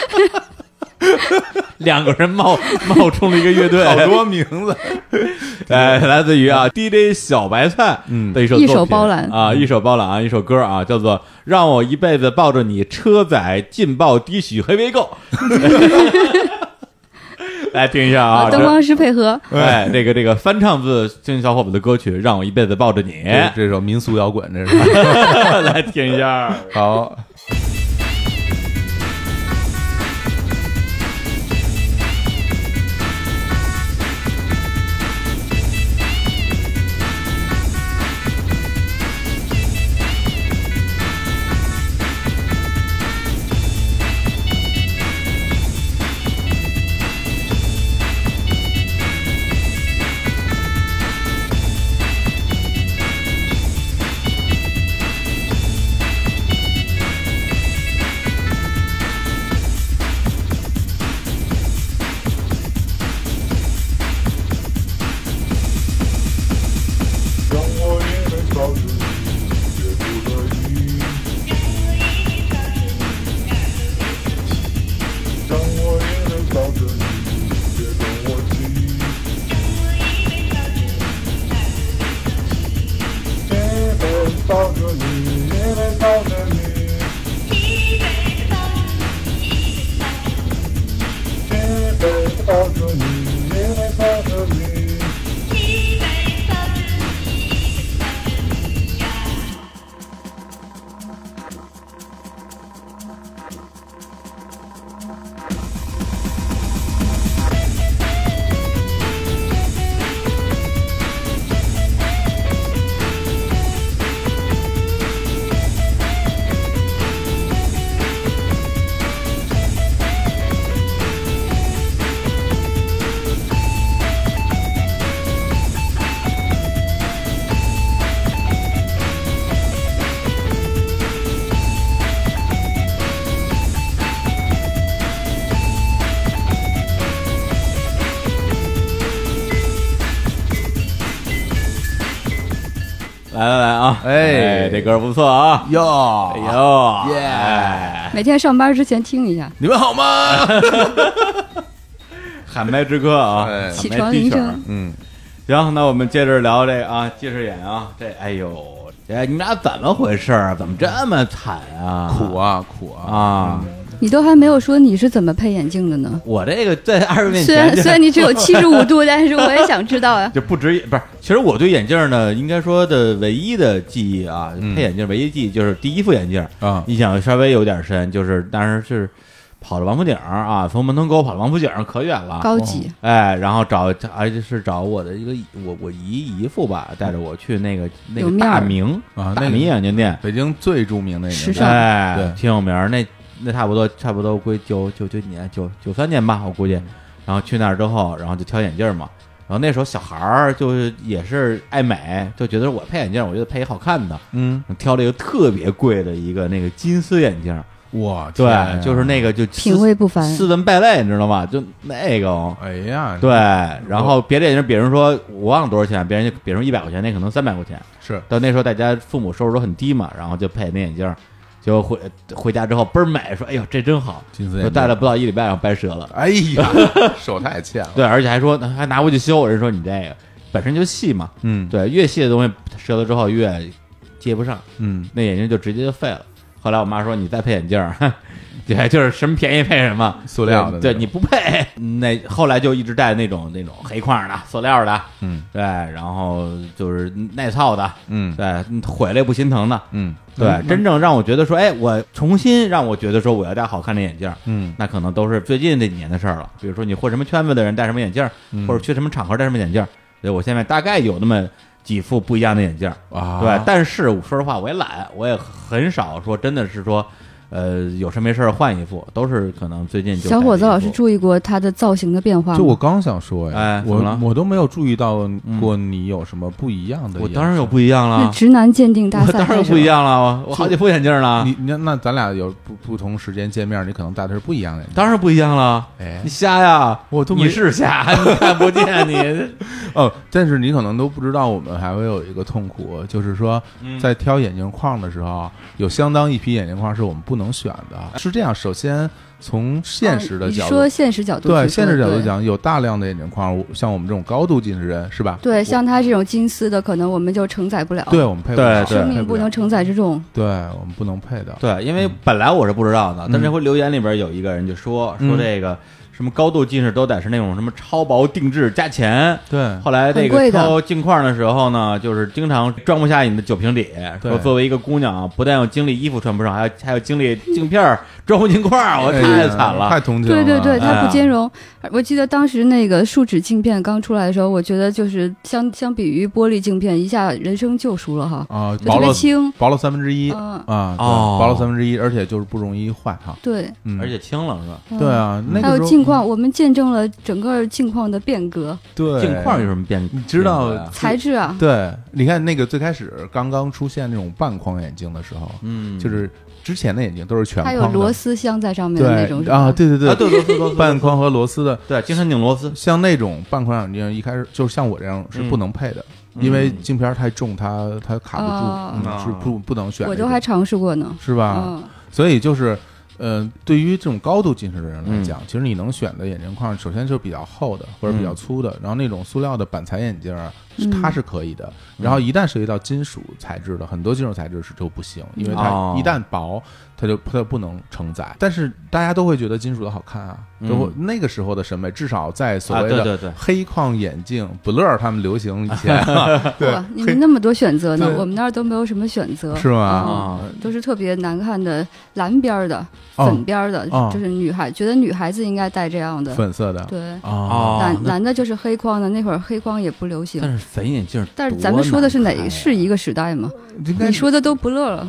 S1: [LAUGHS] 两个人冒冒充了一个乐队，
S2: 好多名字。
S1: 哎，来自于啊 DJ 小白菜
S2: 嗯
S1: 的一首
S3: 一
S1: 作
S3: 手
S1: 品
S3: 包揽
S1: 啊，一手包揽啊，一首歌啊，叫做《让我一辈子抱着你》，车载劲爆低曲黑为够。 [LAUGHS] 来听一下》啊，
S3: 啊，灯
S1: 这
S3: 光师配合，
S1: 哎，这个这个翻唱自青年小伙伴的歌曲《让我一辈子抱着你》，
S2: 这这首民俗摇滚，这是
S1: [LAUGHS] 来听一下。
S2: 哎好。
S5: 让我也能抱着你，也不乐意。让我也能抱着你，别跟我急。也能抱着你，也能抱着你，也能抱着你，也能抱着你。
S1: 来来来啊！
S2: 哎
S1: 这歌不错啊！
S2: 哟
S1: 哎呦，
S2: 耶
S1: 哎
S3: 每天上班之前听一下，
S2: 你们好 [LAUGHS] 吗？
S1: 喊麦之歌啊，
S2: 哎
S1: 喊
S3: 起
S1: 麦
S3: 床
S1: 低
S3: 铃
S1: 曲儿
S3: 声。
S2: 嗯，
S1: 行，那我们接着聊这个啊，近视眼啊，这哎呦，哎，你们俩怎么回事儿？怎么这么惨啊？
S2: 苦啊苦啊！
S1: 啊！
S3: 你都还没有说你是怎么配眼镜的呢？
S1: 我这个在二十面
S3: 虽
S1: 前
S2: [LAUGHS]
S3: 然
S1: 就
S3: 虽然你只有七十五度，但是我也想知道啊呀。
S1: 就不止不是，其实我对眼镜呢，应该说的唯一的记忆啊，
S2: 嗯
S1: 配眼镜唯一记忆就是第一副眼镜
S2: 啊
S1: 印象稍微有点深，就是当时是跑到王府井儿啊，从门头沟跑到王府井儿可远了，
S3: 高级，
S1: 哎，然后找而且是找我的一个我我姨姨父吧，带着我去那个那
S3: 有
S1: 个
S3: 面儿
S1: 大明
S2: 啊那
S1: 大
S2: 个
S1: 明眼镜店，
S2: 北京最著名的
S3: 时尚
S1: 哎
S2: 对，
S1: 挺有名儿。那那差不多差不多归九九九几年九九三年吧，我估计。
S2: 嗯
S1: 然后去那儿之后，然后就挑眼镜儿嘛。然后那时候小孩儿就是也是爱美，就觉得我配眼镜儿，我觉得配一好看的，
S2: 嗯，
S1: 挑了一个特别贵的一个那个金丝眼镜儿，
S2: 哇，
S1: 对，
S2: 天啊
S1: 就是，那个就斯
S3: 品味不凡
S1: 斯文败类，你知道吗？就那个哦。
S2: 哎呀，
S1: 对，然后别的眼镜儿，比如说我忘了多少钱，别人就比如说一百块钱，那可能三百块钱，
S2: 是
S1: 到那时候大家父母收入都很低嘛，然后就配那眼镜儿，结果回回家之后倍儿美，说哎呦这真好，
S2: 金丝眼
S1: 就
S2: 镜
S1: 戴了不到一礼拜，然后掰折了。
S2: 哎 [LAUGHS] 呀，手太欠了。
S1: 对，而且还说还拿回去修，人说你这个本身就细嘛，
S2: 嗯，
S1: 对，越细的东西折了之后越接不上，
S2: 嗯，
S1: 那眼镜就直接就废了。后来我妈说你再配眼镜儿，对，就是什么便宜配什么，
S2: [LAUGHS] 塑料的
S1: 对，
S2: 那
S1: 对
S2: 种
S1: 你不配。那后来就一直戴那种那种黑框的塑料的，
S2: 嗯
S1: 对，然后就是耐操的，
S2: 嗯
S1: 对，毁了也不心疼的，
S2: 嗯
S1: 对，真正让我觉得说，哎，我重新让我觉得说我要戴好看的眼镜儿，
S2: 嗯
S1: 那可能都是最近这几年的事儿了。比如说你混什么圈子的人戴什么眼镜儿，
S2: 嗯
S1: 或者去什么场合戴什么眼镜儿，对我现在大概有那么几副不一样的眼镜儿。
S2: 啊，
S1: 对，但是我说实话，我也懒，我也很少说真的是说。呃，有事没事儿换一副，都是可能最近就
S3: 小伙子
S1: 改了
S3: 老
S1: 一副
S3: 师注意过他的造型的变化吗？
S2: 就我刚想说
S1: 哎怎么
S2: 我
S1: 了嗯
S2: 我都没有注意到过你有什么不一样的。
S1: 我当然有，不一样
S3: 那
S2: 啊
S1: 了，
S3: 直男鉴定大
S1: 我
S2: [LAUGHS]
S3: 赛
S1: [LAUGHS] 当然
S3: 开
S1: 有
S3: 始
S1: 不一
S3: 了，
S1: 样了，我我好几副眼镜了，
S2: 你那那咱俩有不不同时间见面，你可能戴的是不一样的。
S1: 当然不一样了，
S2: 哎
S1: 你，瞎呀？
S2: 我都没
S1: 你是 [LAUGHS] 瞎，你看不见你。
S2: 哦，但是你可能都不知道，我们还会有一个痛苦，就是说，
S1: 嗯
S2: 在挑眼镜框的时候，有相当一批眼镜框是我们不能选
S1: 哎
S2: 的。是这样，首先从现实
S3: 哦
S2: 的
S3: 你
S2: 角
S3: 说
S2: 度，
S3: 现实角度去说，
S2: 对现实角度
S3: 对。
S2: 讲，有大量的眼镜框，我像我们这种高度近视人是吧？
S3: 对，
S2: 我
S3: 像他这种金丝的，可能我们就承载不了，
S2: 对我们配不了，
S1: 哦对
S3: 生
S2: 配
S3: 命
S2: 不
S3: 不
S2: 了
S3: 能，承载之重。
S2: 对我们不能配的。
S1: 对，因为本来我是不知道的，但这回留言里边有一个人就说
S2: 嗯
S1: 说这个什么高度近视都得是那种什么超薄定制加钱。
S2: 对，
S1: 后来这
S3: 很
S1: 个
S3: 贵的
S1: 挑镜框的时候呢，就是经常装不下你的酒瓶底。
S2: 对
S1: 说作为一个姑娘，不但要经历衣服穿不上，还要还要经历镜片儿装不进框儿，我
S2: 哎
S1: 太
S2: 呀
S1: 惨了。
S2: 太同情了。
S3: 对对对，
S1: 哎呀
S3: 它不兼容。我记得当时那个树脂镜片刚出来的时候，我觉得就是相相比于玻璃镜片，一下人生救赎了哈，
S2: 啊，
S3: 就
S2: 薄
S3: 特别
S2: 了
S3: 轻。
S2: 薄了三分之一啊，
S3: 嗯，
S2: 对
S1: 哦
S2: 薄了三分之一，而且就是不容易坏哈。
S3: 对。
S2: 嗯
S1: 而且轻了是吧？
S3: 嗯
S2: 对。啊，那
S3: 还
S2: 个时
S3: 有
S2: 候
S3: 镜框，我们见证了整个镜框的变革
S2: 对
S1: 镜框有什么变？
S2: 你知道
S1: 变化呀
S3: 材质啊，
S2: 对，你看那个最开始刚刚出现那种半框眼镜的时候，
S1: 嗯，
S2: 就是之前的眼镜都是全
S3: 还
S2: 框的，
S3: 有螺丝镶在上面的那种
S2: 对啊，，对对对
S1: 啊对螺丝螺丝
S2: 半框和螺丝的，
S1: 对，经常拧螺丝，
S2: 像那种半框眼镜，一开始就是像我这样是不能配的，
S1: 嗯
S2: 因为镜片太重，它它卡不
S3: 哦
S2: 住，嗯、
S1: 啊
S2: 是不不能选这
S3: 我
S2: 种，
S3: 都还尝试过呢。
S2: 是吧？
S3: 嗯，
S2: 所以就是，呃，对于这种高度近视的人来
S1: 嗯
S2: 讲，其实你能选的眼镜框，首先就是比较厚的或者比较粗
S1: 嗯
S2: 的，然后那种塑料的板材眼镜儿，
S3: 嗯
S2: 它是可以的。
S1: 嗯
S2: 然后一旦涉及到金属材质的，很多金属材质是就不行，因为
S1: 哦
S2: 它一旦薄，它就它就不能承载。但是大家都会觉得金属的好看啊，
S1: 嗯
S2: 都会那个时候的审美，至少在所
S1: 啊，
S2: 谓
S1: 对
S2: 的
S1: 对对，
S2: 黑框眼镜，不乐儿他们流行以前，啊对
S3: 哇，你们那么多选择呢
S2: 对，
S3: 我们那儿都没有什么选择，
S2: 是吗？
S1: 啊，
S3: 嗯都是特别难看的蓝边儿的、
S2: 哦
S3: 粉边儿的
S2: 哦，
S3: 就是女孩觉得女孩子应该戴这样的，
S2: 粉色的
S3: 对。
S2: 啊，
S1: 哦
S3: 男
S1: 那
S3: 男的就是黑框的，那会儿黑框也不流行
S1: 但。是粉眼镜，
S3: 但是咱们说的是哪
S1: [LAUGHS]
S3: 是一个时代吗？
S2: 应该
S3: 你说的都不乐了，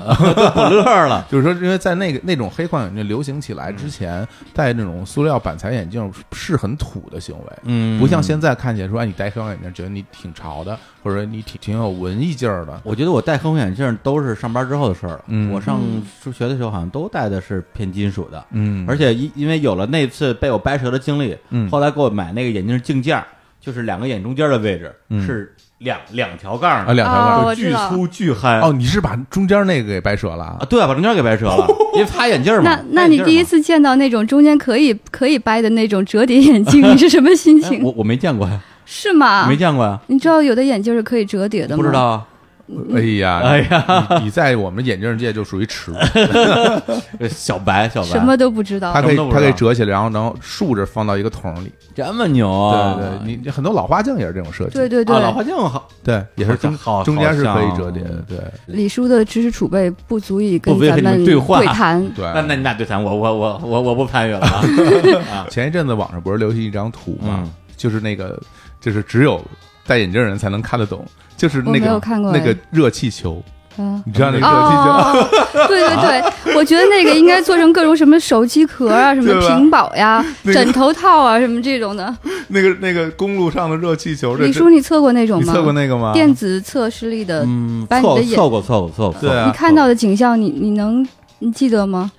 S1: 不乐了，
S2: 就是说，因为在那个那种黑框眼镜流行起来之前，戴那种塑料板材眼镜是很土的行为，
S1: 嗯，
S2: 不像现在看起来说，哎，你戴黑框眼镜，觉得你挺潮的，或者你挺挺有文艺劲儿的。
S1: 我觉得我戴黑框眼镜都是上班之后的事儿了。
S2: 嗯
S1: 我上
S3: 嗯
S1: 中学的时候好像都戴的是偏金属的，
S2: 嗯
S1: 而且因因为有了那次被我掰折的经历，
S2: 嗯
S1: 后来给我买那个眼镜镜架儿，就是两个眼中间的位置、
S2: 嗯
S1: 是两两条杠
S2: 啊，
S1: 的，
S2: 两条杠
S3: 啊我
S1: 巨
S3: 知道
S1: 粗巨憨。
S2: 哦，你是把中间那个给掰折了
S1: 啊
S2: 啊？
S1: 对啊，把中间给掰折 [LAUGHS] 了，因为擦眼镜儿嘛
S3: 那。那
S1: 擦眼镜
S3: 你
S1: 儿嘛
S3: 第一次见到那种中间可以可以掰的那种折叠眼镜， [LAUGHS] 你是什么心
S1: 哎
S3: 情？
S1: 我我没见过呀，
S3: 是吗
S1: 没？见过呀，
S3: 你知道有的眼镜是可以折叠的吗？
S1: 不知道。啊。
S3: 呃
S2: 哎呀，
S1: 哎
S3: 嗯
S2: 呀，你你在我们眼镜界就属于耻辱，
S1: 呃小白小白，
S3: 什么都不知
S2: 它
S3: 道。
S2: 可
S1: 什么
S2: 以
S1: 都不知道
S2: 它可以折起来，然后然后竖着放到一个桶里。
S1: 这么牛
S2: 对
S1: 啊？
S2: 对，你你很多老花镜也是这种设计，
S3: 对对对
S1: 啊，，老花镜好，
S2: 对，也是
S1: [LAUGHS]
S2: 中
S1: 好好
S2: 中间是可以
S1: 像
S2: 折叠的，对
S3: 李叔的知识储备不足以跟
S1: 不足以跟
S3: 咱
S1: 你们
S3: 们
S1: 对话
S3: 谈。
S2: 对。
S1: 那那那对谈，我我我我我不参与了啊。
S2: 前一阵子网上不是流行一张图嘛，
S1: 嗯
S2: 就是那个就是只有戴眼镜人才能看得懂，就是那
S3: 我没
S2: 个
S3: 有看过
S2: 那
S3: 哎
S2: 个热气球，
S3: 嗯，
S2: 你知道那个热气球？ [LAUGHS]
S3: 哦， [LAUGHS] 对对对，我觉得那个应该做成各种什么手机壳啊、什么
S2: 对吧
S3: 屏保呀、
S2: 那个
S3: 枕头套啊、什么这种的。
S2: 那个那个公路上的热气球，这
S3: 李
S2: 这
S3: 叔，你测过那种
S2: 你
S3: 吗？
S2: 测过那个吗？
S3: 电子测视力的，
S1: 嗯，
S3: 呃把你
S1: 凑
S3: 的眼
S1: 凑过凑过凑过，
S2: 对啊
S3: 你看到的景象，你你能你记得吗？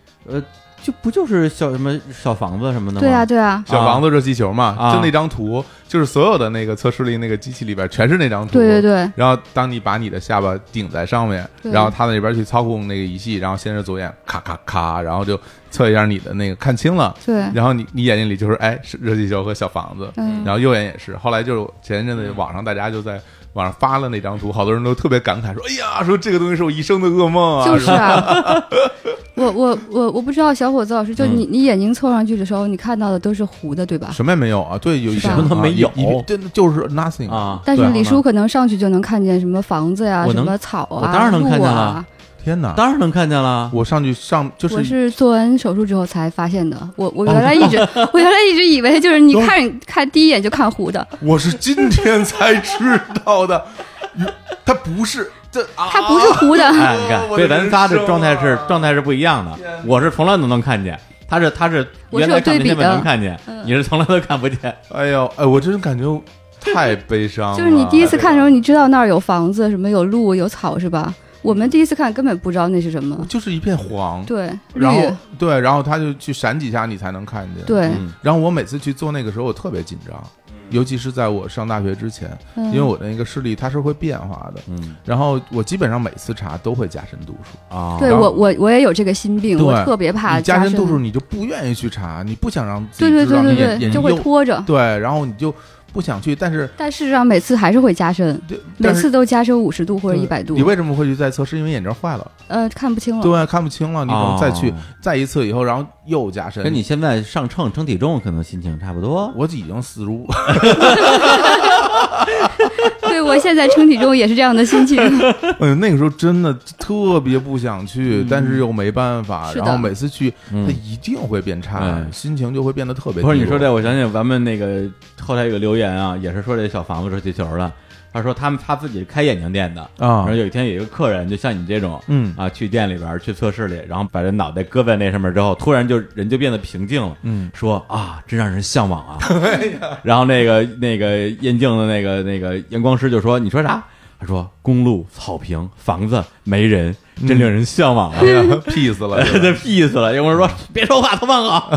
S1: 就不就是小什么小房子什么的吗？
S3: 对啊，对啊，
S2: 小王子热气球嘛，
S1: 啊
S2: 就那张图，就是所有的那个测试力那个机器里边全是那张图。
S3: 对对。对，
S2: 然后，当你把你的下巴顶在上面，
S3: 对
S2: 然后他那边去操控那个仪器，然后先是左眼咔咔咔，然后就测一下你的那个看清了，
S3: 对，
S2: 然后你你眼睛里就是哎是热气球和小房子，
S3: 嗯，
S2: 然后右眼也是。后来就是前一阵子网上大家就在网上发了那张图，好多人都特别感慨说：“哎呀，说这个东西是我一生的噩梦啊！”
S3: 就是啊。 [LAUGHS] 我我我我不知道，小伙子老师，就
S1: 嗯
S3: 你你眼睛凑上去的时候，你看到的都是糊的，对吧？
S2: 什么也没有啊，对，有一
S3: 是
S2: 点啊
S3: 吧
S1: 什么都没有
S2: 一一真的就是 nothing
S1: 啊
S3: 但是
S2: 对
S3: 李叔可能上去就能看见什么房子呀、
S1: 我
S3: 什
S1: 能
S3: 么草
S1: 我
S3: 啊、
S1: 当然能看见
S3: 路
S1: 了
S3: 啊。
S2: 天哪！
S1: 当然能看见了。
S2: 我上去上就
S3: 我
S2: 是
S3: 是做完手术之后才发现的。我
S1: 哦
S3: 我原
S1: [LAUGHS]
S3: 来一直、我原来一直以为就是你
S2: 都
S3: 看看第一
S1: 哦
S3: 眼就看糊的，
S2: [LAUGHS] 我是今天才知道的，它不是这啊，
S3: 它不是糊的，
S1: 哎，你看，所
S2: 我的
S1: 以咱
S2: 人
S1: 仨的
S2: 生
S1: 状态是
S2: 啊
S1: 状态是不一样的
S2: 天。
S1: 我是从来都能看见，他是他是
S3: 我是
S1: 原来
S3: 有对
S1: 看
S3: 比
S1: 片面
S3: 的嗯
S1: 能看见，你是从来都看不见。
S2: 哎呦，哎，我真感觉太悲伤了。
S3: [LAUGHS] 就是你第一次看
S1: 哎
S3: 的时候，你知道那儿有房子，什么有路有草是吧？我们第一次看根本不知道那是什
S1: 嗯
S3: 么，
S2: 就是一片黄，
S3: 对，绿
S2: 然，后对，然后他就去闪几下，你才能看见。，
S3: 对，
S1: 嗯
S2: 然后我每次去做那个时候，我特别紧张，尤其是在我上大学之前，
S3: 嗯
S2: 因为我的那个视力它是会变化的。
S1: 嗯
S2: 然后我基本上每次查都会加深度数，
S1: 啊，
S3: 对
S2: 然后
S3: 我我我也有这个心病，
S2: 对
S3: 我特别怕
S2: 你加
S3: 深
S2: 深度数，你就不愿意去查，你不想让自
S3: 对
S2: 己
S3: 对
S2: 知道
S3: 对
S2: 你
S3: 对
S2: 眼
S3: 对，
S2: 眼
S3: 就
S2: 睛
S3: 会
S2: 又
S3: 拖着。
S2: 对，然后你就不想去，但是
S3: 但事实上每次还是会加深，
S2: 对
S3: 每
S2: 但是
S3: 次都加深五十度或者
S2: 对
S3: 一百度
S2: 你，为什么会去再测？是因为眼睛坏了，
S3: 呃，看不清了。
S2: 对，看不清了，你可能再去、
S1: 哦
S2: 再一次以后，然后又加深。
S1: 跟你现在上秤称体重，可能心情差不多。
S2: 我已经四
S1: [LAUGHS]
S2: 十五，
S3: 对我现在称体重也是这样的心
S2: [LAUGHS]
S3: 情。
S2: 哎呦，那个时候真的特别不想去，但是又没办法。
S3: 是的
S2: 然后每次去，
S1: 嗯
S2: 它一定会变差，
S1: 嗯
S2: 心情就会变得特别低
S1: 不
S2: 落。
S1: 是你说这，我想起咱们那个后台有个留言啊，也是说这小房子是地球的。他说他们他自己是开眼镜店的，然
S2: 啊
S1: 后，有一天有一个客人，就像你这种，
S2: 嗯
S1: 啊，去店里边儿去测试里，然后把这脑袋搁在那上面之后，突然就人就变得平静了，
S2: 嗯，
S1: 说啊，真让人向往
S2: [LAUGHS]
S1: 啊。然后那个那个验镜的那个那个验光师就说：“你说啥？”他说：“公路、草坪、房子、没人，真令人向往啊。 [LAUGHS]
S2: 哎呀， [LAUGHS] 屁死了，
S1: 这屁死
S2: [LAUGHS]
S1: 了！验光师说：“别说话，头放好。”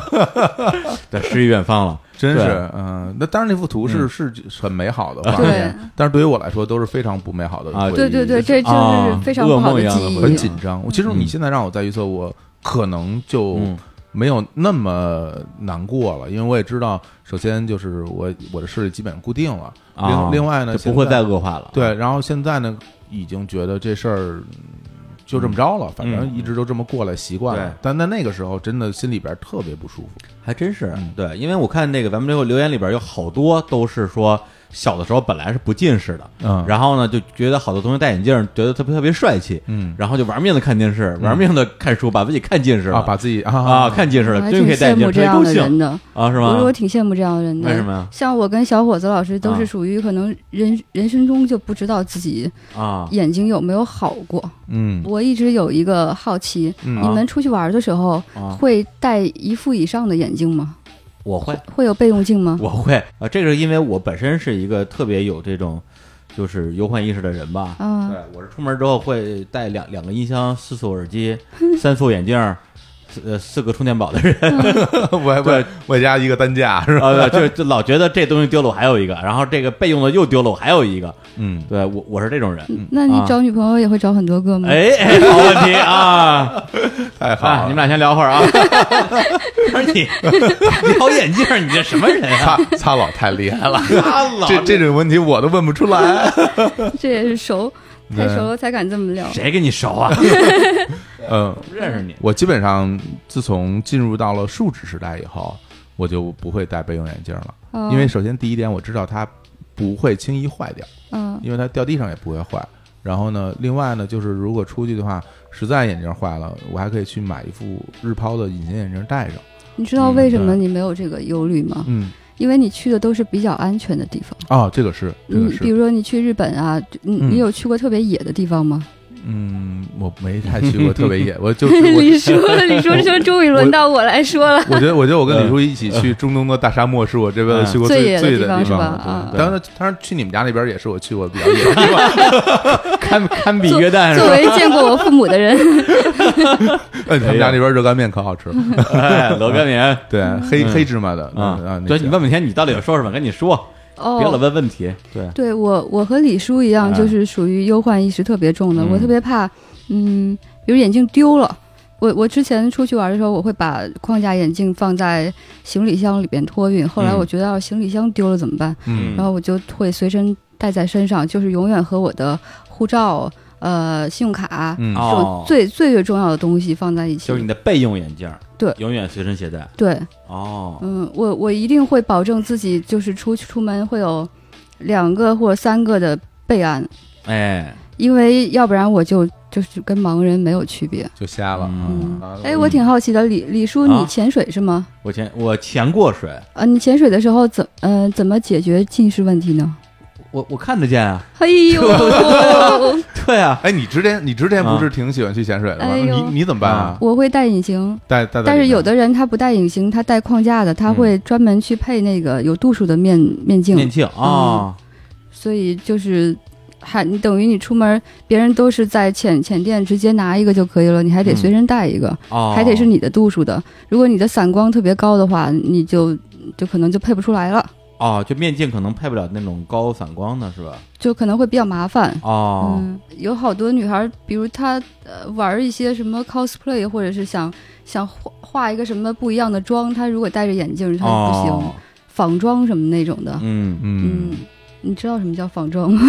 S1: [LAUGHS] 对，诗与远方了，
S2: 真
S1: 对嗯
S2: 是，嗯，那当然那幅图是是很美好的画
S3: 对
S2: 面，但是对于我来说都是非常不美好的
S1: 啊
S2: 回忆
S3: 对对对，这就是
S1: 啊
S3: 非常不
S1: 噩
S3: 好
S1: 梦一样
S3: 记
S1: 的
S3: 忆。
S1: 回
S2: 很
S1: 忆
S2: 紧张。我其实你现在让我再预测，我可能就
S1: 嗯
S2: 没有那么难过了，因为我也知道，首先就是我我的视力基本上固定了，
S1: 啊
S2: 另另外呢
S1: 就不会
S2: 现在
S1: 再恶化了。
S2: 对，然后现在呢，已经觉得这事儿就这么着了，反正
S1: 嗯
S2: 一直都这么过来，习惯了
S1: 对。
S2: 但在那个时候，真的心里边特别不舒服。
S1: 还真是
S2: 嗯
S1: 对，因为我看那个咱们这个留言里边有好多都是说小的时候本来是不近视的，
S2: 嗯
S1: 然后呢就觉得好多同学戴眼镜儿觉得特别特别帅气，
S2: 嗯
S1: 然后就玩命的看电视，玩命的看书，把自己看近视了
S2: 啊，把自己啊
S1: 啊看近视
S3: 我
S1: 了，
S3: 还
S1: 终
S3: 挺
S1: 于可以戴
S3: 羡
S1: 眼镜
S3: 慕
S1: 儿，特
S3: 这
S1: 别
S3: 样
S2: 哎
S1: 高
S3: 的人
S1: 兴
S3: 的，
S1: 啊，是
S3: 我我
S1: 吗？
S3: 挺羡慕这样的人的。
S1: 为什么呀
S3: 像我跟小伙子老师都
S1: 啊
S3: 是属于可能人人生中就不知道自己
S1: 啊，
S3: 眼睛有没有好过。
S1: [LAUGHS]
S2: 嗯
S3: 我一直有一个好奇，
S2: 嗯
S3: 你们出去玩的时候
S1: 啊
S3: 会戴一副以上的眼镜吗？
S1: 我会
S3: 会有备用镜吗？
S1: 我会啊，这个是因为我本身是一个特别有这种就是忧患意识的人吧，
S3: 啊，
S1: 对，我是出门之后会带两两个音箱、四副耳机、三副眼镜儿。四呃，四个充电宝的人，
S2: 我我
S1: 对
S2: 我家一个担架
S1: [LAUGHS]
S2: 是吧？
S1: 啊，对就就老觉得这东西丢了，我还有一个，然后这个备用的又丢了，我还有一个。
S2: 嗯，
S1: 对我，我是这种人。
S3: 那你
S1: 啊
S3: 找女朋友也会找很多个吗？
S1: 哎，哎好问题 [LAUGHS] 啊！
S2: 太
S1: 啊，
S2: 好
S1: 你们
S2: 了。
S1: 俩先聊会儿啊。 [LAUGHS] 不是你聊眼镜儿，你这什么人啊？
S2: 擦擦老太
S1: [LAUGHS]
S2: 厉害了，
S1: 他老
S2: 这这种问题我都问不出来。 [LAUGHS]
S3: 这也是熟，太熟了才敢这么聊。
S1: 谁跟你熟啊？
S2: 嗯，
S1: [LAUGHS] 不认识
S3: [LAUGHS]
S1: 你
S2: 我基本上自从进入到了数值时代以后，我就不会戴备用眼镜了，
S3: 哦
S2: 因为首先第一点我知道它不会轻易坏掉。
S3: 嗯，
S2: 因为它掉地上也不会坏。然后呢，另外呢，就是如果出去的话，实在眼镜坏了，我还可以去买一副日抛的隐形眼镜戴上。
S3: 你知道为什么
S2: 嗯
S3: 你没有这个忧虑吗？
S2: 嗯，
S3: 因为你去的都是比较安全的地方。
S2: 哦，这个是，这
S3: 嗯
S2: 个，
S3: 比
S2: 是，
S3: 如说你去日本啊，你
S2: 嗯
S3: 你有去过特别野的地方
S2: [LAUGHS]
S3: 吗？
S2: 嗯，我没太去过，特别
S3: [LAUGHS]
S2: 野，我就
S3: 李
S2: 我。
S3: 叔，李叔，这终
S2: [LAUGHS]
S3: 于
S2: 我
S3: 轮到我来
S2: [LAUGHS]
S3: 说
S1: [LAUGHS]
S3: 了。
S2: 我觉得，我觉得我跟李叔一起
S1: 嗯
S2: 去中东的大沙漠，是我这辈子去过
S3: 最
S2: 最
S3: 野的
S2: 最
S3: 地
S2: 的
S3: 方
S2: 地
S3: 是吧
S2: 方。
S3: 啊
S2: 对当然，当然去你们家那边也是我去过比较野的地方。
S1: [LAUGHS] 堪堪比
S3: 作
S1: 约旦是
S3: 作
S1: 吧？
S3: 为见过我父母
S2: [LAUGHS]
S3: 的人，
S1: [LAUGHS]
S2: 哎你们家那边热干面可好吃了，
S1: 哎，罗根明啊
S2: 对，
S1: [LAUGHS]
S2: 黑
S1: 嗯
S2: 黑芝麻的啊，那
S1: 对你
S2: 家
S1: 问半天，你到底要说什么？跟你说，别老
S3: 哦，
S1: 问问题。对，
S3: 对我，我和李叔一样，
S1: 哎
S3: 就是属于忧患意识特别重的。
S1: 嗯
S3: 我特别怕，嗯，比如眼镜丢了。我我之前出去玩的时候，我会把框架眼镜放在行李箱里边托运。后来
S1: 嗯
S3: 我觉得，要是行李箱丢了怎么办？
S2: 嗯
S3: 然后我就会随身带在身上，就是永远和我的护照、呃信用卡、
S2: 嗯
S3: 这种
S1: 哦，
S3: 最最最重要的东西放在一起。
S1: 就是你的备用眼镜儿，
S3: 对
S1: 永远随身携带。
S3: 对，
S1: 哦，
S3: 嗯，我我一定会保证自己就是出去出门会有两个或者三个的备案，
S1: 哎，
S3: 因为要不然我就就是跟盲人没有区别。
S2: 就瞎了。
S1: 嗯
S2: 啊
S3: 哎，我挺好奇的，李李叔，
S1: 啊
S3: 你潜水是吗？
S1: 我潜我潜过水，
S3: 啊，你潜水的时候怎呃怎么解决近视问题呢？
S1: 我我看得见啊， [LAUGHS]
S3: 嘿呦，
S1: 对啊，
S2: 哎，你之前你之前不是挺喜欢去潜水的吗？
S3: 哎呦
S2: 你你怎么办啊？
S3: [LAUGHS]
S1: 嗯
S3: 我会戴隐形，
S2: 带带，
S3: 但是有的人他不戴隐形，他戴框架的，他会专门去配那个有度数的面面
S1: 嗯面
S3: 镜，
S1: 镜
S3: 嗯
S1: 啊，
S3: 所以就是还你等于你出门，别人都是在浅浅店直接拿一个就可以了，你还得
S1: 嗯
S3: 随身带一个，
S1: 哦，
S3: 还得是你的度数的。如果你的散光特别高的话，你就就可能就配不出来了，
S1: 哦，就面镜可能配不了那种高散光的是吧？
S3: 就可能会比较麻烦。
S1: 哦，
S3: 嗯，有好多女孩儿，比如她呃玩一些什么 cosplay，或者是想想画画一个什么不一样的妆，她如果戴着眼镜，她就不行。
S1: 哦，
S3: 仿妆什么那种的。
S1: 嗯，
S2: 嗯，
S3: 嗯，你知道什么叫仿妆吗？ [LAUGHS]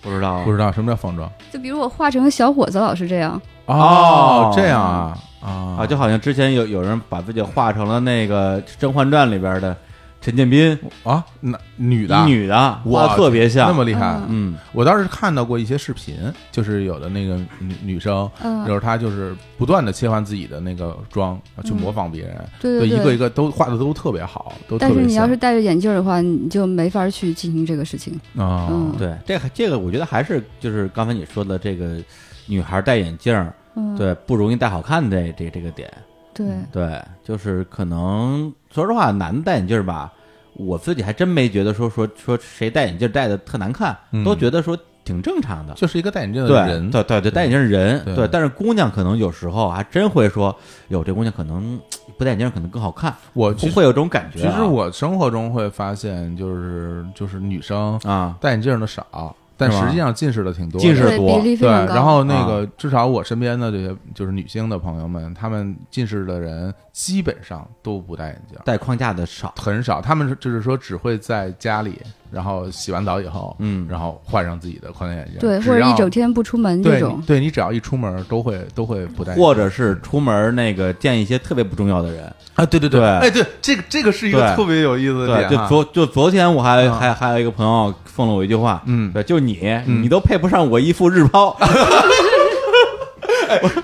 S1: 不知道，啊
S2: 不知道什么叫仿妆
S3: 就比如我画成小伙子老师这样，
S1: 哦
S2: 这样啊啊
S1: 啊，就好像之前有有人把自己画成了那个《甄嬛传》里边的陈建斌，
S2: 啊，那女的
S1: 女的，
S2: 哇
S1: 画得特别像，
S2: 那么厉害
S1: 嗯，
S3: 嗯，
S2: 我倒是看到过一些视频，就是有的那个女女生，
S3: 嗯、
S2: 就是她就是不断的切换自己的那个妆去模仿别人，
S3: 对
S2: 就
S3: 对
S2: 一
S3: 对，
S2: 个一个都画的都特别好，都特
S3: 但
S2: 别像。
S3: 是你要是戴着眼镜的话，你就没法去进行这个事情。
S2: 啊，
S3: 嗯
S1: 对，这个这个我觉得还是就是刚才你说的这个女孩戴眼镜儿，
S3: 嗯，
S1: 对，不容易戴好看这这这个点，
S3: 对
S2: 嗯
S1: 对，就是可能说实话，男的戴眼镜儿吧，我自己还真没觉得说说说谁戴眼镜儿戴的特难看，
S2: 嗯
S1: 都觉得说挺正常的。
S2: 就是一个戴眼镜
S1: 对
S2: 的人，
S1: 对对对，戴眼镜是人，
S2: 对
S1: 但是姑娘可能有时候还真会说，哟，这姑娘可能不戴眼镜可能更好看，
S2: 我
S1: 会
S2: 其实
S1: 会有这种感觉
S2: 其
S1: 啊、
S2: 实我生活中会发现，就是就是女生
S1: 啊，
S2: 戴眼镜的少，但
S1: 是吗
S2: 实际上近视的挺多的。
S1: 近视啊
S3: 对，
S1: 多
S3: 比例非
S2: 对，
S3: 常高。
S2: 然后那个至少我身边的这些就是女性的朋友们，她们近视的人基本上都不戴眼镜，
S1: 戴框架的少，
S2: 很少。她们是就是说只会在家里，然后洗完澡以后，
S1: 嗯
S2: 然后换上自己的框架眼镜，
S3: 对，
S2: 只
S3: 或者
S2: 要
S3: 一整天不出门这
S2: 对
S3: 种。
S2: 你，对你只要一出门都会都会不戴眼镜，
S1: 或者是出门那个见一些特别不重要的人，
S2: 啊，对对
S1: 对
S2: 哎对，这个这个是一
S1: 对
S2: 个特别有意思的
S1: 对，
S2: 点啊
S1: 就
S2: 哈，
S1: 昨就昨天我还、
S2: 啊
S1: 还还有一个朋友送了我一句话，
S2: 嗯
S1: 对，就你、
S2: 嗯
S1: 你都配不上我一副日 [LAUGHS] 抛，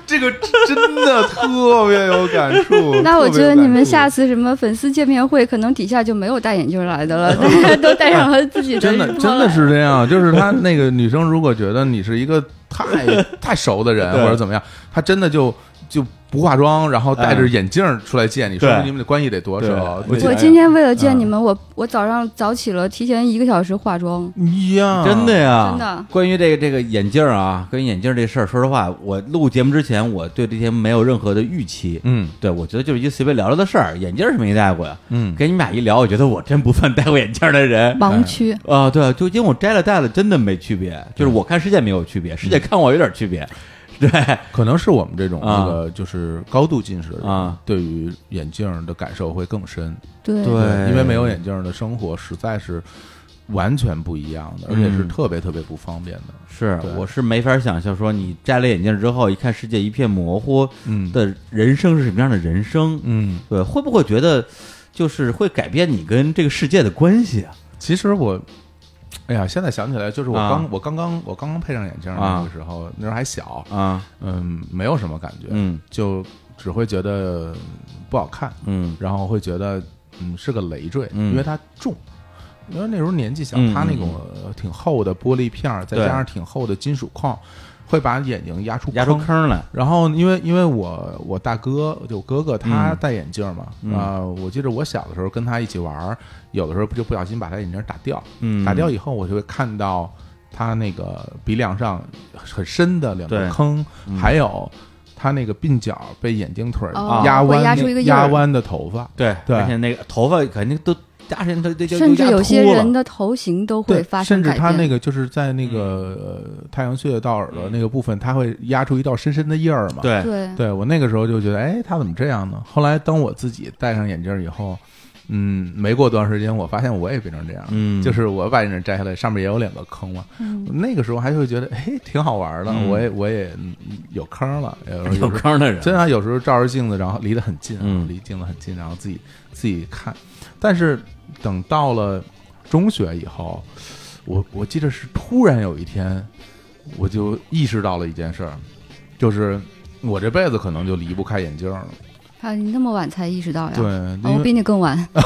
S2: 这个真的特别有感触
S1: [LAUGHS]
S3: 那我觉得你们下
S2: 次
S3: 次什么粉丝见面会，可能底下就没有戴眼镜来的了，
S2: [LAUGHS]
S3: 大 [LAUGHS] 家都戴上了自己
S2: 真的
S3: 的日抛
S2: 真的
S3: 来
S2: 是这样，就是她那个女生，如果觉得你是一个太 [LAUGHS] 太熟的人
S1: 对
S2: 或者怎么样，她真的就就不化妆，然后戴着眼镜出来见你，
S1: 对
S2: 说明你们的关系得多
S1: 对
S2: 熟。
S1: 我
S3: 我
S1: 哎
S3: 今天为了
S2: 嗯
S3: 见你们，我我早上早起了，提前一个小时化妆。
S2: 一样，
S1: 真的呀，
S3: 嗯真的
S1: 关于这个这个眼镜儿啊，关于眼镜儿这事儿，说实话，我录节目之前，我对这些没有任何的预期。
S2: 嗯
S1: 对，我觉得就是一随便聊聊的事儿，眼镜儿是没戴过呀。
S2: 嗯，
S1: 跟你们俩一聊，我觉得我真不算戴过眼镜儿的
S2: 哎
S1: 人 [LAUGHS]
S3: 盲区，
S1: 啊、对，就因为我摘了戴了，真的没区别。就是我看世界没有区别，世界看我有点区别。 [LAUGHS] 对，
S2: 可能是我们这种
S1: 啊
S2: 那个就是高度近视的人
S1: 啊，
S2: 对于眼镜的感受会更深。
S3: 对
S1: 对
S2: 因为没有眼镜的生活实在是完全不一样的，而且是
S1: 嗯
S2: 特别特别不方便的。
S1: 是
S2: 对，
S1: 我是没法想象说你摘了眼镜之后，一看世界一片模糊
S2: 嗯
S1: 的人生是什么样的人生。
S2: 嗯，
S1: 对，会不会觉得就是会改变你跟这个世界的关系啊？
S2: 其实我，哎呀，现在想起来，就是我刚、
S1: 啊
S2: 我刚刚我刚刚配上眼镜儿
S1: 啊
S2: 那个时候，那时候还小，
S1: 啊，
S2: 嗯，没有什么感觉，
S1: 嗯
S2: 就只会觉得不好看，
S1: 嗯
S2: 然后会觉得嗯是个累赘，
S1: 嗯
S2: 因为它重。因为那时候年纪小，
S1: 嗯
S2: 它那种呃挺厚的玻璃片儿，再
S1: 对
S2: 加上挺厚的金属框，会把眼睛压出
S1: 嗯压出坑来。
S2: 然后因为因为我我大哥就我哥哥他
S1: 嗯
S2: 戴眼镜嘛，啊、
S1: 嗯
S2: 我记得我小的时候跟他一起玩儿，有的时候就不小心把他眼镜打掉，
S1: 嗯
S2: 打掉以后我就会看到他那个鼻梁上很深的两
S1: 对
S2: 个坑，
S1: 嗯
S2: 还有他那个鬓角被眼镜腿儿
S3: 哦
S2: 压弯、
S3: 会压出一个印
S2: 压
S3: 儿
S2: 弯的头发。
S1: 对
S2: 对
S1: 而且那个头发肯定都加深，都都都
S3: 甚至
S1: 压
S3: 有些
S1: 秃了
S3: 人的头型都会
S2: 对
S3: 发，生
S2: 甚至
S3: 改
S2: 他
S3: 变。
S2: 那个就是在那
S1: 嗯
S2: 个、呃太阳穴到耳朵那个部分，他会压出一道深深的印儿嘛。
S1: 对
S3: 对，
S2: 对我那个时候就觉得，哎，他怎么这样呢？后来当我自己戴上眼镜以后，嗯，没过多长时间，我发现我也变成这样。
S1: 嗯
S2: 就是我把眼镜摘下来，上面也有两个坑嘛。
S3: 嗯
S2: 那个时候还会觉得，哎，挺好玩的。
S1: 嗯
S2: 我也我也嗯有坑了，有时
S1: 有
S2: 候时候
S1: 坑的人，
S2: 真的有时候照着镜子，然后离得很近啊，
S1: 嗯
S2: 离镜子很近，然后自己自己看。但是等到了中学以后，我我记得是突然有一天，我就意识到了一件事儿，就是我这辈子可能就离不开眼镜了。
S3: 啊，你那么晚才意识到呀？
S2: 对，
S3: 啊我
S2: 因为
S3: 比你更晚。
S2: [LAUGHS]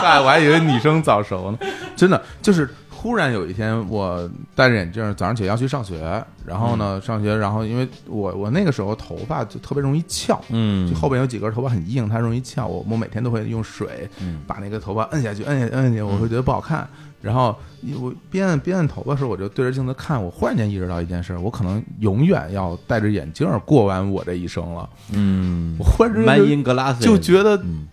S2: 嗨，我还以为女生早熟呢，真的就是突然有一天，我戴着眼镜，早上起来要去上学，然后呢，上学，然后因为我我那个时候头发就特别容易翘，
S1: 嗯
S2: 就，后边有几根头发很硬，它容易翘。我我每天都会用水
S1: 嗯
S2: 把那个头发摁下去，摁下去，摁下去，我会觉得不好看。然后我边摁边摁头发的时候，我就对着镜子看，我忽然间意识到一件事，我可能永远要戴着眼镜过完我这一生了。
S1: 嗯
S2: 我忽然之
S1: ，Man
S2: 间
S1: in Glass
S2: 就就觉得
S1: 嗯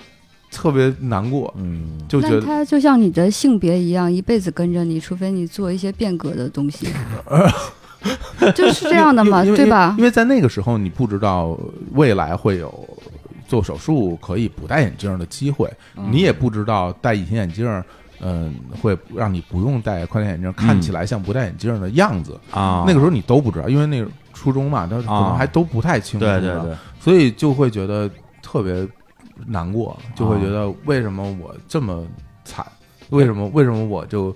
S2: 特别难过，
S1: 嗯，
S2: 就觉
S3: 那
S2: 得
S3: 它就像你的性别一样，一辈子跟着你，除非你做一些变革的东
S2: [LAUGHS]
S3: 西，就是这样的嘛，
S2: 因为因为
S3: 对吧
S2: 因？为在那个时候，你不知道未来会有做手术可以不戴眼镜的机会，
S3: 嗯
S2: 你也不知道戴隐形眼镜，嗯、会让你不用戴宽框眼镜，看起来像不戴眼镜的样子。
S1: 嗯啊，
S2: 那个时候你都不知道，因为那个初中嘛，他可能还都不太清楚、
S1: 对对，对，
S2: 所以就会觉得特别难过，就
S1: 啊
S2: 会觉得为什么我这么惨？为什么为什么我就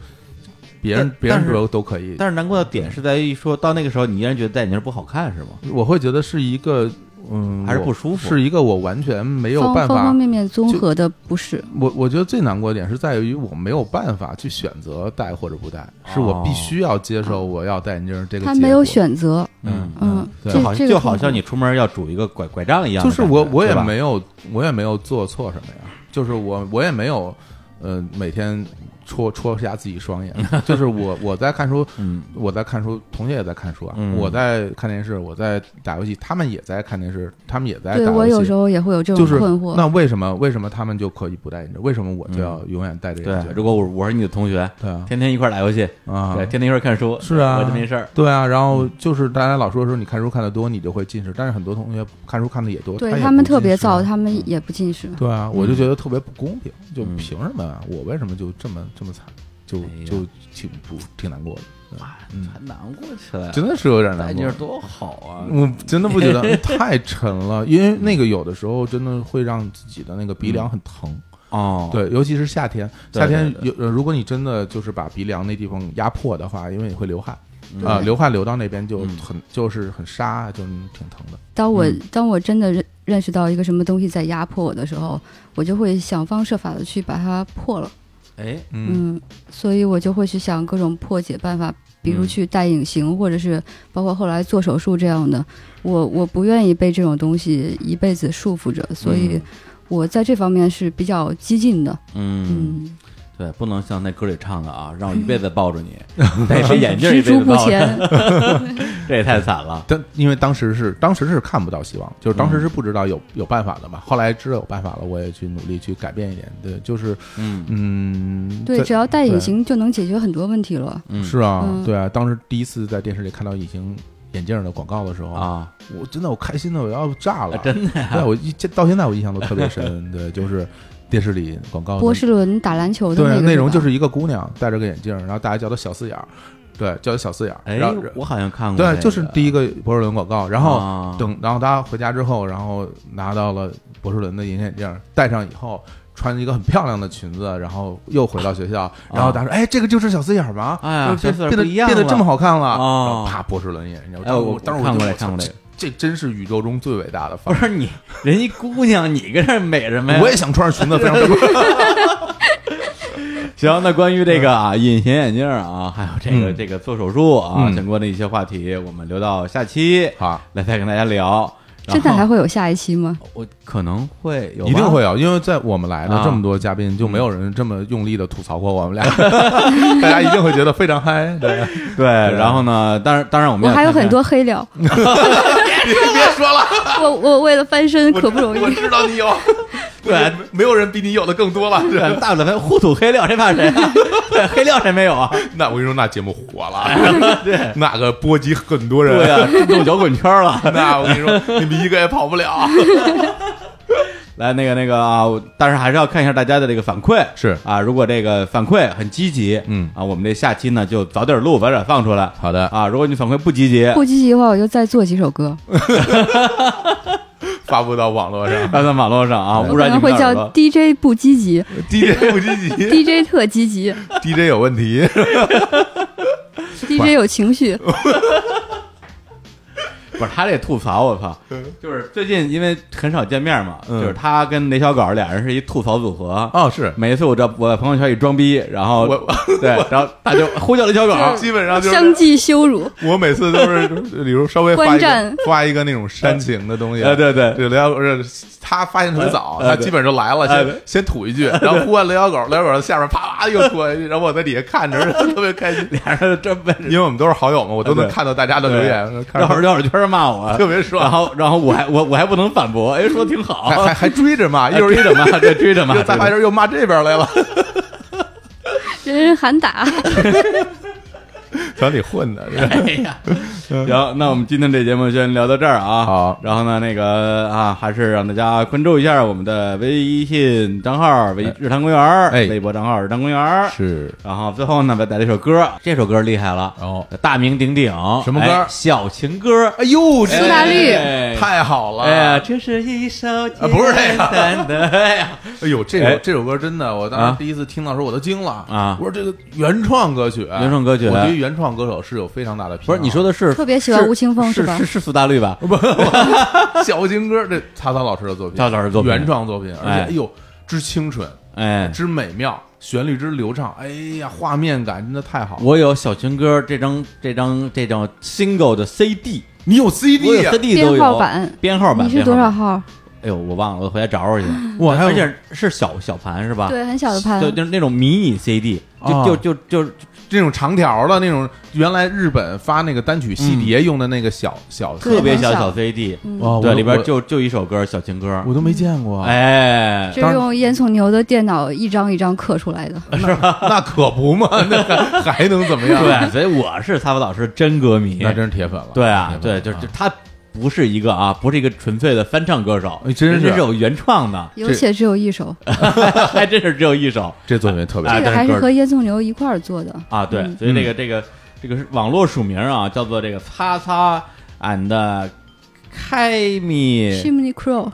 S2: 别人
S1: 但
S2: 别人
S1: 但是
S2: 说都可以，
S1: 但是难过的点是在于说到那个时候，你依然觉得戴眼镜不好看是吗？
S2: 我会觉得是一个，嗯，
S1: 还是
S2: 我
S1: 不舒服
S2: 是一个我完全没有
S3: 方
S2: 办
S3: 方
S2: 法
S3: 方。面面综合的不是，
S2: 我我觉得最难过的点是在于我没有办法去选择戴或者不戴，
S1: 哦
S2: 是我必须要接受我要戴眼镜这个。
S3: 他没有，选择，
S2: 嗯
S3: 嗯，
S2: 对
S3: 这
S1: 就好
S3: 这
S1: 像
S3: 个
S1: 就好
S3: 痛
S1: 像
S3: 苦
S1: 你出门要拄一个拐拐杖一样
S2: 就
S1: 的感
S2: 是
S1: 觉，
S2: 我我也
S1: 对吧
S2: 没有我也没有做错什么呀，就是我我也没有，呃，每天戳戳瞎自己
S1: [LAUGHS]
S2: 双眼，就是我我在看书，
S1: 嗯
S2: 我在看书，同学也在看书啊，
S1: 嗯
S2: 我在看电视，我在打游戏，他们也在看电视，他们也在打游
S3: 对
S2: 戏。
S3: 我有时候也会有这
S2: 就
S3: 种
S2: 是
S3: 困惑。
S2: 那为什么为什么他们就可以不戴眼镜？为什么我就要永远戴着眼
S1: 嗯对。
S2: 镜？
S1: 如果我我是你的同学，
S2: 对啊，
S1: 天天一块儿打游戏，
S2: 啊
S1: 对，，天天一块儿看书，
S2: 是啊
S1: 我就没事儿。嗯
S2: 对啊。然后就是大家老说说你看书看的多，你就会近视，但是很多同学看书看的也多，
S3: 对
S2: 也
S3: 他
S2: 不
S3: 们特别
S2: 近视啊
S3: 燥，他们也不近视。
S2: 对啊，我就觉得特别不公平，就
S1: 嗯
S2: 凭什么啊我为什么就这么这么惨？就
S1: 哎呀哎
S2: 就挺不挺难过的，嗯
S1: 还难过起来了，
S2: 真的是有点
S1: 戴眼
S2: 难过
S1: 镜。多好啊！
S2: 我真的不觉
S1: [LAUGHS]
S2: 得太沉了，因为那个有的时候真的会让自己的那个鼻
S1: 嗯
S2: 梁很疼。
S1: 哦，
S2: 对，尤其是夏天，
S1: 对
S2: 夏天
S1: 对
S2: 有，呃如果你真的就是把鼻梁那地方压破的话，因为你会流汗
S3: 对
S2: 啊、流汗流到那边就
S1: 嗯
S2: 很就是很沙，就挺疼的。
S3: 当我
S1: 嗯
S3: 当我真的认认识到一个什么东西在压迫我的时候，我就会想方设法的去把它破了。
S1: 哎，
S2: 嗯，
S3: 嗯，所以我就会去想各种破解办法，比如
S1: 嗯
S3: 去戴隐形，或者是包括后来做手术这样的。我我不愿意被这种东西一辈子束缚着，
S2: 嗯
S3: 所以我在这方面是比较激进的。
S1: 嗯，
S3: 嗯，
S1: 对，不能像那歌里唱的啊，让我一辈子抱着
S2: [LAUGHS]
S1: 你，戴着眼
S3: [LAUGHS]
S1: 镜一
S3: 知
S1: 辈子
S3: 足不
S1: 抱着，
S3: 前。
S1: [LAUGHS] 这也太惨了。
S2: 但因为当时是当时是看不到希望，就是当
S1: 嗯
S2: 时是不知道有有办法的嘛。后来知道有办法了，我也去努力去改变一点。对，就是
S1: 嗯
S2: 嗯，
S3: 对，
S2: 在
S3: 只要戴
S2: 对
S3: 隐形就能解决很多问题了。
S1: 嗯
S2: 是啊，
S3: 嗯
S2: 对啊，当时第一次在电视里看到隐形眼镜的广告的时候，
S1: 啊，
S2: 我真的我开心的我要炸了，
S1: 啊真的
S2: 对我一这到现在我印象都特
S1: [LAUGHS]
S2: 别深，对，就是电视里广告的
S3: 波士伦打篮球的
S2: 对
S1: 啊
S3: 个
S2: 内容
S3: 吧
S2: 就是一个姑娘戴着个眼镜，然后大家叫她小四眼儿，对，叫她小四眼儿，
S1: 哎
S2: 然后，
S1: 我好像看过那个，
S2: 对，就是第一个博士伦广告，然后
S1: 啊
S2: 等然后大家回家之后，然后拿到了博士伦的隐形眼镜，戴上以后。穿一个很漂亮的裙子，然后又回到学校，然后大家说：“哎，这个就是小四眼儿吗？
S1: 啊哎呀
S2: 就
S1: 这次
S2: 变得
S1: 不一样了
S2: 变得这么好看了。
S1: 哦
S2: 然后啪，博士伦眼镜。
S1: 哎我
S2: 当时
S1: 我看
S2: 就
S1: 过这
S2: 我操
S1: 看过这
S2: 这这真是宇宙中最伟大的发
S1: 不
S2: 明。
S1: 是你，人家姑娘，你跟这儿美什么呀？
S2: 我也想穿上裙子，非
S1: [LAUGHS]
S2: 常
S1: 行，那关于这个啊，隐形眼镜啊，还有这个、
S2: 嗯
S1: 这个做手术啊，
S2: 嗯
S1: 相关的一些话题，我们留到下期
S2: 好，
S1: 来再跟大家聊。然
S3: 真的
S1: 后
S3: 还会有下一期吗？
S1: 我可能会有吧，
S2: 一定会有，因为在我们来的
S1: 啊
S2: 这么多嘉宾，就没有人这么用力的吐槽过我
S1: [LAUGHS]
S2: 们俩， [LAUGHS] 大家一定会觉得非常嗨。对，
S1: 对。然后呢，当然当然我们
S3: 我
S1: 也
S3: 还有
S1: 看看
S2: [LAUGHS]
S3: 很多黑
S1: [LAUGHS]
S3: 料，
S2: 别说了，
S3: 我我为了翻身 [LAUGHS] 可不容
S2: 我
S3: 易。
S2: 知道
S1: [LAUGHS]
S2: 你有，
S1: 对，
S2: 没有人比你有的更多了。
S1: 对大不了咱互吐黑料，谁怕谁啊？
S2: [LAUGHS]
S1: 对，黑料谁没有啊？
S2: 那我跟你说，那节目火了， [LAUGHS] 对，啊那个波及很多人，
S1: 对呀、震动摇滚圈了。 [LAUGHS]
S2: 那我跟你说，你们一个也跑不了。
S1: 来，那个那个啊，我但是还是要看一下大家的这个反馈，
S2: 是
S1: 啊，如果这个反馈很积极，
S2: 嗯
S1: 啊，我们这下期呢就早点录，晚点放出来。
S2: 好的，
S1: 啊，如果你反馈不积极，
S3: 不积极的话，我就再做几首歌，
S2: 发布到网络上
S1: 发在网络上啊，
S2: 嗯
S3: 我
S1: 污
S3: 可
S1: 染你们
S3: 能会
S1: 的耳
S3: 叫
S1: 朵。
S3: DJ 不积极
S2: ，DJ [LAUGHS] 不积极
S3: ，DJ 特积
S1: [LAUGHS]
S3: 极
S2: ，DJ [LAUGHS] 有问题。
S3: ，DJ 有情绪。
S1: 不是他这吐槽，我靠，就是最近因为很少见面嘛，
S2: 嗯
S1: 就是他跟雷小狗俩人是一吐槽组合。
S2: 哦，是，啊
S1: 每一次我这我在朋友圈一装逼，然后
S2: 我
S1: 对，然后他就呼叫雷小狗，
S3: 嗯
S2: 基本上就是
S3: 相继羞辱，
S2: 我每次都是，比如稍微发一
S3: 观战
S2: 个发一个那种煽情的东西，
S1: 呃对
S2: [LAUGHS]
S1: 对
S2: 对，雷小狗是他发现特别早，
S1: 呃
S2: 他
S1: 呃
S2: 基本上就来了，
S1: 呃
S2: 先先吐一句，然后呼完雷小狗，雷小狗下面啪啪又吐一
S1: [LAUGHS]
S2: 句，然后我在底下看着，特别开心，
S1: 俩人真被
S2: 因为我们都是好友嘛，我都能
S1: 哎对哎
S2: 看到大家的留言，看
S1: 绕着
S2: 着
S1: 绕着圈儿骂我，
S2: 特别爽
S1: 然后然后我还我我还不能反驳，哎，说得挺
S2: [LAUGHS]
S1: 好，
S2: 还还还追着骂，一会儿
S1: 追
S2: [LAUGHS]
S1: 着骂，哎对，追着骂，
S2: 又再发一
S1: 对
S2: 阵又骂这边
S1: [LAUGHS]
S2: 来了，
S3: 人人喊打，
S2: 团里混 [LAUGHS] 的，
S1: 对哎呀，行，那我们今天这节目先聊到这儿啊。
S2: 好
S1: 然后呢，那个啊，还是让大家关注一下我们的微信账号“微日坛公园”，
S2: 哎
S1: 微博账号“日坛公园”。
S2: 是
S1: 然后最后呢，再带来一首歌，这首歌厉害了，
S2: 哦
S1: 大名鼎鼎，
S2: 什么歌
S1: 哎小情歌，
S2: 哎呦，
S3: 苏打绿
S1: 哎
S2: 太好了，
S1: 哎呀，这是一首
S2: 啊不是这
S1: 简
S2: 个
S1: 单的，哎呀，
S2: 哎呦，这
S1: 哎
S2: 首这首歌真的，我当
S1: 啊
S2: 时第一次听到的时候我都惊了
S1: 啊
S2: 我说这个原创歌曲，原
S1: 创歌曲
S2: 我对于原创歌手是有非常大的偏
S1: 不
S2: 好
S1: 是你说的是
S3: 特别喜欢吴青峰
S1: 是
S3: 吧
S1: 是？是苏打绿吧？
S2: [LAUGHS] 小情歌，这曹操老师的作品，
S1: 曹操老师作品
S2: 原创作品，而且
S1: 哎
S2: 哎呦之清纯，
S1: 哎，
S2: 之美妙，旋律之流畅，哎呀，画面感真的太好了。
S1: 我有小情歌这张这张这张 single 的 CD，
S2: 你有
S1: 我
S2: CD
S1: 有
S2: 啊？
S1: CD 都有
S3: 编号版
S1: 编号版
S3: 你是多？
S1: 编
S3: 少
S1: 号版
S3: 号？
S1: 哎呦，我忘了，我回来找
S2: [LAUGHS]
S1: 找去。
S2: 哇还有
S1: 而且是小小盘是吧？
S3: 对，很小的盘
S1: 啊就，就是那种迷你 CD，
S2: 啊
S1: 就就就就
S2: 这种长条的那种，原来日本发那个单
S1: 嗯
S2: 曲细碟用的那个小小
S3: 对
S1: 特别小
S3: 很小嗯
S1: 小 CD，
S2: 啊哇，我
S1: 对，
S2: 都
S1: 里边
S2: 我
S1: 就就一首歌小情歌，
S2: 我都没见过，，
S1: 哎，
S3: 就
S2: 当
S3: 是
S2: 然
S3: 用烟囱牛的电脑一张一张刻出来的。
S1: 呃
S2: 那可不嘛，那还还能怎么样？
S1: 哎对，所以我是擦波老师真歌迷，
S2: 那真是哎铁粉了。
S1: 对啊，
S2: 铁粉
S1: 对，
S2: 了
S1: 就是就他不是一个啊，不是一个纯粹的翻唱歌手，
S2: 哎真
S1: 人家
S2: 是
S1: 是有原创的， [LAUGHS]
S3: 有且只有一首，
S1: 还真是只有一首
S2: 这作品特别
S1: 哎啊
S3: 这
S1: 但
S3: 个
S1: 是
S3: 还
S1: 歌
S3: 是
S1: 儿
S3: 和烟囱牛一块儿做的。
S1: 啊，对，所以这
S2: 嗯
S1: 个这个这个是网络署名啊，叫做这个擦擦 and 开米，
S3: Chimney Crow，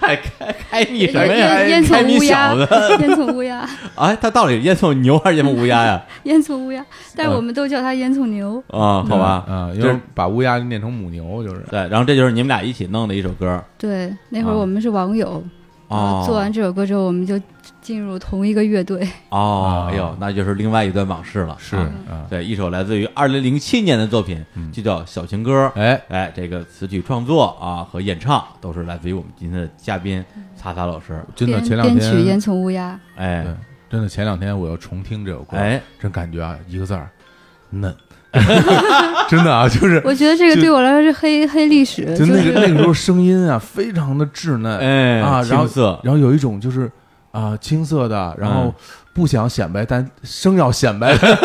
S1: 开开开米什么呀？
S3: 哎烟烟
S1: 开
S3: 囱
S1: 米
S3: 乌
S1: 小
S3: 鸦，
S1: 子，
S3: [LAUGHS] 烟囱乌鸦，
S1: 哎，他到底烟囱牛还是烟囱乌鸦呀？
S3: 烟
S1: [LAUGHS]
S3: 囱乌鸦，但是我们都叫它烟囱牛。
S1: 啊，好吧，
S2: 嗯，因
S1: 就是
S2: 为把乌鸦念成母牛，就是
S1: 对，然后这就是你们俩一起弄的一首歌
S3: 对，那会儿
S1: 啊
S3: 我们是网友，然
S1: 哦
S3: 后，做完这首歌之后，我们就进入同一个乐队。
S1: 哦，
S2: 啊
S1: 哎呦，那就是另外一段往事了，
S2: 是嗯
S1: 啊
S2: 啊，
S1: 对，一首来自于二零零七年的作品，就叫《小情歌》。
S2: 哎，
S1: 哎，这个词曲创作啊和演唱都是来自于我们今天的嘉宾
S3: 嗯
S1: 擦擦老师。
S2: 真的
S3: 编
S2: 前两
S3: 编曲《烟
S2: 天，
S3: 囱乌鸦
S1: 哎
S2: 对，真的前两天我又重听这首歌，
S1: 哎，
S2: 真感觉啊，一个字儿
S1: [LAUGHS]
S2: 嫩，真的啊，就是》，
S3: 我觉得这个
S2: 就
S3: 对我来说是黑黑历史，
S2: 就那个
S3: 是
S2: 那个时候声音啊，非常的稚嫩，
S1: 哎
S2: 啊，然后
S1: 青
S2: [LAUGHS]
S1: 涩
S2: 然后有一种就是啊青涩的，然
S1: 嗯
S2: 后不想显摆，但生要
S1: [LAUGHS]
S2: 显摆的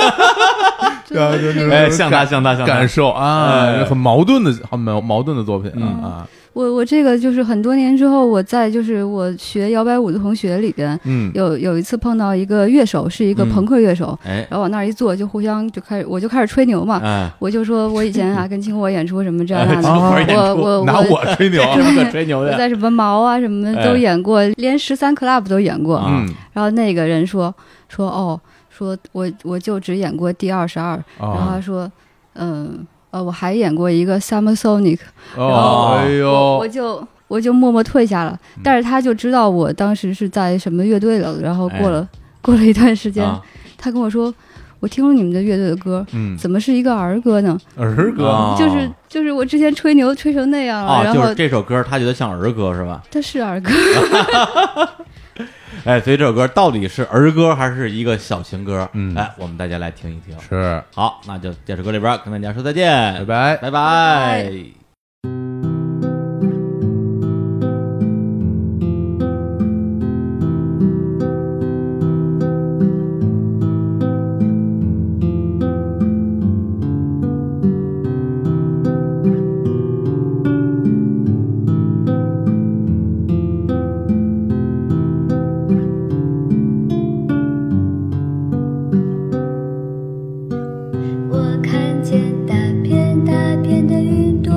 S3: 真的
S2: 啊就是是
S1: 哎，像他，像他，像他
S2: 感受啊
S1: 哎，
S2: 很矛盾的，很矛矛盾的作品啊
S1: 嗯
S2: 啊，
S3: 我我这个就是很多年之后，我在就是我学摇摆舞的同学里边，
S2: 嗯，
S3: 有有一次碰到一个乐手，是一个
S1: 嗯
S3: 朋克乐手，
S1: 哎
S3: 然后往那儿一坐，就互相就开始我就开始吹牛嘛，
S1: 哎，
S3: 我就说我以前啊跟清火演出什么这那的，
S1: 清
S2: 火
S1: 演出
S3: 我我
S2: 啊拿
S3: 我。
S2: 我吹牛，
S1: 这么个吹牛
S3: 我
S1: 的，
S3: 在什么毛啊什么
S1: 哎
S3: 都演过，连十三 club 都演过。
S1: 啊
S2: 嗯，
S3: 然后那个人说说哦，说我我就只演过第二十二，然后
S2: 啊
S3: 他说嗯呃我还演过一个 Summer Sonic，
S1: 后
S2: 哦，哎
S3: 我
S2: 呦
S3: 我，就我就默默退下了。但是他就知道我当时是在什么乐队了，然后过了、过了一段时间，
S1: 啊
S3: 他跟我说，我听了你们的乐队的歌，
S2: 嗯，
S3: 怎么是一个儿歌呢？
S2: 儿歌，
S1: 哦
S3: 就是就是我之前吹牛吹成那样了，
S1: 哦，
S3: 然
S1: 就
S3: 后
S1: 是这首歌，他觉得像儿歌是吧？
S3: 它是儿歌，
S1: 哎，所以这首歌到底是儿歌还是一个小情歌？
S2: 嗯
S1: 哎，我们大家来听一听。
S2: 是，
S1: 好，那就这首歌里边跟大家说再见，
S2: 拜拜。
S1: 拜拜。
S6: 我看见大片大片的云朵